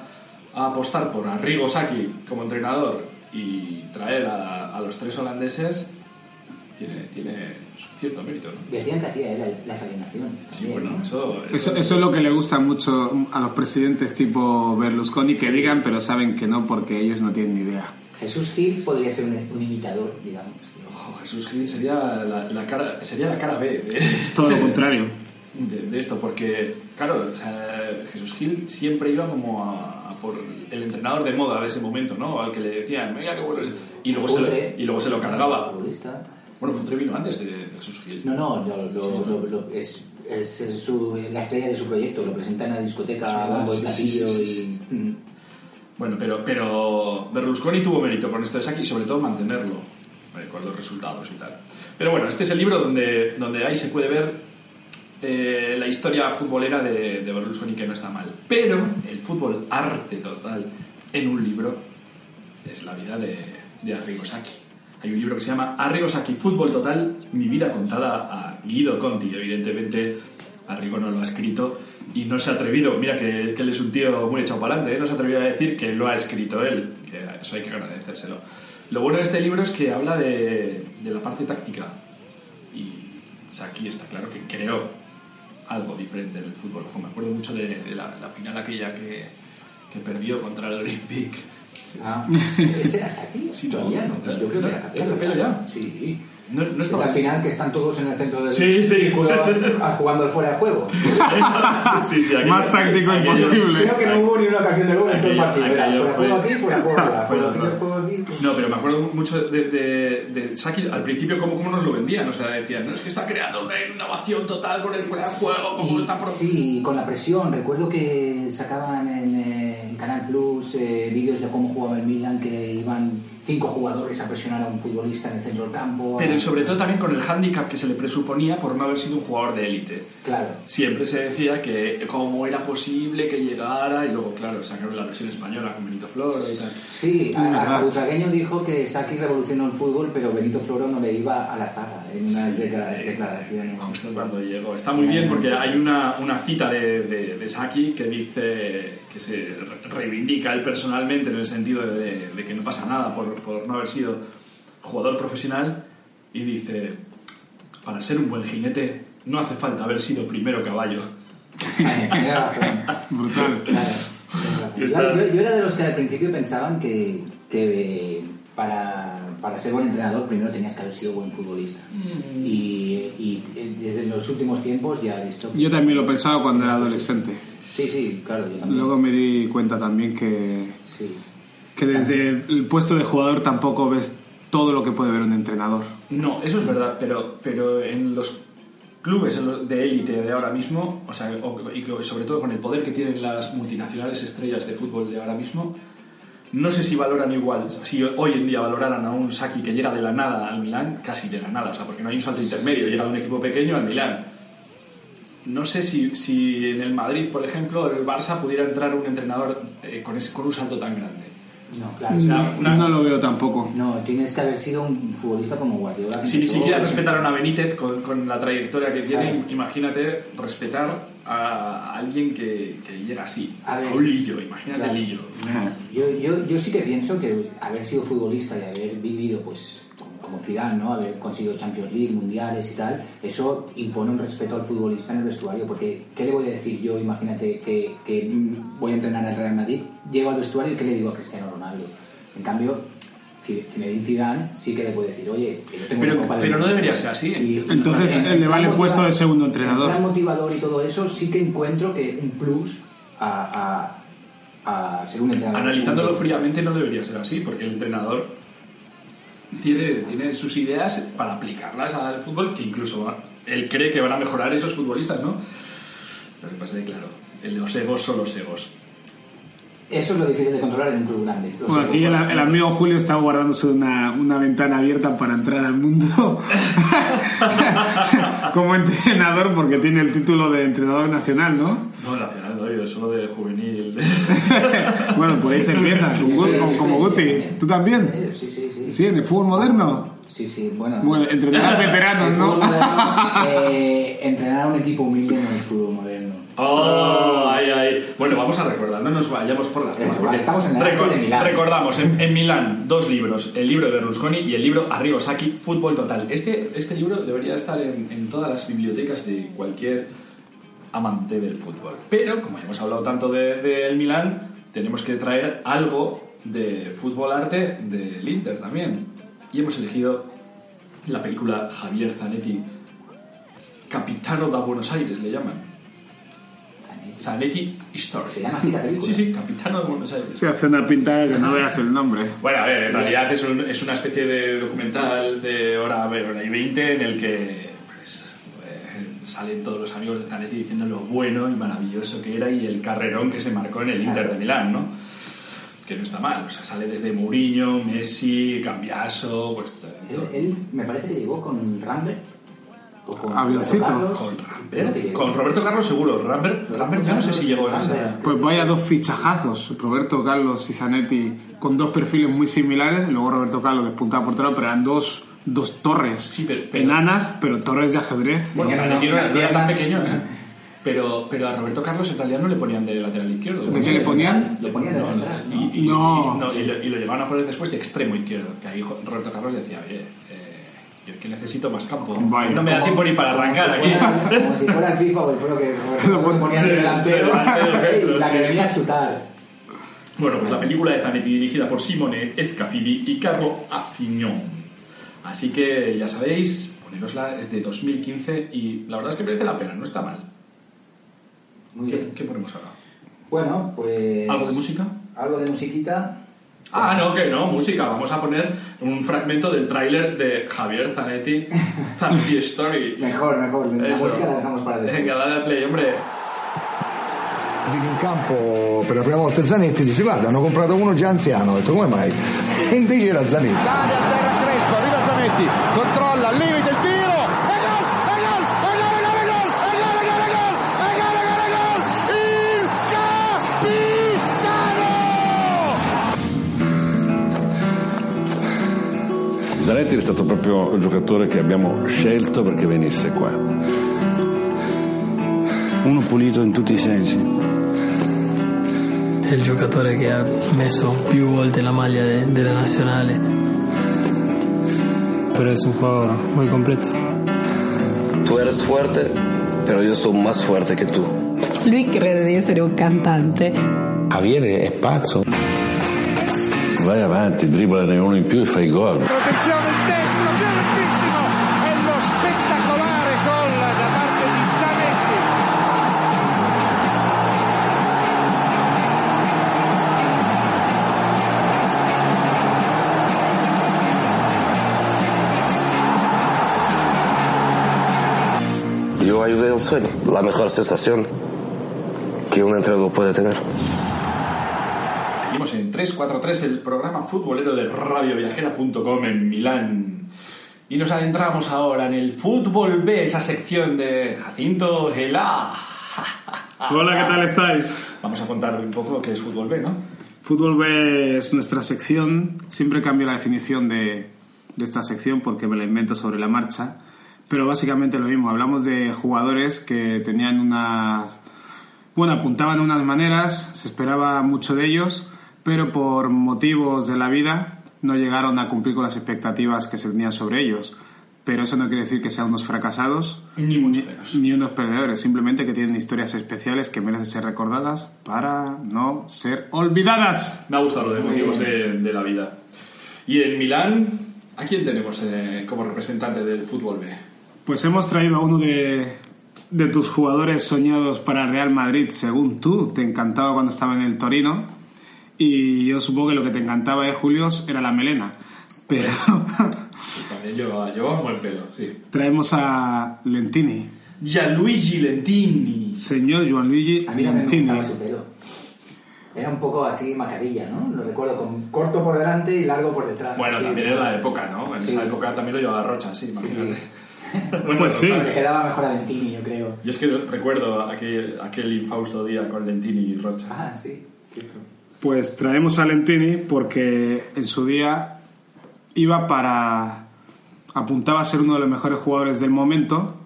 B: a apostar por Arrigo Sacchi como entrenador y traer a, a los tres holandeses tiene, tiene cierto mérito, ¿no?
D: Decían que hacía él las alineaciones.
B: Sí,
D: también,
B: bueno,
D: ¿no?
B: eso...
C: Eso, eso es lo que le gusta mucho a los presidentes tipo Berlusconi que digan, pero saben que no porque ellos no tienen ni idea.
D: Jesús Gil podría ser un, un imitador, digamos.
B: Ojo, Jesús Gil sería la, la cara, sería la cara B de-
C: Todo lo contrario.
B: de, de esto, porque, claro, o sea, Jesús Gil siempre iba como a, a por el entrenador de moda de ese momento, ¿no? Al que le decían, venga, que bueno", y luego, se lo,
D: Futre.
B: y luego se lo cargaba.
D: Futbolista.
B: Bueno, Futre vino antes de, de Jesús Gil.
D: No, no, lo- lo- lo- lo- es, es el- su- la estrella de su proyecto. Lo presenta en la discoteca
B: Es
D: a
B: verdad,
D: bombo y
B: sí,
D: platillo
B: sí, sí, sí,
D: y... Mm.
B: Bueno, pero, pero Berlusconi tuvo mérito con esto de Saki y sobre todo mantenerlo eh, con los resultados y tal. Pero bueno, este es el libro donde, donde ahí se puede ver eh, la historia futbolera de, de Berlusconi que no está mal. Pero el fútbol arte total en un libro es la vida de, de Arrigo Sacchi. Hay un libro que se llama Arrigo Sacchi, Fútbol Total, mi vida contada a Guido Conti. Evidentemente, Arrigo no lo ha escrito y no se ha atrevido, mira que, que él es un tío muy echado para adelante, ¿eh? no se ha atrevido a decir que lo ha escrito él, que a eso hay que agradecérselo. Lo bueno de este libro es que habla de, de la parte táctica y Sacchi está claro que creó algo diferente en el fútbol. Ojo, me acuerdo mucho de, de la, la final aquella que, que perdió contra el Olympic.
D: Ah, ¿ese era Saki?
B: Sí, no,
D: Todavía no.
B: claro,
D: Yo creo que
B: claro,
D: era
B: era
D: Capello,
B: Capello
D: claro.
B: ya.
D: Sí.
B: No, no
D: Pero
B: estaba
D: al final que están todos en el centro del
B: Sí, sí.
D: círculo a- jugando el fuera de juego.
B: sí, sí, aquello-
C: Más táctico
B: aquello-
C: imposible.
D: Creo que no hubo ni una ocasión de gol en todo el
B: aquello-
D: partido. Era
B: aquello
D: fuera de juego
B: fue-
D: aquí, fuera de juego
B: fue
D: allá, fuera de
B: otro.
D: juego aquí, pues. fuera de juego aquí.
B: No, pero me acuerdo mucho de, de, de Saki, al principio cómo, cómo nos lo vendían, o sea, decían, no, es que está creando una innovación total con el fuera de juego, como está pro-
D: Sí, con la presión. Recuerdo que sacaban en, eh, en Canal Plus eh, vídeos de cómo jugaba el Milan, que iban cinco jugadores a presionar a un futbolista en el centro del campo.
B: Pero sobre todo también con el hándicap que se le presuponía por no haber sido un jugador de élite.
D: Claro.
B: Siempre se decía que cómo era posible que llegara, y luego, claro, sacaron la versión española con Benito Floro y tal.
D: Sí,
C: Es
D: a- hasta
C: verdad.
D: Butragueño dijo que Saki revolucionó el fútbol, pero Benito Floro no le iba a la zaga en unas deca-
B: Eh,
D: declaraciones.
B: vamos, esto es cuando llegó. Está muy bien porque hay una, una cita de, de, de Saki que dice que se re- reivindica él personalmente en el sentido de, de que no pasa nada por, por no haber sido jugador profesional y dice, para ser un buen jinete no hace falta haber sido primero caballo.
D: Tenía razón.
C: Brutal.
D: Claro, tienes razón.
B: Está-
D: Yo, yo- yo era de los que al principio pensaban que, que para, para ser buen entrenador primero tenías que haber sido buen futbolista. Y, y desde los últimos tiempos ya he visto. que-
C: Yo también lo pensaba cuando era adolescente.
D: Sí, sí, claro, yo también.
C: Luego me di cuenta también que,
D: Sí.
C: que desde el puesto de jugador tampoco ves todo lo que puede ver un entrenador.
B: No, eso es verdad, pero, pero en los clubes en los de élite de ahora mismo, o sea, o- y que- sobre todo con el poder que tienen las multinacionales estrellas de fútbol de ahora mismo, no sé si valoran igual, si hoy en día valoraran a un Saki que llega de la nada al Milán, casi de la nada, o sea, porque no hay un salto intermedio, llega de un equipo pequeño al Milán. No sé si, si en el Madrid, por ejemplo, el Barça pudiera entrar un entrenador eh, con, ese- con un salto tan grande.
D: No, claro. o sea,
C: No, no lo veo tampoco.
D: No, tienes que haber sido un futbolista como Guardiola. que
B: Si ni
D: empezó-
B: siquiera respetaron a Benítez con, con la trayectoria que tiene,
D: Claro.
B: imagínate respetar a alguien que, que llega así.
D: A
B: A,
D: ver.
B: un Lillo, imagínate
D: Claro.
B: Lillo.
D: Yo, yo, yo sí que pienso que haber sido futbolista y haber vivido, pues, como- como Zidane, ¿no? Haber conseguido Champions League, mundiales y tal, eso impone un respeto al futbolista en el vestuario. Porque, ¿qué le voy a decir yo? Imagínate que, que, mm, voy a entrenar al Real Madrid, llego al vestuario y ¿qué le digo a Cristiano Ronaldo? En cambio, Zi- Zinedine Zidane sí que le puede decir, oye, que yo tengo
B: Pero-
D: una copa del
B: pero no
D: mundo".
B: debería ser así. ¿eh?
C: Entonces, él le vale
D: plan
C: puesto
D: motiva-
C: de segundo entrenador.
D: en plan motivador y todo eso, sí que encuentro que un plus a, a- a ser un entrenador.
B: Analizándolo fríamente no debería ser así, porque el entrenador tiene, tiene sus ideas para aplicarlas al fútbol, que incluso va- él cree que van a mejorar esos futbolistas, ¿no? Lo que pasa es que, claro, los egos son los egos.
D: Eso es lo difícil de controlar en un club grande. Lo
C: Bueno,
D: sé.
C: aquí el, el amigo Julio está guardándose una, una ventana abierta para entrar al mundo como entrenador, porque tiene el título de entrenador nacional, ¿no?
B: No, nacional, no, yo solo de juvenil.
C: bueno, por ahí se empieza, con Gu- con- como Guti. ¿Tú también?
D: Sí, sí, sí.
C: Sí, en el fútbol moderno.
D: Sí, sí, bueno.
C: Bueno, entrenar veteranos,
D: El fútbol
C: ¿no?
D: moderno, eh, entrenar a un equipo humilde no es fútbol moderno.
B: Oh, ay, ay. Bueno, vamos a recordar, no nos vayamos por las
D: Es igual, estamos en el arco de Milán.
B: Recordamos, en, en Milán, dos libros, el libro de Berlusconi y el libro Arrigo Sacchi, Fútbol Total. Este, este libro debería estar en, en todas las bibliotecas de cualquier amante del fútbol. Pero, como hemos hablado tanto del de, del Milán, tenemos que traer algo de fútbol arte del Inter también. Y hemos elegido la película Javier Zanetti, Capitano da Buenos Aires, le llaman. Zanetti Story.
D: Se llama así la película.
B: Sí, sí, Capitano de Buenos Aires.
C: Se hace una pintada que no veas el nombre.
B: Bueno, a ver, en realidad es, un- es una especie de documental de hora, hora y 20 en el que pues, eh, salen todos los amigos de Zanetti diciendo lo bueno y maravilloso que era y el carrerón que se marcó en el Inter de Milán, ¿no? Que no está mal, o sea, sale desde Mourinho, Messi, Cambiaso, pues...
D: Él,
B: todo.
D: él me parece que llegó con Rambert. o con
C: Avioncito.
D: Roberto Carlos.
B: Con
D: Creo que
B: Rambert,
D: llegó.
B: con Roberto Carlos seguro, Rambert, Rambert yo no sé si llegó en esa...
C: Pues vaya dos fichajazos, Roberto Carlos y Zanetti, con dos perfiles muy similares. Luego Roberto Carlos despuntaba portero, pero eran dos, dos torres
B: Sí, pero- pero-
C: enanas, pero torres de ajedrez.
B: Bueno,
D: Tenía
B: Zanetti
D: una-
B: no era tan
D: piernas.
B: pequeño, ¿eh? Pero, pero a Roberto Carlos en realidad no le ponían de lateral izquierdo.
C: ¿De qué le ponían?
D: Lo ponía de
B: No,
D: central, ¿no?
B: y, y-
C: No.
B: y- no, y lo, y lo llevaban a poner después de extremo izquierdo. Que ahí jo- Roberto Carlos decía, oye, eh, yo es que necesito más campo.
C: Vaya.
B: No me da tiempo ni para arrancar
D: como si
B: aquí.
D: fuera- como si fuera el FIFA o el foro que
C: Lo pon-
D: lo ponía en el delantero
B: Delantero,
D: y la que
B: sí.
D: venía a chutar.
B: Bueno, pues la película de Zanetti dirigida por Simone Escafivi y Carlo Assignon. Así que ya sabéis, ponerosla, es de 2015 y la verdad es que merece la pena, no está mal.
D: Muy
B: ¿Qué,
D: bien.
B: qué ponemos ahora?
D: Bueno, pues.
B: ¿Algo de música?
D: Algo de musiquita.
B: Ah, no, que no, música. Vamos a poner un fragmento del tráiler de Javier Zanetti, Zanetti Story.
D: Mejor, mejor. La
B: Eso.
D: música la dejamos para después.
B: Venga, dale al play, hombre.
I: Vidi in campo per la prima volta Zanetti este, dice guarda hanno comprato uno già anziano ho detto come mai e invece era Zanetti
G: L'aria a terra Crespo, arriva Zanetti, controlla, al limite il tiro, e gol, e gol, e gol, e gol, e gol, e gol, e gol, e gol, e gol, e gol, il capitano!
J: Zanetti è stato proprio il giocatore che abbiamo scelto perché venisse qua.
G: Uno pulito in tutti i sensi.
K: È il giocatore che ha messo più volte la maglia de- della nazionale. Però è un giocatore molto completo.
L: Tú eres fuerte, pero yo soy más fuerte que tú.
K: Lui crede di essere un cantante.
L: Javier es pazzo.
J: Vai avanti, dribblane uno in più e fai gol.
G: Protezione il destro, violentissimo, e lo spettacolare gol da parte di Zanetti.
L: Yo ayudé al sueño, la mejor sensación que un entrenador puede tener.
B: Seguimos en 343, el programa futbolero de radioviajera.com en Milán. Y nos adentramos ahora en el Fútbol B, esa sección de Jacinto Gela.
C: Hola, ¿qué tal estáis?
B: Vamos a contar un poco qué es Fútbol B, ¿no?
C: Fútbol B es nuestra sección. Siempre cambio la definición de, de esta sección porque me la invento sobre la marcha. Pero básicamente lo mismo. Hablamos de jugadores que tenían unas. Bueno, apuntaban unas maneras, se esperaba mucho de ellos, pero por motivos de la vida no llegaron a cumplir con las expectativas que se tenían sobre ellos. Pero eso no quiere decir que sean unos fracasados
B: Ni mucho
C: ni unos perdedores, simplemente que tienen historias especiales que merecen ser recordadas para no ser olvidadas.
B: Me ha gustado lo de motivos de, de la vida. Y en Milán, ¿a quién tenemos eh, como representante del fútbol B?
C: Pues hemos traído a uno de, de tus jugadores soñados para Real Madrid, según tú. Te encantaba cuando estaba en el Torino. Y yo supongo que lo que te encantaba de Julio era la melena. Pero
B: También llevaba, llevaba buen pelo, sí.
C: traemos a Lentini.
B: Gianluigi Lentini.
C: Señor Gianluigi
D: A mí también me
C: Lentini.
D: gustaba su pelo. Era un poco así macarilla, ¿no? Lo recuerdo con corto por delante y largo por detrás.
B: Bueno,
D: así.
B: también era la época, ¿no? En
D: Sí.
B: esa época también lo llevaba Rocha, sí, imagínate. Bueno,
C: Pues sí.
D: Le quedaba mejor a Dentini, yo creo.
B: Yo es que recuerdo aquel, aquel infausto día con Lentini y Rocha.
D: Ah, sí, cierto.
C: Pues traemos a Lentini porque en su día iba para. apuntaba a ser uno de los mejores jugadores del momento,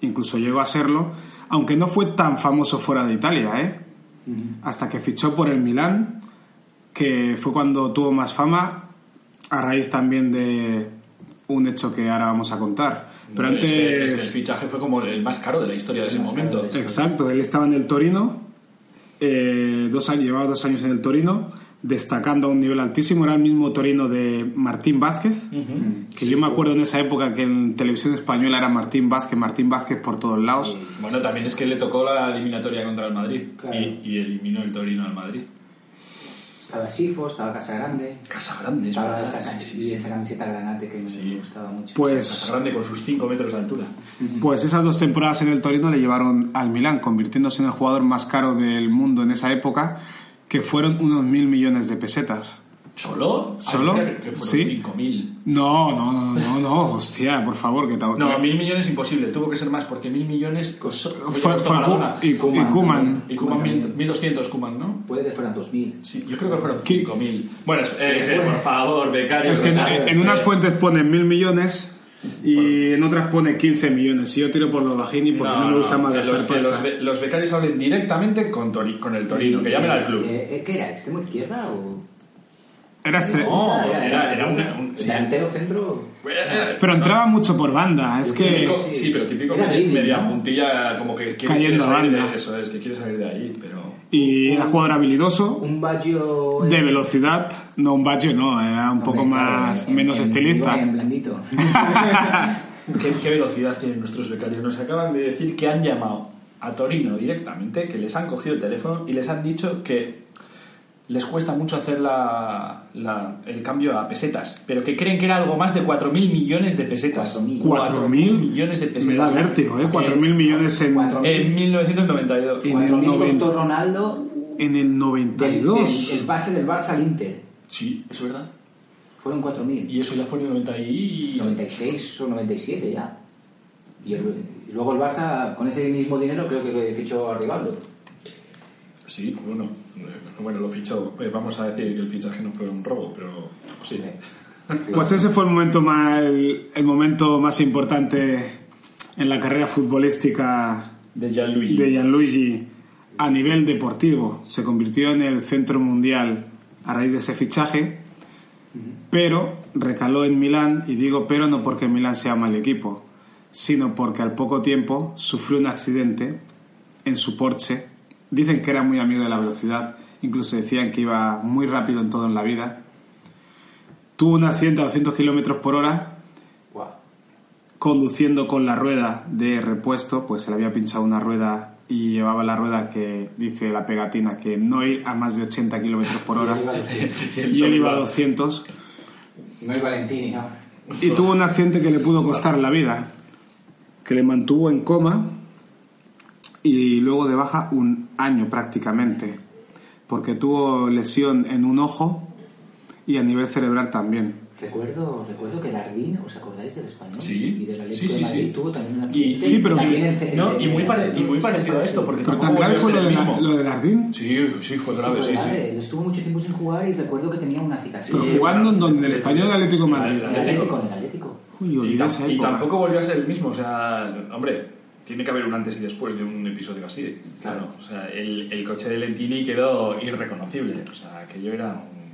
C: incluso llegó a serlo, aunque no fue tan famoso fuera de Italia, ¿eh? Hasta que fichó por el Milán, que fue cuando tuvo más fama, a raíz también de un hecho que ahora vamos a contar. Pero
B: Es
C: antes.
B: que- es que el este, fichaje fue como el más caro de la historia de ese momento.
C: Exacto, él estaba en el Torino, eh, dos años, llevaba dos años en el Torino, destacando a un nivel altísimo. Era el mismo Torino de Martín Vázquez, que yo me acuerdo en esa época que en televisión española era Martín Vázquez, Martín Vázquez por todos lados.
B: Bueno, también es que le tocó la eliminatoria contra el Madrid
D: Claro.
B: y, y eliminó el Torino al Madrid.
D: Estaba Sifo, estaba Casagrande,
B: Casa Grande,
D: estaba esa, can- y esa camiseta granate que me gustaba mucho.
C: Pues,
B: Grande con sus 5 metros de altura.
C: pues esas dos temporadas en el Torino le llevaron al Milán, convirtiéndose en el jugador más caro del mundo en esa época, que fueron unos mil millones de pesetas.
B: ¿Solo?
C: ¿Solo?
B: Ah, mira, que fueron
C: Sí.
B: 5.000.
C: No, no, no, no, no, hostia, por favor, que te
B: No, mil millones imposible, tuvo que ser más, porque mil millones costó
C: Fue- fue
B: Maradona.
C: Ku- y- y
D: Koeman,
C: Koeman.
B: Y Koeman, mil- 1.200 Kuman, ¿no?
D: Puede que fueran 2000.
B: Sí, yo creo que fueron 5.000. Bueno, es- eh, eh, por favor, becario.
C: Es que en,
B: por favor.
C: en unas fuentes ponen mil millones y en otras pone 15 millones. Y yo tiro por lo bajín y porque no, me gusta malgastar
B: los, que
C: pasta.
B: los be- los becarios hablen directamente con, Tori- con el Torino, que llamen al club.
D: Eh, eh, ¿Qué era? ¿Extremo izquierda o...? Ah,
C: Era este-
B: No, era- era una- un- sí.
D: delantero centro...
B: Eh,
C: Pero entraba mucho por banda. Es
B: típico-
C: que
D: Sí.
B: sí, pero típico
D: Era
B: media,
D: living,
B: media
D: ¿no?
B: puntilla, como que quiere,
C: Cayendo
B: quiere
C: a
B: salir
C: banda.
B: de eso, es que quiere salir de ahí, pero...
C: y era jugador habilidoso,
D: Un Baggio...
C: de
D: en-
C: velocidad, no un bacho, no, era un
D: Hombre,
C: poco
D: claro,
C: más
D: en-
C: menos
D: en-
C: estilista.
D: En blandito.
B: ¿Qué, qué velocidad tienen nuestros becarios? Nos acaban de decir que han llamado a Torino directamente, que les han cogido el teléfono y les han dicho que les cuesta mucho hacer la, la- el cambio a pesetas, pero que creen que era algo más de 4.000 millones de pesetas.
D: 4.000.
C: 4.000
B: millones de pesetas.
C: Me da vértigo, ¿eh? 4.000 millones en,
D: Cuatro.
B: En 1992.
C: en el,
D: 4.000
C: noven-
D: costó Ronaldo
C: en el
D: del-
C: 92.
D: del- el pase del Barça al Inter.
B: Sí, es verdad.
D: Fueron 4.000.
B: Y eso ya fue en el 90 y...
D: 96 o 97 ya. Y, el- y luego el Barça, con ese mismo dinero, creo que fichó a Rivaldo.
B: Sí, bueno, eh, bueno, lo fichó. Eh, vamos a decir que el fichaje no fue un robo, pero sí.
C: Pues ese fue el momento más, el, el momento más importante en la carrera futbolística
B: De Gianluigi.
C: de Gianluigi a nivel deportivo. Se convirtió en el centro mundial a raíz de ese fichaje, pero recaló en Milán, y digo pero no porque Milán sea mal equipo, sino porque al poco tiempo sufrió un accidente en su Porsche. Dicen que era muy amigo de la velocidad, incluso decían que iba muy rápido en todo en la vida. Tuvo un accidente a 200 kilómetros por hora
D: Guau.
C: conduciendo con la rueda de repuesto, pues se le había pinchado una rueda y llevaba la rueda que dice la pegatina que no ir a más de 80 kilómetros por hora
D: Iba a decir,
C: y él iba a 200
D: No es Valentini, ¿no?
C: y tuvo un accidente que le pudo costar la vida, que le mantuvo en coma y luego de baja un año prácticamente, porque tuvo lesión en un ojo y a nivel cerebral también.
D: Qué Recuerdo, recuerdo que el Ardín, ¿os acordáis del español?
B: Sí.
D: Y del
B: Sí,
D: Atlético
B: sí,
D: de Madrid
B: sí.
D: tuvo también una
B: Y, sí, pero
D: también
B: que-
D: el C-
B: no,
D: el-
B: y, muy
D: el-
B: pare- y muy parecido a esto, porque
C: Pero tan
B: tampoco
C: grave
B: volvió a
C: fue
B: ser
C: lo,
B: el
C: de la-
B: mismo.
C: lo del Ardín.
B: Sí, sí, fue
D: Sí,
B: grave,
D: fue
B: sí, sí.
D: grave. Él estuvo mucho tiempo sin jugar y recuerdo que tenía una cicatriz.
C: Pero jugando en donde el español del Atlético de Madrid.
D: El Atlético, en el Atlético.
C: Uy, olvidé
B: Y, tam-
C: esa
B: y
C: época.
B: tampoco volvió a ser el mismo. O sea, hombre, tiene que haber un antes y después de un episodio así. Claro. O sea, el, el coche de Lentini quedó irreconocible. O sea, aquello era un.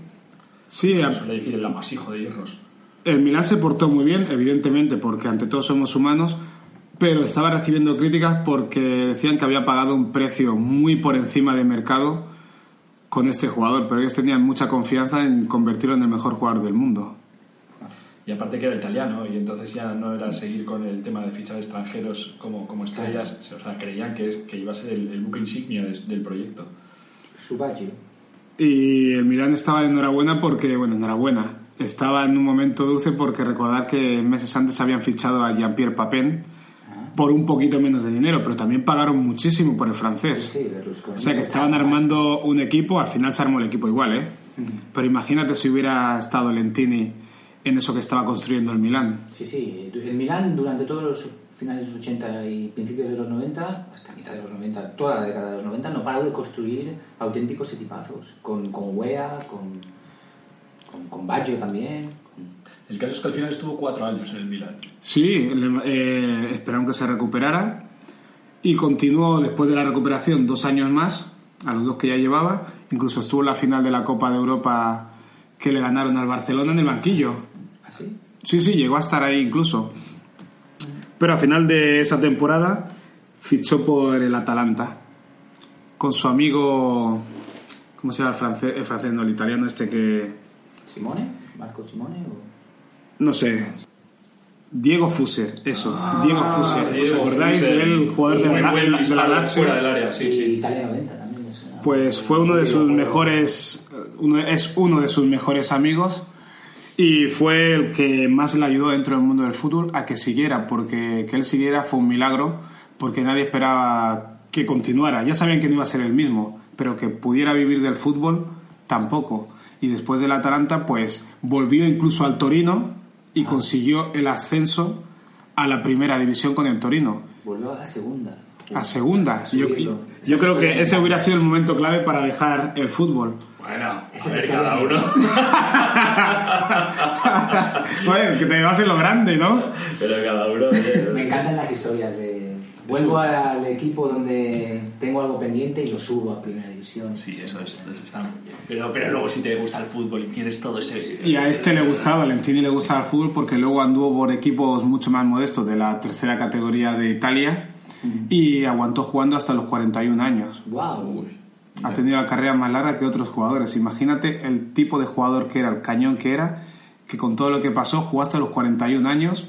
C: Sí,
B: como
C: a-
B: se suele decir, el amasijo de hierros.
C: El Milan se portó muy bien, evidentemente, porque ante todo somos humanos, pero estaba recibiendo críticas porque decían que había pagado un precio muy por encima de mercado con este jugador, pero ellos tenían mucha confianza en convertirlo en el mejor jugador del mundo.
B: Y aparte que era italiano, y entonces ya no era seguir con el tema de fichar extranjeros como, como estrellas. O sea, creían que, es, que iba a ser el, el buque insignia des- del proyecto.
D: Subagio.
C: Y el Milan estaba de enhorabuena porque, bueno, enhorabuena. Estaba en un momento dulce porque recordar que meses antes habían fichado a Jean-Pierre Papin por un poquito menos de dinero, pero también pagaron muchísimo por el francés.
D: Sí, Berlusconi.
C: O sea que estaban armando un equipo, al final se armó el equipo igual, ¿eh? Pero imagínate si hubiera estado Lentini en eso que estaba construyendo el Milán.
D: Sí, sí. El Milán durante todos los finales de los 80 y principios de los 90, hasta mitad de los 90, toda la década de los 90, no paró de construir auténticos equipazos. Con, con Wea, con, con, con Baggio también.
B: El caso es que al final estuvo cuatro años en el Milan.
C: Sí, le- eh, esperaron que se recuperara y continuó después de la recuperación dos años más, a los dos que ya llevaba. Incluso estuvo en la final de la Copa de Europa que le ganaron al Barcelona en el banquillo.
D: ¿Ah, sí?
C: Sí, sí, llegó a estar ahí incluso. Pero al final de esa temporada fichó por el Atalanta con su amigo, ¿cómo se llama el francés? El francés, no, el italiano este que,
D: ¿Simone? ¿Marco Simone? O...
C: no sé, Diego Fuse, eso, Diego Fuse. ¿Os
B: Ah, Diego
C: acordáis
B: Fuse,
C: de él, jugador
B: sí,
C: de,
B: muy
C: la,
B: buen
C: de la
B: disparo
C: Lazio?
B: fuera del área, sí, sí.
D: Italia 90 también me suena.
C: Pues fue uno de sus mejores, uno- es uno de sus mejores amigos y fue el que más le ayudó dentro del mundo del fútbol a que siguiera, porque que él siguiera fue un milagro, porque nadie esperaba que continuara. Ya sabían que no iba a ser el mismo, pero que pudiera vivir del fútbol tampoco. Y después del Atalanta, pues volvió incluso al Torino y consiguió el ascenso a la primera división con el Torino
D: Volvió a la segunda.
C: a segunda. Yo,
D: Subirlo.
C: yo creo que ese hubiera sido el momento clave para dejar el fútbol.
B: Bueno, a
D: es
B: ver,
D: italiano.
B: cada uno.
C: Bueno, que te vas en lo grande, ¿no?
B: Pero cada uno. oye,
D: Me encantan las historias de... Vuelvo al equipo donde tengo algo pendiente y lo subo a primera división.
B: Sí, eso es. eso está muy bien. Pero, pero luego, si te gusta el fútbol y tienes todo ese.
C: Y a este le gustaba, a Valentini le gustaba el fútbol porque luego anduvo por equipos mucho más modestos de la tercera categoría de Italia y aguantó jugando hasta los 41 años.
D: ¡Wow!
C: Ha tenido la carrera más larga que otros jugadores. Imagínate el tipo de jugador que era, el cañón que era, que con todo lo que pasó jugó hasta los 41 años.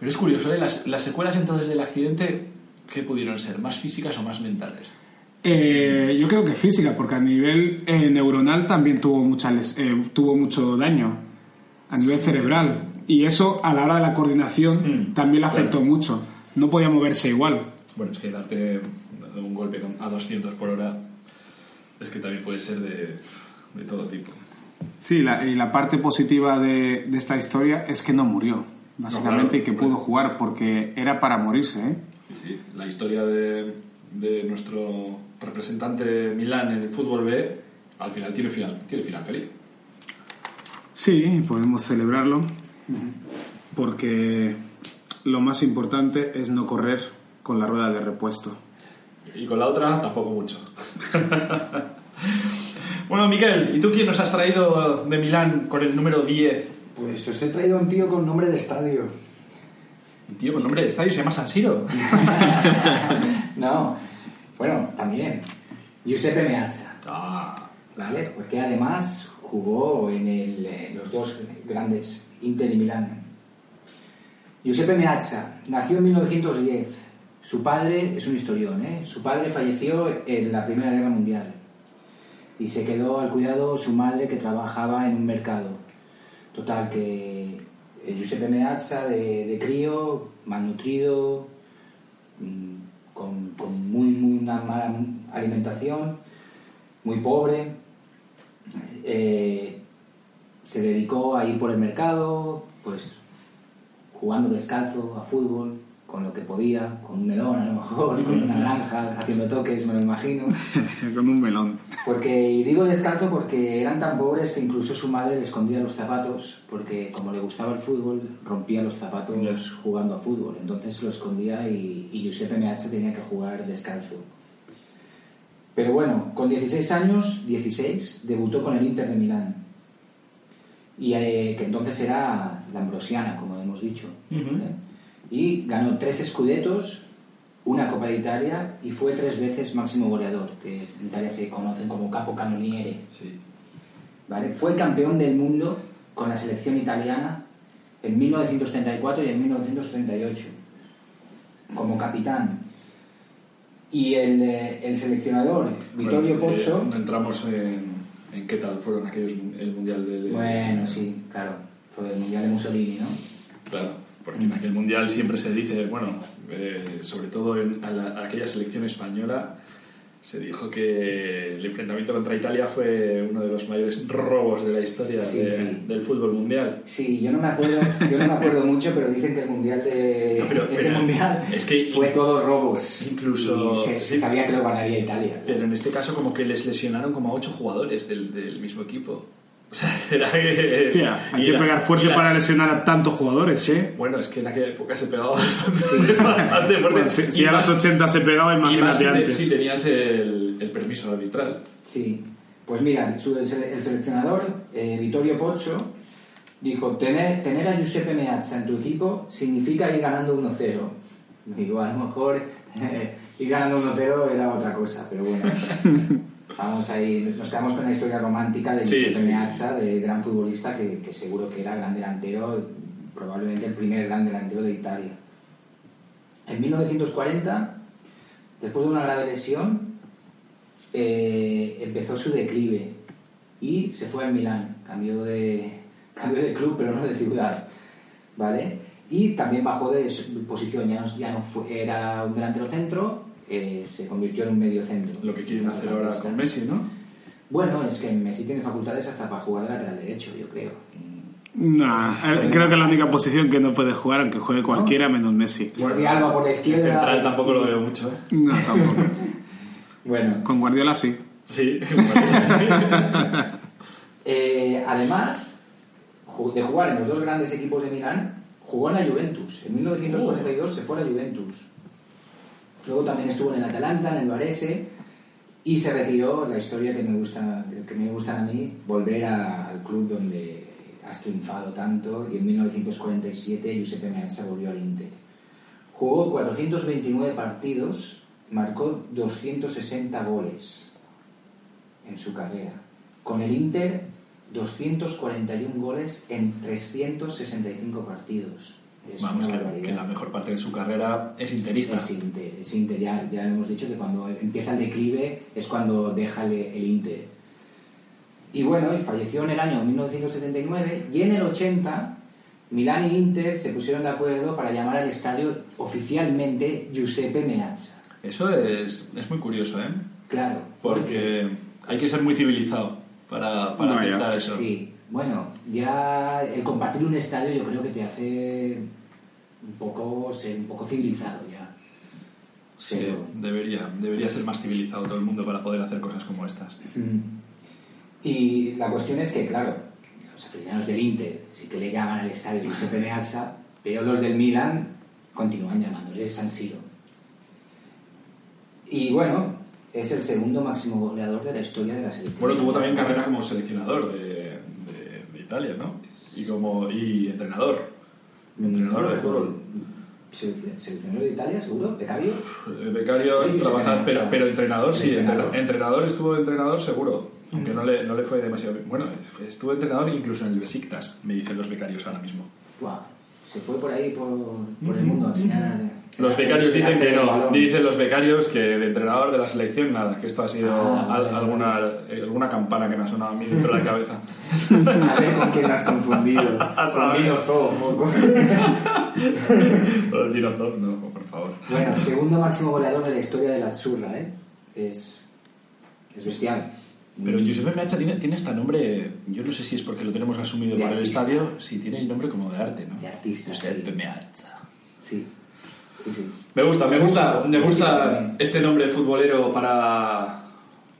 B: Pero es curioso, ¿eh? Las, las secuelas entonces del accidente, ¿qué pudieron ser? ¿Más físicas o más mentales?
C: Eh, yo creo que física, porque a nivel eh, neuronal también tuvo, mucha les- eh, tuvo mucho daño, a nivel cerebral. Y eso a la hora de la coordinación
B: Mm,
C: también le afectó
B: claro.
C: mucho. No podía moverse igual.
B: Bueno, es que darte un golpe con- a 200 por hora es que también puede ser de, de todo tipo.
C: Sí, la, y la parte positiva de, de esta historia es que no murió, básicamente,
B: No, claro,
C: y que pudo jugar, porque era para morirse. ¿eh?
B: Sí, sí. La historia de, de nuestro representante Milán en el fútbol B, al final tiene final, tiene final feliz.
C: Sí, podemos celebrarlo, porque lo más importante es no correr con la rueda de repuesto.
B: Y con la otra tampoco mucho. bueno, Miquel, ¿y tú quién nos has traído de Milán con el número 10?
M: Pues os he traído a un tío con nombre de estadio.
B: Un tío con nombre de estadio se llama San Siro.
D: No, bueno, también. Giuseppe Meazza,
B: ah,
D: ¿vale? Porque además jugó en el, eh, los dos grandes, Inter y Milán. Giuseppe Meazza nació en 1910. Su padre es un historión, ¿eh? Su padre falleció en la Primera Guerra Mundial y se quedó al cuidado su madre que trabajaba en un mercado. Total, que eh, Giuseppe Meazza de, de crío, malnutrido, mm, con, con muy, muy una mala alimentación, muy pobre, eh, se dedicó a ir por el mercado, pues jugando descalzo a fútbol, con lo que podía, con un melón a lo mejor, con una naranja, haciendo toques, me lo imagino.
C: Con un melón.
D: Porque, y digo descalzo porque eran tan pobres que incluso su madre le escondía los zapatos, porque como le gustaba el fútbol, rompía los zapatos jugando a fútbol. Entonces lo escondía y, y Giuseppe Meazza tenía que jugar descalzo. Pero bueno, con 16 años, 16, debutó con el Inter de Milán. Y eh, que entonces era la Ambrosiana, como hemos dicho. ¿eh? Y ganó tres escudetos, una Copa de Italia y fue tres veces máximo goleador, que en Italia se conocen como capo canoniere. ¿Vale? Fue campeón del mundo con la selección italiana en 1934 y en 1938, como capitán. Y el, eh, el seleccionador, Vittorio
B: Bueno, eh,
D: Pozzo,
B: no entramos en, en qué tal fueron aquellos el mundial del.
D: Bueno, sí, claro. Fue el mundial de Mussolini, ¿no?
B: Claro, porque en aquel mundial siempre se dice, bueno, eh, sobre todo en a la- a aquella selección española, se dijo que el enfrentamiento contra Italia fue uno de los mayores robos de la historia
D: Sí,
B: de-
D: sí.
B: del fútbol mundial.
D: Sí, yo no me acuerdo, yo no me acuerdo mucho, pero dicen que el mundial de ese mundial
B: es que
D: fue todo robos.
B: Incluso
D: Y se- se sabía que lo ganaría Italia.
B: Pero en este caso como que les lesionaron como a ocho jugadores del, del mismo equipo. O sea, era que-
C: Hostia, hay
B: Eh, y
C: que
B: la-
C: pegar fuerte
B: y la-
C: para lesionar a tantos jugadores, ¿eh?
B: Bueno, es que en aquella época se pegaba bastante, bastante fuerte.
C: Bueno, si, si
B: Y
C: a
B: más-
C: las 80 se pegaba,
B: y más si
C: imagínate
B: te-
C: antes.
B: si tenías el, el permiso arbitral.
D: Sí. Pues mira, su- el, sele- el seleccionador, eh, Vittorio Pozzo, dijo, tener, tener a Giuseppe Meazza en tu equipo significa ir ganando 1-0. Digo, a lo mejor eh, ir ganando 1-0 era otra cosa, pero bueno. Vamos ahí, nos quedamos con la historia romántica de
B: Sí,
D: Giuseppe
B: sí, sí.
D: Meazza, del gran futbolista que, que seguro que era gran delantero, probablemente el primer gran delantero de Italia. En 1940, después de una grave lesión, eh, empezó su declive y se fue al Milán. Cambió de, cambió de club, pero no de ciudad. ¿Vale? Y también bajó de su posición, ya no, ya no fue- era un delantero centro, eh, se convirtió en un medio centro.
B: Lo que quieren hacer ahora con Messi, ¿no?
D: Bueno, es que Messi tiene facultades hasta para jugar de lateral derecho, yo creo.
C: Nah, eh, creo que es la única posición que no puede jugar, aunque juegue cualquiera menos Messi.
D: Jordi Alba por la izquierda.
B: Central tampoco lo veo mucho. ¿eh?
C: No, tampoco.
D: bueno.
C: Con Guardiola sí.
B: Sí.
D: Eh, además ju- de jugar en los dos grandes equipos de Milán, jugó en la Juventus. En 1942 se fue a la Juventus. Luego también estuvo en el Atalanta, en el Varese y se retiró. La historia que me gusta, que me gusta a mí, volver a- al club donde has triunfado tanto. Y en 1947 Giuseppe Meazza volvió al Inter. Jugó 429 partidos, marcó 260 goles en su carrera. Con el Inter, 241 goles en 365 partidos. Es
B: Vamos,
D: una
B: que,
D: barbaridad.
B: que la mejor parte de su carrera es interista.
D: Es Inter, es Inter, ya, ya hemos dicho que cuando empieza el declive es cuando deja el, el Inter. Y bueno, y falleció en el año 1979 y en el 80 Milán y Inter se pusieron de acuerdo para llamar al estadio oficialmente Giuseppe Meazza.
B: Eso es, es muy curioso, ¿eh?
D: Claro.
B: Porque hay que ser muy civilizado para, para
D: Vaya.
B: aceptar eso.
D: Sí. Bueno, ya el compartir un estadio yo creo que te hace un poco ser un poco civilizado ya.
B: Sí, debería, debería ser más civilizado todo el mundo para poder hacer cosas como estas.
D: Mm. Y la cuestión es que, claro, los aficionados del Inter sí que le llaman al estadio Giuseppe Meazza, pero los del Milan continúan llamándoles San Siro. Y bueno, es el segundo máximo goleador de la historia de la selección.
B: Bueno, tuvo también carrera como seleccionador de, de- de Italia, ¿no? Y como y entrenador. Entrenador de fútbol.
D: Selec- Seleccionador de Italia, seguro, becario.
B: Eh, Becarios,
D: Sí,
B: trabaja-
D: sí,
B: pero,
D: sí.
B: pero entrenador sí,
D: Entrenador.
B: entrenador. entrenador estuvo de entrenador seguro, aunque no le, no le fue demasiado bien. Bueno, fue- estuvo de entrenador incluso en el Besiktas, me dicen los becarios ahora mismo.
D: Buah, se fue por ahí, por, por el mundo, a enseñar- eh.
B: Los becarios dicen que
D: el
B: no,
D: balón.
B: dicen los becarios que de entrenador de la selección nada, que esto ha sido
D: Ah,
B: al- alguna, eh, alguna campana que me ha sonado a mí dentro de la cabeza.
D: A ver con quién has confundido. Con Mino Zoo,
B: Con el Dinozor, no, por favor.
D: Bueno, segundo máximo goleador de la historia de la Azzurra, ¿eh? Es, es bestial.
B: Pero Giuseppe Meazza tiene, tiene hasta nombre, yo no sé si es porque lo tenemos asumido
D: De
B: para
D: artista.
B: el estadio, si tiene el nombre como de arte, ¿no?
D: De artista.
B: Giuseppe Meazza.
D: Sí. Sí, sí.
B: Me gusta, me gusta, me gusta este nombre futbolero para,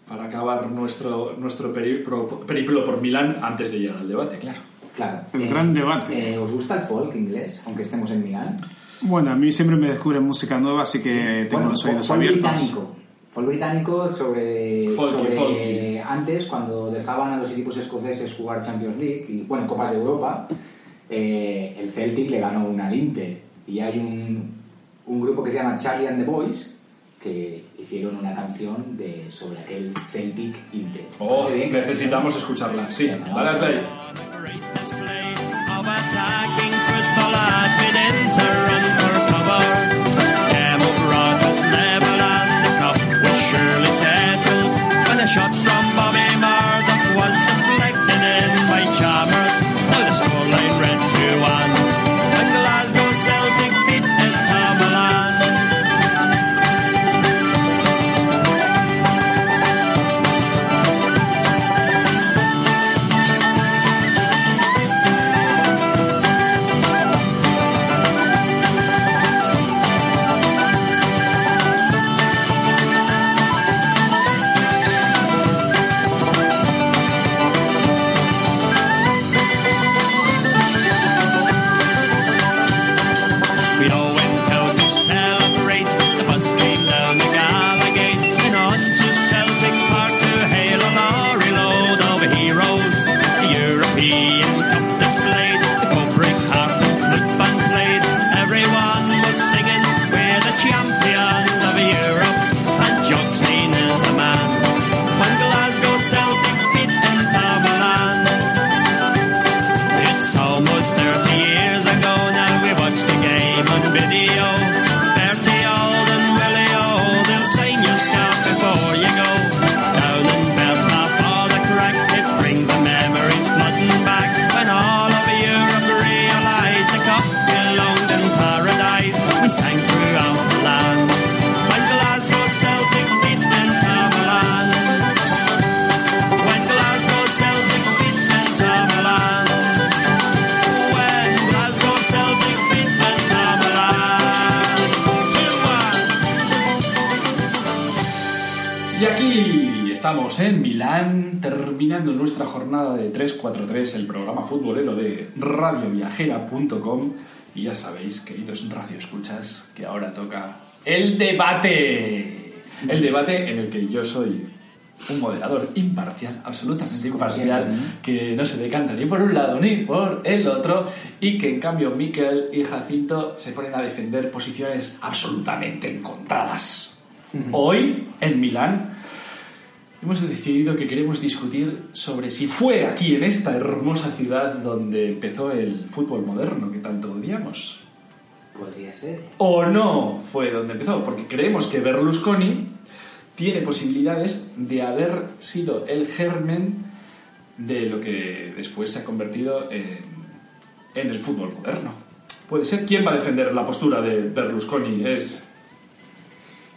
B: para acabar nuestro, nuestro periplo, periplo por Milán antes de llegar al debate, claro.
D: Claro.
C: El gran debate.
D: Eh, ¿Os gusta el folk inglés, aunque estemos en Milán?
C: Bueno, a mí siempre me descubren música nueva, así que Eh, tengo
D: Bueno,
C: los
D: folk-
C: oídos
D: folk
C: abiertos.
D: británico. Folk británico sobre,
C: Folky,
D: sobre
C: folky.
D: antes, cuando dejaban a los equipos escoceses jugar Champions League y, bueno, Copas de Europa, eh, el Celtic le ganó una al Inter. Y hay un, un grupo que se llama Charlie and the Boys que hicieron una canción de, sobre aquel Celtic Inter.
B: Oh,
D: Muy bien.
B: necesitamos escucharla. Sí, dale al play.
N: of attacking football had been enter and for cover. Demo brought us level and the cup was surely settled. And a shot from Bobby Moore that was deflected in by Chalmers. Well, the scoreline read 2 1. And Glasgow Celtic beat it We all went out to celebrate. The bus came down the Gala Gate and on to Celtic Park to hail a lorry load of heroes. The European Cup displayed, the Cobrick harp and flute band played. Everyone was singing, "We're the champions of Europe," and Jock Stein is the man. When Glasgow Celtic beat Inter Milan. It's almost 30 years ago now we watch the game on video. Bertie Old and Willie Old, they'll sign your scarf before you go. Down in Belfast for the crack, it brings the memories flooding back. When all of Europe realise the cup belonged in paradise, we sang throughout the land. When Glasgow Celtic beat Inter Milan. When Glasgow Celtic beat Inter Milan. When Glasgow Celtic beat Inter Milan.
B: Y aquí estamos en Milán, terminando nuestra jornada de 343, el programa futbolero de radioviajera.com. Y ya sabéis, queridos radioescuchas, que ahora toca el debate. El debate en el que yo soy un moderador imparcial, absolutamente imparcial, que no se decanta ni por un lado ni por el otro, y que en cambio Miquel y Jacinto se ponen a defender posiciones absolutamente encontradas. Hoy, en Milán, hemos decidido que queremos discutir sobre si fue aquí, en esta hermosa ciudad, donde empezó el fútbol moderno que tanto odiamos.
D: Podría ser.
B: O no fue donde empezó, porque creemos que Berlusconi tiene posibilidades de haber sido el germen de lo que después se ha convertido en, en el fútbol moderno. Puede ser. ¿Quién va a defender la postura de Berlusconi? ¿Es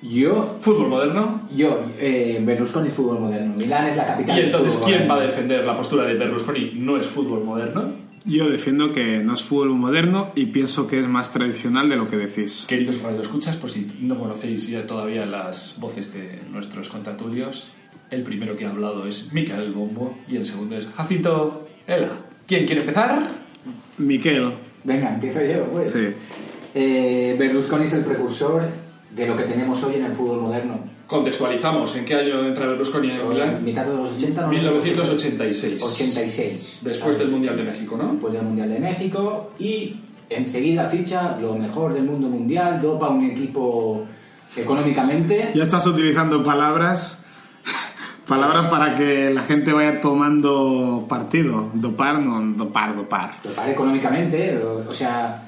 D: Yo.
B: ¿Fútbol moderno?
D: Yo, eh, Berlusconi es fútbol moderno. Milán es la capital.
B: ¿Y
D: del
B: entonces
D: fútbol
B: quién va
D: moderno.
B: a defender la postura de Berlusconi? ¿No es fútbol moderno?
C: Yo defiendo que no es fútbol moderno y pienso que es más tradicional de lo que decís.
B: Queridos radioescuchas, por si no conocéis ya todavía las voces de nuestros contertulios, el primero que ha hablado es Micael Bombo y el segundo es Jacinto Ela. ¿Quién quiere empezar?
C: Miquel.
D: Venga, empiezo yo, pues.
C: Sí.
D: Eh, Berlusconi es el precursor de lo que tenemos hoy en el fútbol moderno.
B: Contextualizamos en qué año entra Berlusconi
C: Oh.
B: en Milán.
D: Mitad de los 80, ¿no?
B: 1986.
D: 86.
B: Después del Mundial de México, ¿no?
D: Después del Mundial de México y enseguida ficha lo mejor del mundo mundial, dopa un equipo económicamente.
C: Ya estás utilizando palabras, palabras para que la gente vaya tomando partido. Dopar, no, dopar, dopar.
D: Dopar económicamente, o, o sea,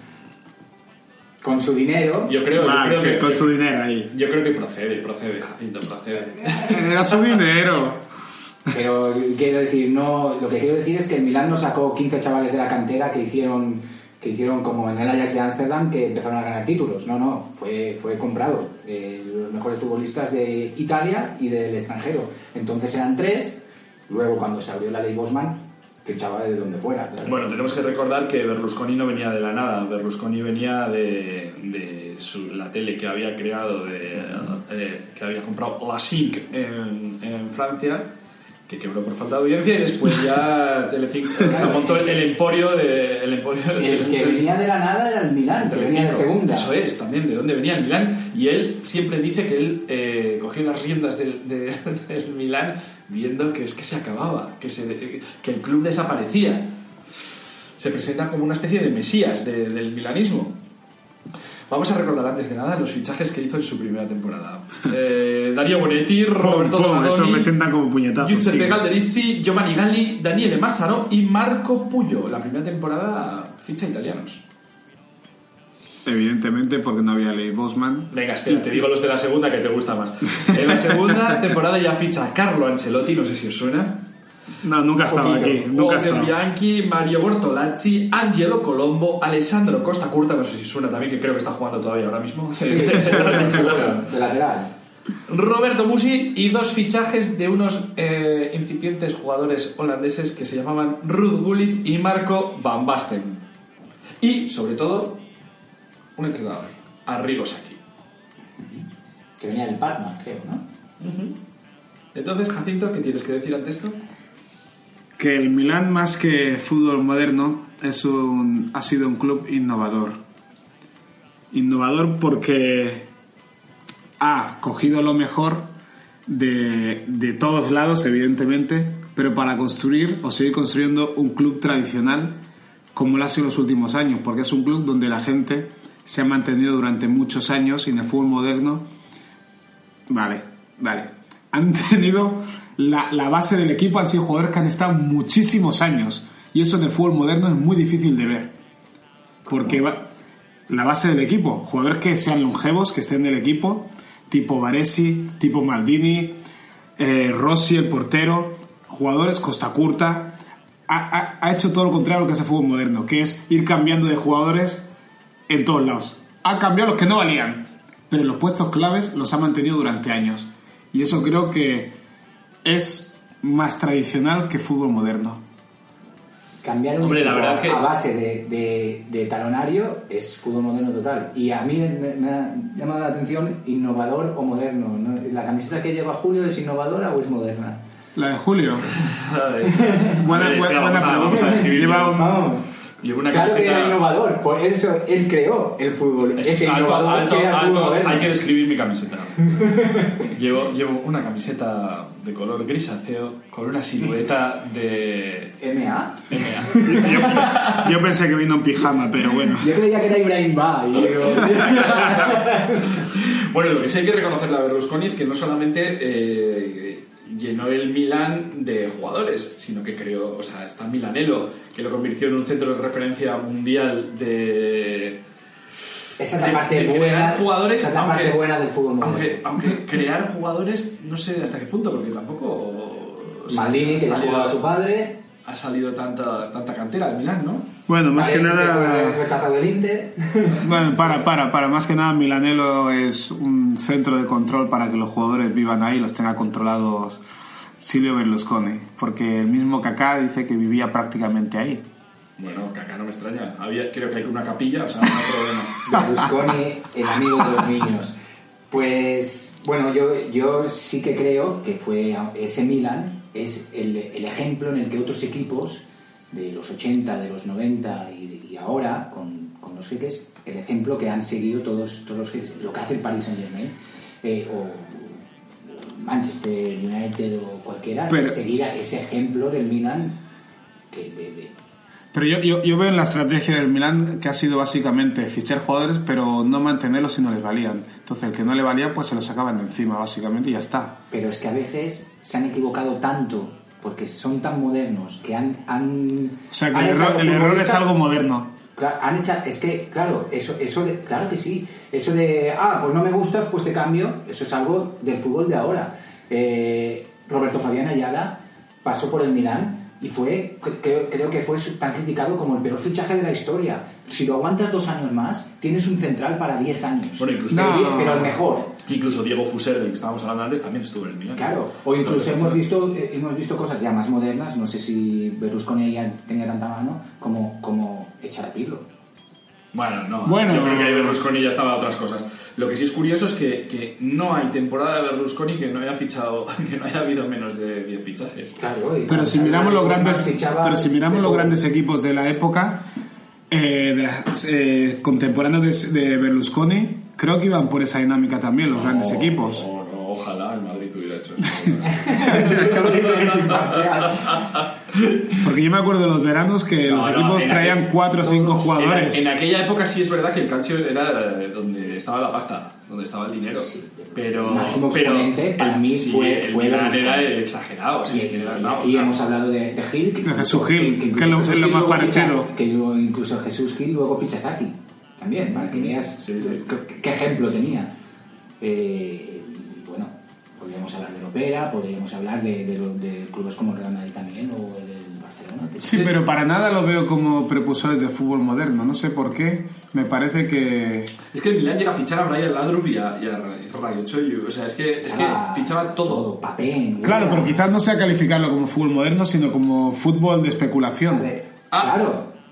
D: con su dinero.
B: Yo creo, yo
C: Vale,
B: creo
C: sí,
B: que-
C: con su dinero ahí.
B: Yo creo que procede, procede, Jacinto, procede.
C: Era su dinero.
D: Pero quiero decir, no, lo que quiero decir es que el Milán no sacó 15 chavales de la cantera que hicieron que hicieron como en el Ajax de Ámsterdam que empezaron a ganar títulos. No, no, fue fue comprado. Eh, los mejores futbolistas de Italia y del extranjero. Entonces eran tres Luego, cuando se abrió la ley Bosman, fichaba de donde fuera. claro.
B: Bueno, tenemos que recordar que Berlusconi no venía de la nada. Berlusconi venía de, de su- la tele que había creado, de, eh, que había comprado la SIC en, en Francia, que quebró por falta de audiencia, y después ya Telecinco o sea, montó el, emporio de... El, emporio
D: El que venía de la nada era el Milán, que venía de segunda.
B: Eso es, también, de dónde venía el Milán. Y él siempre dice que él eh, cogió las riendas del, de- del Milán viendo que es que se acababa, que, se, que el club desaparecía. Se presenta como una especie de mesías de- del milanismo. Vamos a recordar antes de nada los fichajes que hizo en su primera temporada. Eh, Darío Bonetti, Roberto
C: Pum, pum, eso
B: Donadoni,
C: me sientan como puñetazos.
B: Giuseppe
C: sí.
B: Galderisi, Giovanni Galli, Daniele Massaro y Marco Puyo. La primera temporada ficha italianos.
C: Evidentemente, porque no había ley Bosman.
B: Venga, espera, te digo los de la segunda que te gusta más. En la segunda temporada ya ficha a Carlo Ancelotti, no sé si os suena.
C: No, nunca estaba aquí. Nunca
B: Walter
C: estaba.
B: Bianchi, Mario Bortolazzi, Angelo Colombo, Alessandro Costa Curta, no sé si suena también, que creo que está jugando todavía ahora mismo.
D: De lateral.
B: Roberto Musi y dos fichajes de unos eh, incipientes jugadores holandeses que se llamaban Ruth Gullit y Marco Van Basten. Y, sobre todo, un entrenador, Arrigo Sacchi.
D: Que venía del Parma, creo, ¿no?
B: Entonces, Jacinto, ¿qué tienes que decir ante esto?
C: Que el Milán, más que fútbol moderno, es un, ha sido un club innovador. Innovador porque ha cogido lo mejor de, de todos lados, evidentemente, pero para construir o seguir construyendo un club tradicional como lo ha sido en los últimos años, porque es un club donde la gente se ha mantenido durante muchos años y en el fútbol moderno Vale, vale. Han tenido la, la base del equipo, han sido jugadores que han estado muchísimos años. Y eso en el fútbol moderno es muy difícil de ver. Porque va- la base del equipo, jugadores que sean longevos, que estén del equipo, tipo Baresi, tipo Maldini, eh, Rossi, el portero, jugadores Costa Curta. Ha, ha- ha hecho todo lo contrario a lo que hace el fútbol moderno, que es ir cambiando de jugadores en todos lados. Ha cambiado los que no valían, pero los puestos claves los ha mantenido durante años. Y eso creo que es más tradicional que fútbol moderno.
D: Cambiar un
C: Hombre, la
D: equipo
C: verdad que-
D: a base de, de- de talonario es fútbol moderno total. Y a mí me, me ha llamado la atención innovador o moderno. ¿no? ¿La camiseta que lleva Julio es innovadora o es moderna?
C: La de Julio.
B: Buena-
C: buena-
B: Espera,
C: buena
B: vamos a- vamos a
C: pregunta.
B: describir.
C: Lleva un-
D: Vamos.
B: Lleva una
D: claro que era
B: camiseta-
D: innovador, por eso él creó el fútbol.
B: Es
D: ese
B: alto,
D: innovador
B: alto,
D: que era el
B: alto,
D: fútbol ¿eh? moderno.
B: hay que describir mi camiseta. llevo, llevo una camiseta de color grisáceo con una silueta de...
D: MA.
C: Yo pensé que vino en pijama, pero bueno.
D: Yo creía que era Ibrahim Ba. y digo,
B: Bueno, lo que sí hay que reconocerle a Berlusconi es que no solamente eh, llenó el Milan de jugadores, sino que creó, o sea, está Milanello, que lo convirtió en un centro de referencia mundial de...
D: Esa es la
B: de-
D: parte
B: de
D: buena-
B: crear jugadores,
D: esa es la
B: aunque-
D: parte buena del fútbol moderno.
B: Aunque, aunque crear jugadores, no sé hasta qué punto, porque tampoco...
D: Maldini, que le
B: ha salido-
D: jugaba a su padre.
B: Ha salido tanta, tanta cantera al Milan, ¿no?
C: Bueno, más que nada.
D: Rechazado del Inter.
C: Bueno, para, para, para. Más que nada, Milanelo es un centro de control para que los jugadores vivan ahí y los tenga controlados Silvio Berlusconi. Porque el mismo Kaká dice que vivía prácticamente ahí.
B: Bueno, que acá no me extraña. Había, creo que hay una capilla, o sea, no hay problema.
D: Berlusconi, el amigo de los niños. Pues bueno, yo, yo sí que creo que fue ese Milan es el, el ejemplo en el que otros equipos de los 80, de los 90 y, y ahora con, con los jeques, el ejemplo que han seguido todos, todos los jeques, lo que hace el Paris Saint Germain o Manchester United o cualquiera,
C: Pero-
D: seguir a ese ejemplo del Milan que de- de,
C: Pero yo, yo, yo veo en la estrategia del Milan que ha sido básicamente fichar jugadores, pero no mantenerlos si no les valían. Entonces, el que no le valía, pues se los sacaban de encima, básicamente, y ya está.
D: pero es que a veces se han equivocado tanto porque son tan modernos que han, han
C: O sea, que
D: han
C: el,
D: hecho a
C: error,
D: los
C: el error es
D: futbolistas-
C: algo moderno.
D: Cla- han hecho es que claro eso eso de- claro que sí eso de ah pues no me gustas pues te cambio eso es algo del fútbol de ahora Eh, Roberto Fabián Ayala pasó por el Milán y fue cre- creo, creo que fue su- tan criticado como el peor fichaje de la historia si lo aguantas dos años más tienes un central para 10 años
B: Bueno, incluso-
D: pero,
B: No.
D: die- pero el mejor
B: Incluso Diego Fuser, del que estábamos hablando antes, también estuvo en el Milan.
D: Claro, o incluso
B: Entonces,
D: hemos visto, eh, hemos visto cosas ya más modernas, no sé si Berlusconi ya tenía tanta mano, como, como echar a Pirlo.
B: Bueno, no.
D: Bueno.
B: yo creo que ahí Berlusconi ya estaba a otras cosas. Lo que sí es curioso es que, que no hay temporada de Berlusconi que no haya fichado, que no haya habido menos de 10 fichajes. Claro,
C: Pero
D: Ah,
C: si miramos los grandes, pero si miramos los grandes equipos de la época eh, de las, eh, contemporáneos de, de Berlusconi, creo que iban por esa dinámica también los grandes equipos.
B: No, no, ojalá el Madrid hubiera hecho
C: Porque yo me acuerdo de los veranos que
B: No,
C: los
B: no,
C: equipos
B: en
C: traían
B: aquel-
C: cuatro o cinco jugadores.
B: En, en aquella época sí es verdad que el calcio era eh, donde estaba la pasta, donde estaba el dinero. pero
D: El máximo
B: pero
D: exponente para
B: el-
D: mí
B: sí,
D: fue-
B: el
D: fue
B: Milan
D: Berlusconi.
B: era el exagerado. o sea,
D: Y,
B: es que era-
D: y
B: vamos,
D: aquí hemos hablado de, de Gil.
C: De Jesús Gil, que es lo- es lo más parecido.
D: que luego incluso Jesús Gil luego ficha a Saki. También, para que veas qué- qué ejemplo tenía. Eh, y bueno, podríamos hablar del Opera, podríamos hablar de, de, lo- de clubes como el Real Madrid también o el Barcelona. que-
C: Sí, pero para nada lo veo como precursores de fútbol moderno. No sé por qué. Me parece que
B: Es que el Milan llega a fichar a Brian Laudrup y a, y a Radio Choyu. O sea, es que, es que
D: Ah,
B: fichaba todo.
D: Papel.
C: Claro, pero quizás no sea calificarlo como fútbol moderno, sino como fútbol de especulación.
D: claro.
B: Ah,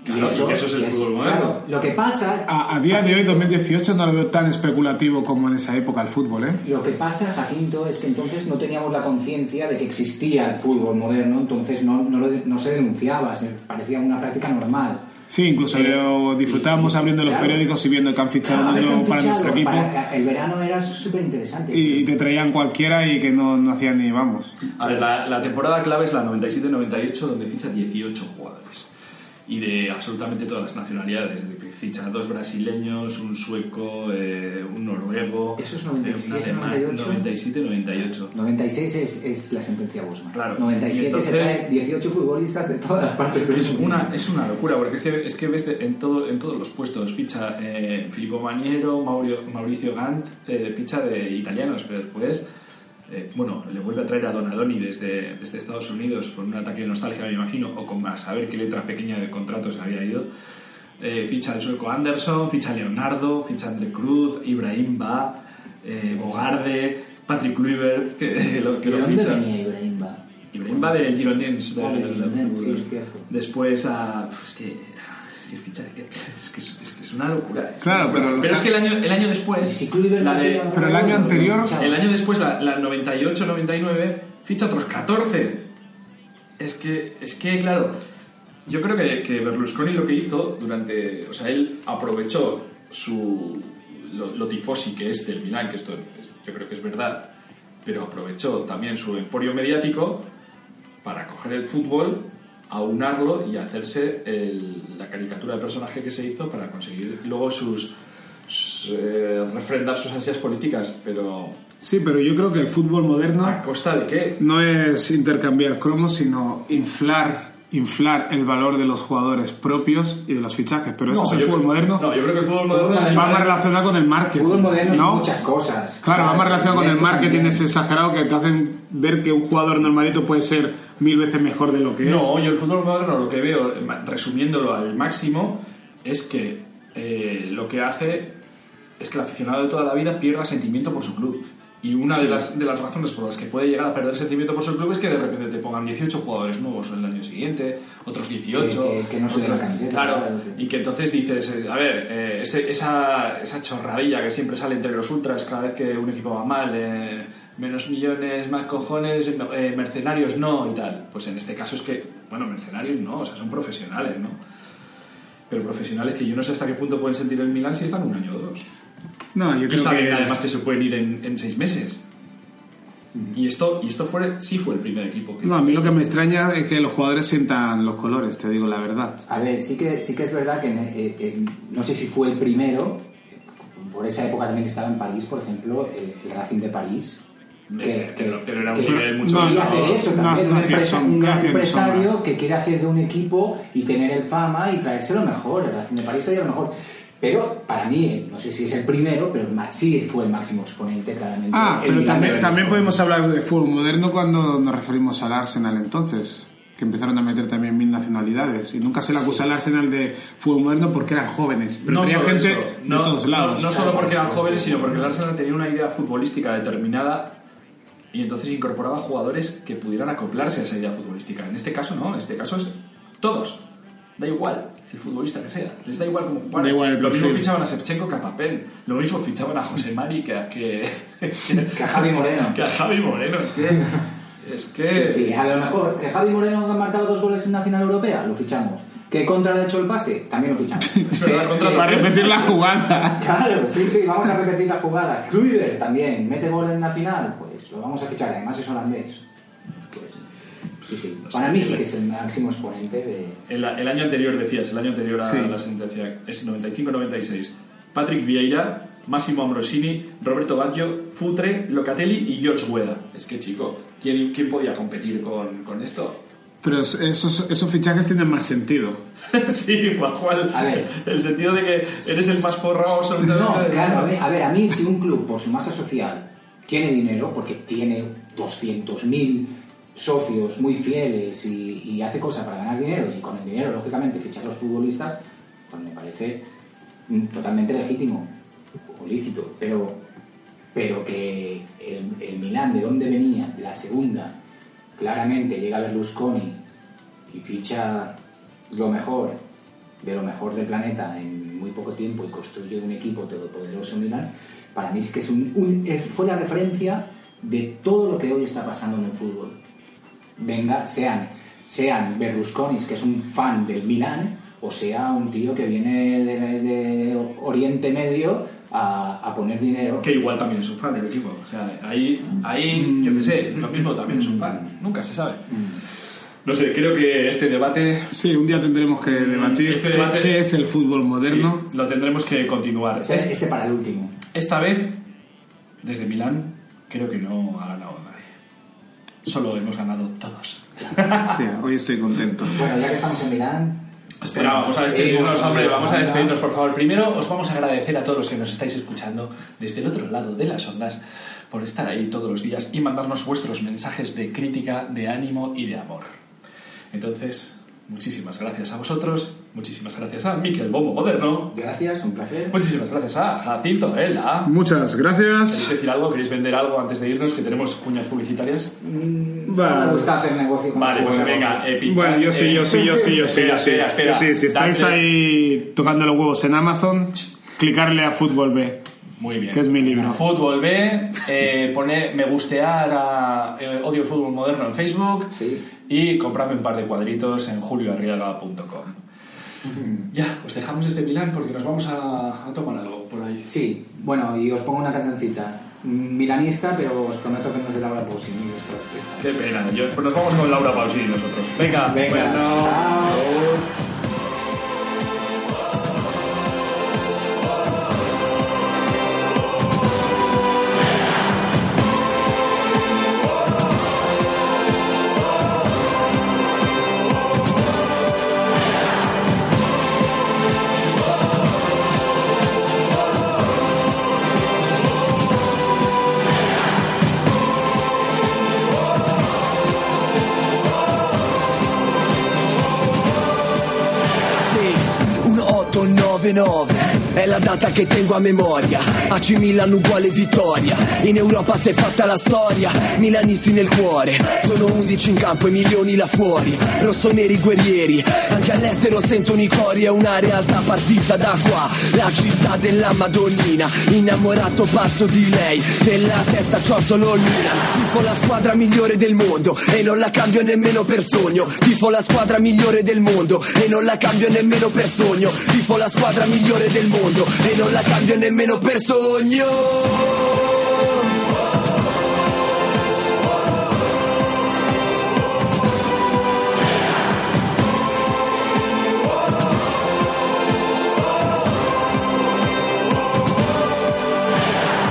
B: Claro, y que eso es el fútbol moderno.
D: Claro, lo que pasa,
C: A, a día de hoy, 2018, no lo veo tan especulativo como en esa época el fútbol, ¿eh?
D: Lo que pasa, Jacinto, es que entonces no teníamos la conciencia de que existía el fútbol moderno, entonces no, no, lo de- no se denunciaba, se parecía una práctica normal.
C: Sí, incluso yo disfrutábamos abriendo los
D: claro.
C: periódicos y viendo que han fichado
D: Ah,
C: uno
D: a ver,
C: nuevo
D: han
C: para
D: fichado,
C: nuestro equipo
D: para- el verano era súper interesante.
C: y, y te traían cualquiera y que no, no hacían ni vamos.
B: A ver, la, la temporada clave es la 97-98, donde ficha 18 jugadores. Y de absolutamente todas las nacionalidades. De que Ficha dos brasileños, un sueco, eh, un noruego.
D: Eso es
B: eh,
D: 97,
B: un alemán.
D: 98.
B: 97-98.
D: 96 es, es la sentencia Bosman.
B: Claro.
D: 97
B: Y entonces-
D: se trae 18 futbolistas de todas las partes del
B: es
D: mundo.
B: una, es una locura, porque es que, es que ves de- en, todo, en todos los puestos. Ficha eh, Filippo Maniero, Maurio- Mauricio Gant, eh, ficha de italianos, pero después, eh, bueno, le vuelve a traer a Donadoni desde, desde Estados Unidos por un ataque de nostalgia, me imagino, o con a saber qué letra pequeña de contratos había ido. Eh, ficha el sueco Anderson, ficha Leonardo, ficha André Cruz, Ibrahim Ba, eh, Bogarde, Patrick Kluivert, que lo, que
D: ¿De
B: lo
D: dónde
B: ficha.
D: venía Ibrahim Ba?
B: Ibrahim va del Girondins. del-
D: Ah, del
B: del-
D: Girondins,
B: del-
D: sí, es cierto.
B: Después a... pf, Es que... es que ficha- es que- Es que es, es que es una locura.
C: Claro, pero los-
B: Pero es que el año, el año después... la de-
C: Pero el año anterior-
B: El año después, la, la 98-99, ficha otros 14. Es que, es que claro, yo creo que, que Berlusconi lo que hizo durante... O sea, él aprovechó su... Lo, lo tifosi que es del Milán, que esto yo creo que es verdad, pero aprovechó también su emporio mediático para coger el fútbol, aunarlo y hacerse el- la caricatura de personaje que se hizo para conseguir luego sus, sus, eh, refrendar sus ansias políticas, pero
C: Sí, pero yo creo que el fútbol moderno...
B: ¿a costa de qué?
C: No es intercambiar cromos, sino inflar inflar el valor de los jugadores propios y de los fichajes. Pero eso
B: No,
C: es el
B: yo-
C: fútbol moderno.
B: No, yo creo que el fútbol moderno es el-
C: va más relacionado con el marketing.
D: Fútbol moderno
C: ¿no?
D: son muchas cosas.
C: Claro, va más relacionado con el
D: Esto
C: marketing
D: también.
C: ese exagerado que te hacen ver que un jugador normalito puede ser mil veces mejor de lo que es.
B: No, yo el fútbol moderno lo que veo, ma- resumiéndolo al máximo, es que eh, lo que hace es que el aficionado de toda la vida pierda sentimiento por su club. Y una de,
C: Sí.
B: las, de las razones por las que puede llegar a perder sentimiento por su club es que de repente te pongan 18 jugadores nuevos el año siguiente, otros 18.
D: Que- que- que no se dé la
B: otros-
D: camiseta,
B: Claro,
D: claro,
B: y que entonces dices, eh, a ver, eh, ese- esa, esa chorradilla que siempre sale entre los ultras cada vez que un equipo va mal, eh, menos millones, más cojones, eh, mercenarios no y tal. Pues en este caso es que, bueno, mercenarios no, o sea, son profesionales, ¿no? Pero profesionales que yo no sé hasta qué punto pueden sentir el Milan si están un año o dos.
C: No, yo
B: y
C: creo
B: saben
C: que...
B: además que se pueden ir en, en seis meses. Y esto, y esto fue, sí fue el primer equipo que
C: No, a mí lo que me extraña es que los jugadores sientan los colores, te digo la verdad.
D: A ver, sí que, sí que es verdad que en- eh, en- no sé si fue el primero, por esa época también estaba en París, por ejemplo, el, el Racing de París.
B: Eh, pero, pero era un
D: que
B: nivel mucho
D: quiere
B: menor.
D: hacer eso también,
C: no
D: un,
C: hacía
D: empresa-
C: sombra,
D: un
C: no hacía ni
D: empresario que quiere hacer de un equipo y tener el fama y traerse lo mejor, el Racing de París traía lo mejor. Pero para mí, eh, no sé si es el primero, pero el ma- sí fue el máximo exponente claramente.
C: Ah,
D: El
B: Eh,
C: pero
D: Milan
C: también,
D: de
C: también
D: Berlusconi.
C: podemos hablar de fútbol moderno cuando nos referimos al Arsenal entonces. que empezaron a meter también mil nacionalidades. Y nunca se le acusa al Arsenal de fútbol moderno porque eran jóvenes. Pero tenía
B: solo
C: gente
B: eso,
C: de
B: no-
C: todos lados.
B: No, no solo porque eran jóvenes, sino porque el Arsenal tenía una idea futbolística determinada y entonces incorporaba jugadores que pudieran acoplarse a esa idea futbolística. En este caso no, en este caso es todos. Da igual el futbolista que sea, les da igual cómo jugar.
C: Da igual el
B: lo mismo
C: perfil.
B: fichaban a Shevchenko que a Papel, lo mismo fichaban a José Mari que a, que,
D: Que a Javi Moreno.
B: Que a Javi Moreno, es que... Es que
D: Sí, sí, a lo mejor que Javi Moreno que ha marcado dos goles en la final europea, lo fichamos. Que contra le ha hecho el pase, también lo fichamos. Eh,
C: Pero para repetir la jugada.
D: Claro, sí, sí, vamos a repetir la jugada. Kluivert también, mete gol en la final, pues lo vamos a fichar, además es holandés. Pues, sí, sí. Para mí sí que es el máximo exponente de...
B: El, el año anterior, decías, el año anterior a
D: Sí.
B: la sentencia, es 95-96. Patrick Vieira, Máximo Ambrosini, Roberto Baggio, Futre, Locatelli y George Weda. Es que, chico, ¿quién, quién podía competir con, con esto?
C: Pero es- esos, esos fichajes tienen más sentido.
B: sí, Juan Juan,
D: A ver.
B: el sentido de que eres el más porrado absolutamente.
D: No,
B: del
D: claro, a
B: mundo.
D: ver, a ver, a mí si un club por su masa social tiene dinero, porque tiene 200.000 socios muy fieles y, y hace cosas para ganar dinero, y con el dinero, lógicamente, fichar los futbolistas, pues me parece mm, totalmente legítimo o lícito, pero, pero que el, el Milán, de donde venía, de la segunda, claramente llega Berlusconi y ficha lo mejor de lo mejor del planeta en muy poco tiempo y construye un equipo todopoderoso Milan, para mí es que es un, un- es, fue la referencia de todo lo que hoy está pasando en el fútbol. Venga, sean, sean Berlusconis, que es un fan del Milan, o sea un tío que viene de, de Oriente Medio a, a poner dinero.
B: Que igual también es un fan del equipo. O sea, ahí, ahí yo qué sé, lo mismo también es un fan. Nunca se sabe. No sé, creo que este debate
C: Sí, un día tendremos que debatir
B: Este
C: qué-
B: debate-
C: qué, es el fútbol moderno.
B: sí, lo tendremos que continuar.
D: Ese, ese para el último.
B: Esta vez, desde Milán, creo que no ha ganado nadie. Solo hemos ganado todos.
C: Sí, hoy estoy contento.
D: Bueno, ya que estamos en Milán,
B: Espera, vamos a
D: Sí,
B: despedirnos,
D: vamos a
B: hombre,
D: ver,
B: vamos a
D: anda.
B: despedirnos, por favor. Primero, os vamos a agradecer a todos los que nos estáis escuchando desde el otro lado de las ondas por estar ahí todos los días y mandarnos vuestros mensajes de crítica, de ánimo y de amor. Entonces, muchísimas gracias a vosotros, muchísimas gracias a Miquel Bombo Moderno,
D: gracias, un placer.
B: muchísimas gracias a Jacinto Ela.
C: Muchas
B: ¿Queréis
C: gracias.
B: decir algo? ¿Queréis vender algo antes de irnos? Que tenemos cuñas publicitarias.
D: No me
C: Vale.
D: gusta hacer negocio con
B: Vale,
D: los
B: pues
D: juegos.
B: venga, eh, pincha,
C: Bueno, yo sí,
B: eh,
C: yo sí, yo sí, yo sí.
B: Espera,
C: yo sí.
B: espera, espera.
C: Yo sí, si estáis
B: Dadle-
C: ahí tocando los huevos en Amazon, clicarle a Fútbol B,
B: Muy bien.
C: que es mi libro.
B: Fútbol B, eh, pone me gustear a eh, Odio el Fútbol Moderno en Facebook
D: Sí.
B: y compradme un par de cuadritos en julioarriaga.com. Ya, os dejamos este Milán porque nos vamos a, a tomar algo por ahí.
D: Sí, bueno, y os pongo una cancioncita. Mm, Milanista, pero os prometo que no es de Laura Pausini. y os pro-
B: Qué pena, yo- pues nos vamos con Laura Pausini nosotros. Venga,
D: Venga,
B: bueno.
D: chao.
O: Sì, un 899 è la data che tengo a memoria. AC Milan uguale vittoria. In Europa si è fatta la storia. Milanisti nel cuore, sono 11 in campo e milioni là fuori. Rossoneri guerrieri, anche all'estero sentono i cori. È una realtà partita da qua, la città della Madonnina. Innamorato pazzo di lei, nella testa c'ho solo il Milan. Tifo la squadra migliore del mondo e non la cambio nemmeno per sogno. Tifo la squadra migliore del mondo e non la cambio nemmeno per sogno. Tifo la squadra migliore del mondo e non la cambio nemmeno per sogno.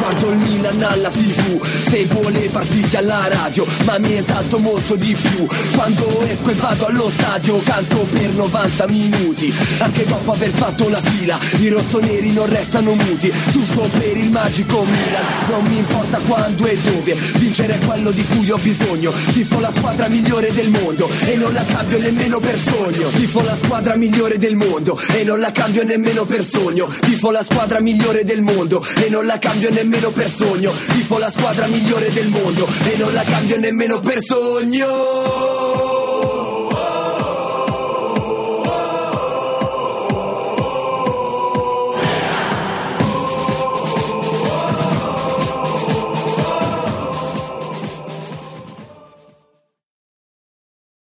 O: Guardo il Milan alla tv Seguo le partite alla radio, ma mi esalto molto di più. Quando esco e vado allo stadio, canto per 90 minuti. Anche dopo aver fatto la fila, i rossoneri non restano muti. Tutto per il magico Milan, non mi importa quando e dove. Vincere è quello di cui ho bisogno. Tifo la squadra migliore del mondo e non la cambio nemmeno per sogno. Tifo la squadra migliore del mondo e non la cambio nemmeno per sogno. Tifo la squadra migliore del mondo e non la cambio nemmeno per sogno. Tifo la squadra migliore del mondo e non la cambio nemmeno per sogno.